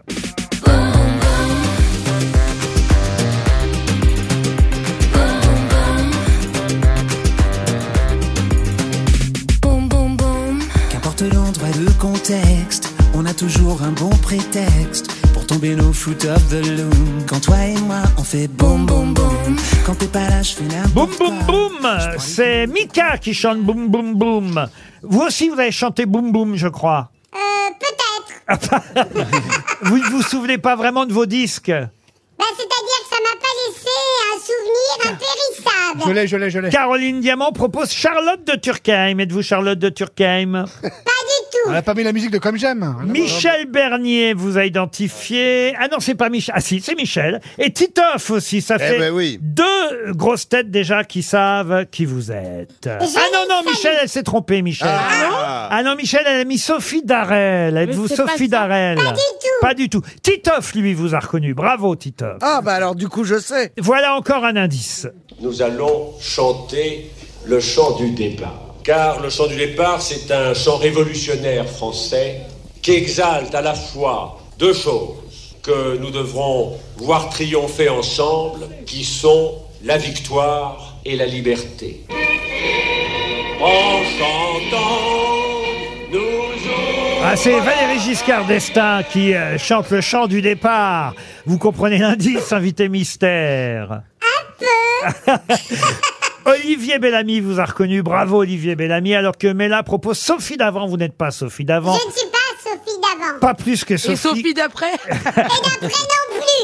Qu'importe l'endroit et le contexte, on a toujours un bon prétexte pour tomber nos flûtes of the loom. Quand toi et moi, on fait boum boum boum. Quand t'es pas là, je fais n'importe Boum boum boum C'est Mika qui chante boum boum boum. Vous aussi, vous avez chanté boum boum, je crois. Euh, peut-être. vous ne vous souvenez pas vraiment de vos disques Bah, c'est-à-dire que ça m'a pas laissé un souvenir impérissable. l'ai, je l'ai. Caroline Diamant propose Charlotte de Turckheim. Êtes-vous Charlotte de Turckheim On n'a pas mis la musique de Comme J'aime. Michel Bernier vous a identifié. Ah non, c'est pas Michel. Ah si, c'est Michel. Et Titoff aussi, ça Eh fait ben oui. deux grosses têtes déjà qui savent qui vous êtes. Ah non, non, Michel, elle s'est trompée, Michel. Ah non Ah non, Michel, elle a mis Sophie Darel. Êtes-vous c'est pas ça. Sophie Darel Pas du tout. Pas du tout. Titoff, lui, vous a reconnu. Bravo, Titoff. Ah bah alors du coup je sais. Voilà encore un indice. nous allons chanter le chant du départ. Car le chant du départ, c'est un chant révolutionnaire français qui exalte à la fois deux choses que nous devrons voir triompher ensemble, qui sont la victoire et la liberté. En chantant, Ah, c'est Valérie Giscard d'Estaing qui euh, chante le chant du départ. Vous comprenez l'indice, invité mystère Olivier Bellamy vous a reconnu. Bravo, Olivier Bellamy. Alors que Mela propose Sophie d'avant. Vous n'êtes pas Sophie d'avant. Je ne suis pas Sophie d'avant. Pas plus que Sophie. Et Sophie d'après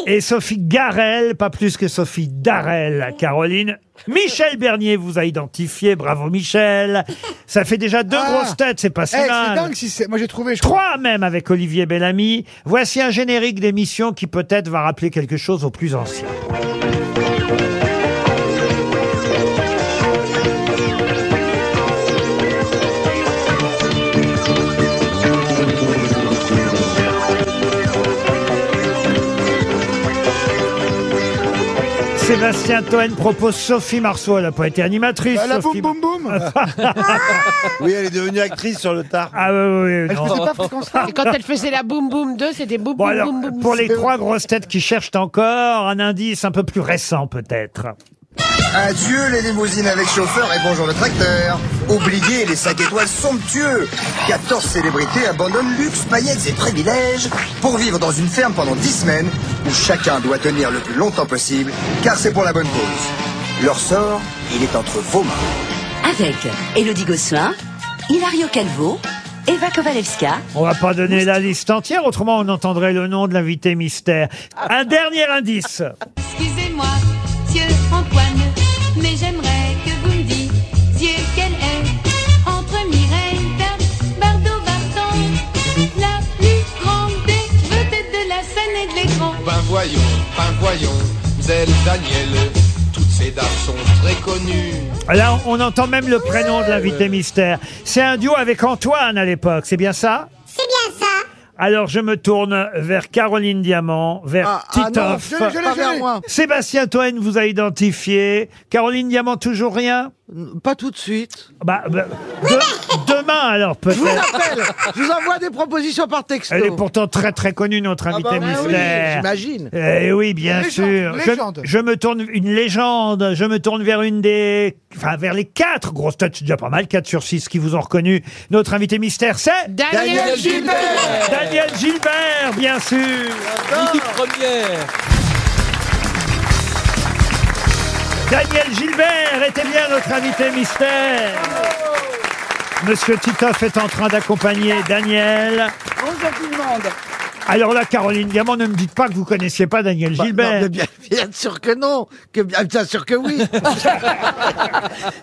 Et Sophie Garel, pas plus que Sophie Oh. Darel, Caroline. Michel Bernier vous a identifié. Bravo, Michel. Ça fait déjà deux Ah. grosses têtes. C'est pas Eh, si mal. c'est dingue si c'est. Moi j'ai trouvé. Je Trois même avec Olivier Bellamy. Voici un générique d'émission qui peut-être va rappeler quelque chose aux plus anciens. Sébastien Toen propose Sophie Marceau, elle n'a pas été animatrice. Bah, la Sophie boum, boum, boum. Oui, elle est devenue actrice sur le tard. Ah oui, oui, oui. non. Et quand elle faisait la boum boum 2, c'était boum Bon boum alors, boum boum. pour les trois grosses têtes qui cherchent encore, un indice un peu plus récent peut-être. Adieu les limousines avec chauffeur et bonjour le tracteur. Oubliez les 5 étoiles somptueux. 14 célébrités abandonnent luxe, paillettes et privilèges pour vivre dans une ferme pendant 10 semaines où chacun doit tenir le plus longtemps possible car c'est pour la bonne cause. Leur sort, il est entre vos mains. Avec Elodie Gossuin, Hilario Calvo, Eva Kovalevska. On va pas donner la liste entière, autrement on entendrait le nom de l'invité mystère. Un dernier indice. Excusez-moi, monsieur Antoine, mais j'aimerais que vous me disiez quelle est, entre Mireille, Bar- Bardot, Barton, la plus grande des vedettes de la scène et de l'écran. Ben voyons, ben voyons, Zelle Daniel, toutes ces dames sont très connues. Là, on entend même le prénom de l'invité mystère. C'est un duo avec Antoine à l'époque, c'est bien ça C'est bien ça. Alors je me tourne vers Caroline Diamant, vers Ah, ah non, Titoff. je l'ai, je l'ai, Pas je vers l'ai. moi. Sébastien Toen vous a identifié. Caroline Diamant, toujours rien Pas tout de suite. Bah, bah, de- demain alors Je vous peut-être. appelle. Je vous envoie des propositions par texto. Elle est pourtant très très connue, notre invitée bah oui, mystère. j'imagine. Eh oui, bien Légende, sûr. Je- légende. Je, me tourne une légende. Je me tourne vers une des, enfin vers les quatre grosses têtes, c'est déjà pas mal, quatre sur six qui vous ont reconnu. Notre invité mystère, c'est Daniel Gilbert. Daniel Gilbert, bien sûr. première. Daniel Gilbert était bien notre invité mystère. Monsieur Titoff est en train d'accompagner Daniel. Bonjour tout le monde. Alors là, Caroline Diamant, ne me dites pas que vous connaissiez pas Daniel Gilbert. Bah, Non, mais bien, bien sûr que non. Que bien, bien sûr que oui.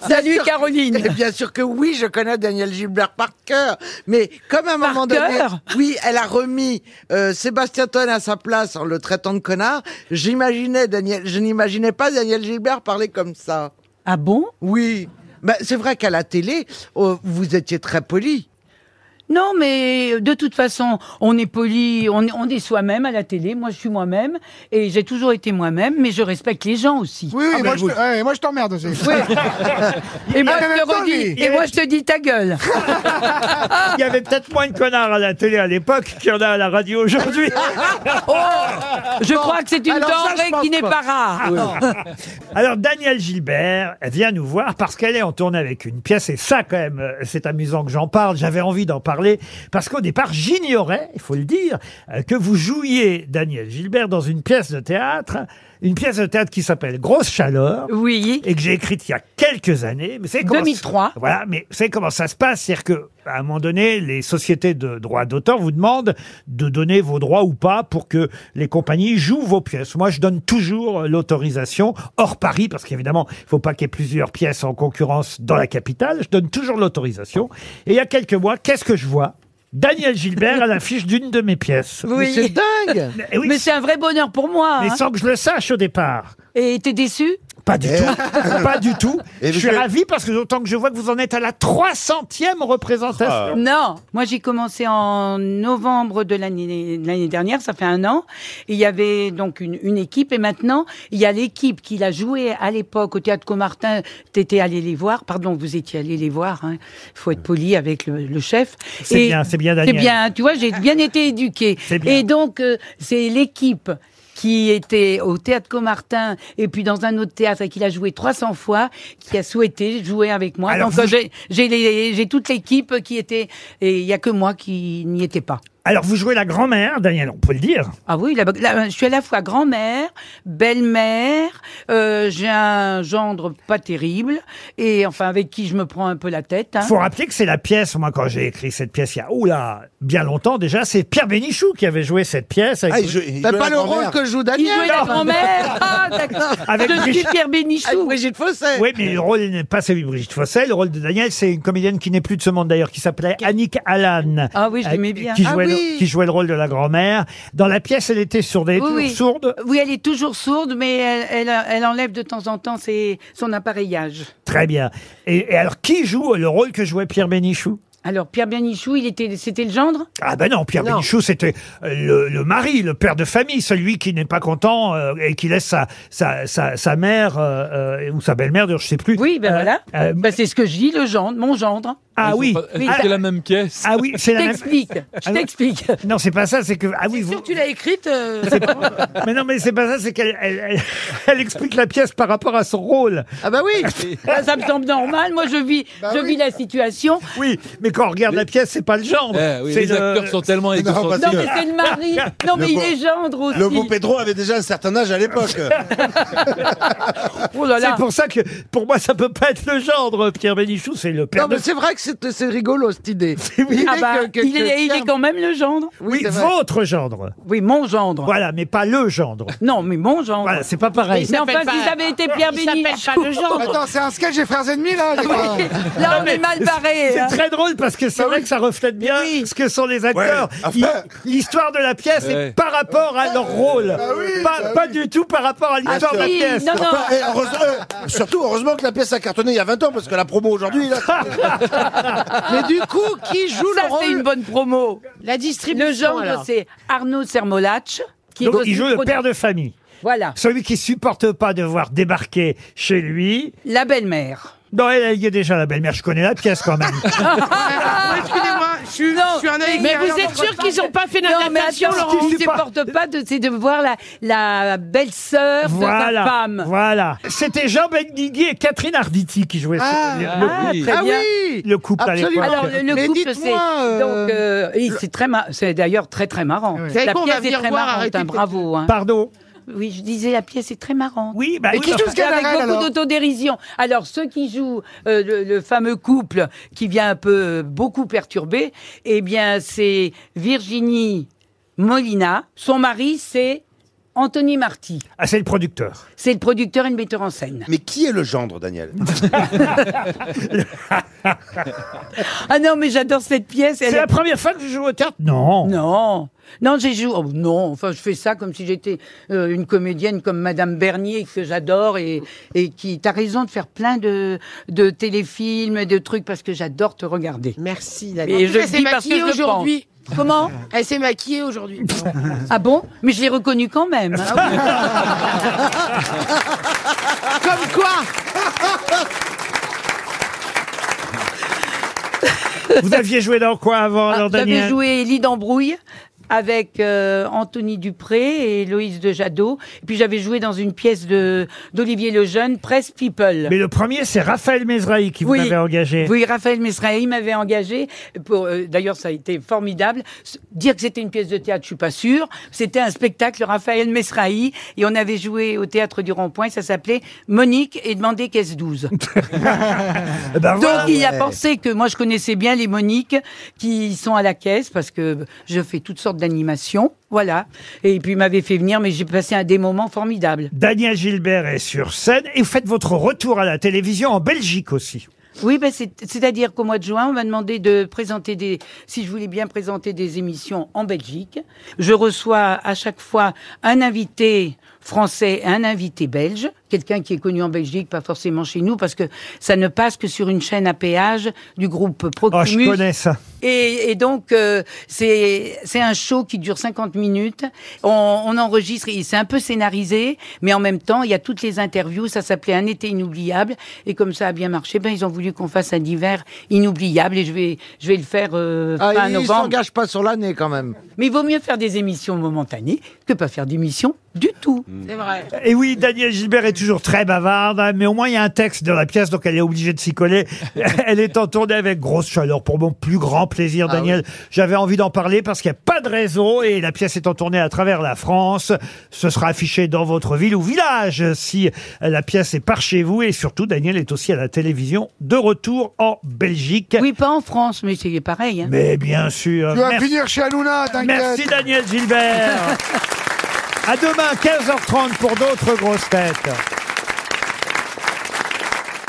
Salut Caroline. Bien sûr que oui, je connais Daniel Gilbert par cœur. Mais comme à un moment donné, cœur oui, elle a remis euh, Sébastien Toen à sa place en le traitant de connard. J'imaginais Daniel, je n'imaginais pas Daniel Gilbert parler comme ça. Ah bon Oui. Bah, c'est vrai qu'à la télé, euh, vous étiez très poli. Non, mais de toute façon, on est poli, on, on est soi-même à la télé. Moi, je suis moi-même et j'ai toujours été moi-même, mais je respecte les gens aussi. Ah, Oui, oui, moi, je, te- ouais, moi je t'emmerde aussi. Et moi, Ah, mais je même te temps, redis, lui. et moi, je te dis ta gueule. Il y avait peut-être moins de connards à la télé à l'époque qu'il y en a à la radio aujourd'hui. Oh Je crois que c'est une alors ça, je denrée pense Ah qui n'est pas. pas rare. Alors, Daniel Gilbert vient nous voir parce qu'elle est en tournée avec une pièce. Et ça, quand même, euh, c'est amusant que j'en parle. J'avais envie d'en parler parce qu'au départ, j'ignorais, il faut le dire, euh, que vous jouiez, Daniel Gilbert, dans une pièce de théâtre. Une pièce de théâtre qui s'appelle Grosse Chaleur. Oui. Et que j'ai écrite il y a quelques années. Mais c'est comment- 2003. Voilà, mais c'est comment ça se passe. C'est-à-dire que, à un moment donné, les sociétés de droits d'auteur vous demandent de donner vos droits ou pas pour que les compagnies jouent vos pièces. Moi, je donne toujours euh, l'autorisation, hors Paris, parce qu'évidemment, il faut pas qu'il y ait plusieurs pièces en concurrence dans la capitale. Je donne toujours l'autorisation. Et il y a quelques mois, qu'est-ce que je vois Daniel Gilbert à l'affiche d'une de mes pièces. Oui. Mais c'est dingue Mais, oui, Mais c'est un vrai bonheur pour moi. mais hein. sans que je le sache au départ. Et t'es déçu Pas du tout. pas du tout. Et je suis monsieur- ravi parce que d'autant que je vois que vous en êtes à la 300e représentation. Non, moi j'ai commencé en novembre de l'année de l'année dernière, ça fait un an. Il y avait donc une, une équipe et maintenant il y a l'équipe qui l'a joué à l'époque au théâtre Comartin. T'étais allé les voir, pardon, vous étiez allé les voir. Il faut être poli avec le, le chef. C'est Et- bien, c'est bien, C'est Daniel. bien, tu vois, j'ai bien été éduquée. Et donc euh, c'est l'équipe qui était au théâtre Comartin et puis dans un autre théâtre et qui l'a joué 300 fois, qui a souhaité jouer avec moi. Alors, Donc, euh, vous- j'ai- j'ai les- j'ai toute l'équipe qui était, et il n'y a que moi qui n'y étais pas. Alors, vous jouez la grand-mère, Daniel, on peut le dire. Ah oui, la- la- je suis à la fois grand-mère, belle-mère, euh, j'ai un gendre pas terrible, et enfin avec qui je me prends un peu la tête. hein. Faut rappeler que c'est la pièce, moi, quand j'ai écrit cette pièce, il y a, oula, bien longtemps déjà, c'est Pierre Bénichou qui avait joué cette pièce. avec- Ah, il jou- il Bah, jouait pas la le grand-mère. rôle que joue Daniel. Il jouait la Non. grand-mère. Ah, d'accord. Avec Je suis Brigitte- Pierre Bénichou. Avec Brigitte Fosset. Oui, mais le rôle n'est pas celui de Brigitte Fossel. Le rôle de Daniel, c'est une comédienne qui n'est plus de ce monde d'ailleurs, qui s'appelait Annick Allan. Ah oui, je Euh, l'aimais bien. Qui Ah jouait, oui. le, qui jouait le rôle de la grand-mère. Dans la pièce, elle était sourde. Elle était toujours sourde. Oui, elle est toujours sourde, mais elle, elle- elle enlève de temps en temps ses- son appareillage. Très bien. Et, et alors, qui joue le rôle que jouait Pierre Bénichou Alors, Pierre Bianichou, il était, c'était le gendre ah ben non, Pierre Bénichou, c'était euh, le, le mari, le père de famille, celui qui n'est pas content euh, et qui laisse sa, sa, sa, sa mère euh, euh, ou sa belle-mère, d'ailleurs, je sais plus. Euh, Oui, ben voilà. Ben, c'est ce que je dis, le gendre, mon gendre. Ah oui. C'est la même pièce. Ah oui, c'est la Je même. t'explique, je Ah non. t'explique. Non, c'est pas ça, c'est que. Ah oui, vous. Tu l'as écrite euh, Mais non, mais c'est pas ça, c'est qu'elle elle, elle- elle explique la pièce par rapport à son rôle. Ah bah oui Bah, Ça me semble normal, moi je vis, je vis la situation. Oui, mais quand on regarde la pièce, c'est pas le genre. Eh oui, les acteurs sont tellement Non, égocentriques. Non mais c'est le mari, Ah, non mais Le il bon- est gendre aussi. Le beau Pedro avait déjà un certain âge à l'époque. Oh là là. C'est pour ça que pour moi ça peut pas être le gendre Pierre Bénichou, c'est le père Non, mais de c'est vrai que c'est c'est rigolo cette idée. Ah bah, il, est, il est quand même le gendre. Oui, votre gendre. Oui, mon gendre. Voilà, mais pas le gendre. Non, mais mon gendre. Voilà, c'est pas pareil. Mais enfin, si ça avait été Pierre il s'appelle Bénichou. pas le gendre. Attends, c'est un sketch des frères ennemis là. les gars. Ah Là, on est mal barré. Ah. C'est hein. très drôle parce que c'est vrai que ça reflète bien ce que sont les acteurs. Ouais, enfin. Il- L'histoire de la pièce Ouais. est par rapport à leur rôle. Ah pas, pas du tout par rapport à l'histoire de la si, pièce. Ah, non, non. bah Enfin, eh, heureuse- euh, surtout, heureusement que la pièce a cartonné il y a 20 ans, parce que la promo aujourd'hui, là, Mais du coup, qui joue Ça, le rôle c'est une bonne promo. La distribution. Le gendre, alors. c'est Arnaud Sermolach. Qui Donc est il joue le aussi- père de famille. Voilà. Celui qui supporte pas de voir débarquer chez lui. La belle-mère. Non, elle, il y a déjà la belle-mère. Je connais la pièce quand même. Ah, Excusez-moi, je suis, Non, je suis un mais- Mais extérieur vous dans êtes votre sûr qu'ils n'ont pas fait Non, mais l'adaptation, attention, Laurent Laurent, ne supporte pas, de, c'est de voir la, la belle-sœur de sa voilà. femme. Voilà. C'était Jean Benguigui et Catherine Arditi qui jouaient ce- Ah, le, Ah, oui. très Ah bien. oui le couple à l'époque. absolument. Alors, le, le Mais couple, dites-moi, c'est. euh, Donc, euh, et c'est très mar- C'est d'ailleurs très, très marrant. savez La quoi, on va pièce est venir très voir, marrante, arrêtez hein, de- bravo. hein. Pardon. Oui, je disais, la pièce est très marrante. Oui, bah, Et qui oui, joue enfin, ce qu'elle avec arrête, beaucoup alors d'autodérision. Alors ceux qui jouent euh, le, le fameux couple qui vient un peu euh, beaucoup perturbé, eh bien c'est Virginie Molina, son mari c'est Anthony Marty. ah, c'est le producteur. C'est le producteur et le metteur en scène. Mais qui est le gendre, Daniel Ah non mais j'adore cette pièce. C'est Elle la première fois que je joue au théâtre Non. Non, non, j'ai joué. oh, non, enfin, je fais ça comme si j'étais euh, une comédienne comme Madame Bernier que j'adore et, et qui. T'as raison de faire plein de, de téléfilms et de trucs parce que j'adore te regarder. Merci, Daniel. Et je le Elle s'est dis parce que maquillée je le aujourd'hui. pense. Comment Elle s'est maquillée aujourd'hui. Ah bon Mais je l'ai reconnu quand même. hein. Comme quoi Vous aviez joué dans quoi avant, alors, J'avais Daniel Ah, joué Lit d'embrouille. avec euh, Anthony Dupré et Loïs de Jadot. Et puis j'avais joué dans une pièce de d'Olivier Lejeune, Press People. Mais le premier, c'est Raphaël Mesrahi qui vous Oui. avait engagé. Oui, Raphaël Mesrahi m'avait engagé. Pour, euh, d'ailleurs, ça a été formidable. S- Dire que c'était une pièce de théâtre, je suis pas sûre. C'était un spectacle Raphaël Mesrahi et on avait joué au théâtre du Rond-Point. Ça s'appelait Monique et demander qu'est-ce 12. Eh ben Donc voilà. il a pensé que moi je connaissais bien les Moniques qui sont à la caisse parce que je fais toutes sortes d'animations, voilà. Et puis il m'avait fait venir, mais j'ai passé un des moments formidables. Daniel Gilbert est sur scène et vous faites votre retour à la télévision en Belgique aussi. Oui, ben, c'est- c'est-à-dire qu'au mois de juin, on m'a demandé de présenter des, si je voulais bien présenter des émissions en Belgique. Je reçois à chaque fois un invité français et un invité belge, quelqu'un qui est connu en Belgique, pas forcément chez nous, parce que ça ne passe que sur une chaîne à péage du groupe Oh, je Proximus. connais ça. Et, et donc, euh, c'est c'est un show qui dure 50 minutes. On, on enregistre, et c'est un peu scénarisé, mais en même temps, il y a toutes les interviews. Ça s'appelait Un été inoubliable. Et comme ça a bien marché, ben, ils ont voulu qu'on fasse un hiver inoubliable. Et je vais, je vais le faire euh, Ah, fin il novembre. s'engage pas sur l'année quand même. Mais il vaut mieux faire des émissions momentanées que pas faire d'émissions du tout. Mm. C'est vrai. Et oui, Daniel Gilbert est toujours très bavarde, hein, mais au moins il y a un texte dans la pièce, donc elle est obligée de s'y coller. elle est en tournée avec grosse chaleur pour mon plus grand plaisir, Ah Daniel. J'avais envie d'en parler parce qu'il n'y a pas de raison et la pièce est en tournée à travers la France. Ce sera affiché dans votre ville ou village si la pièce est par chez vous. Et surtout, Daniel est aussi à la télévision de retour en Belgique. Oui, pas en France, mais c'est pareil. hein. Mais bien sûr. Tu vas merci. finir chez Hanouna, t'inquiète. Merci Daniel Gilbert. à demain 15h30 pour d'autres grosses têtes.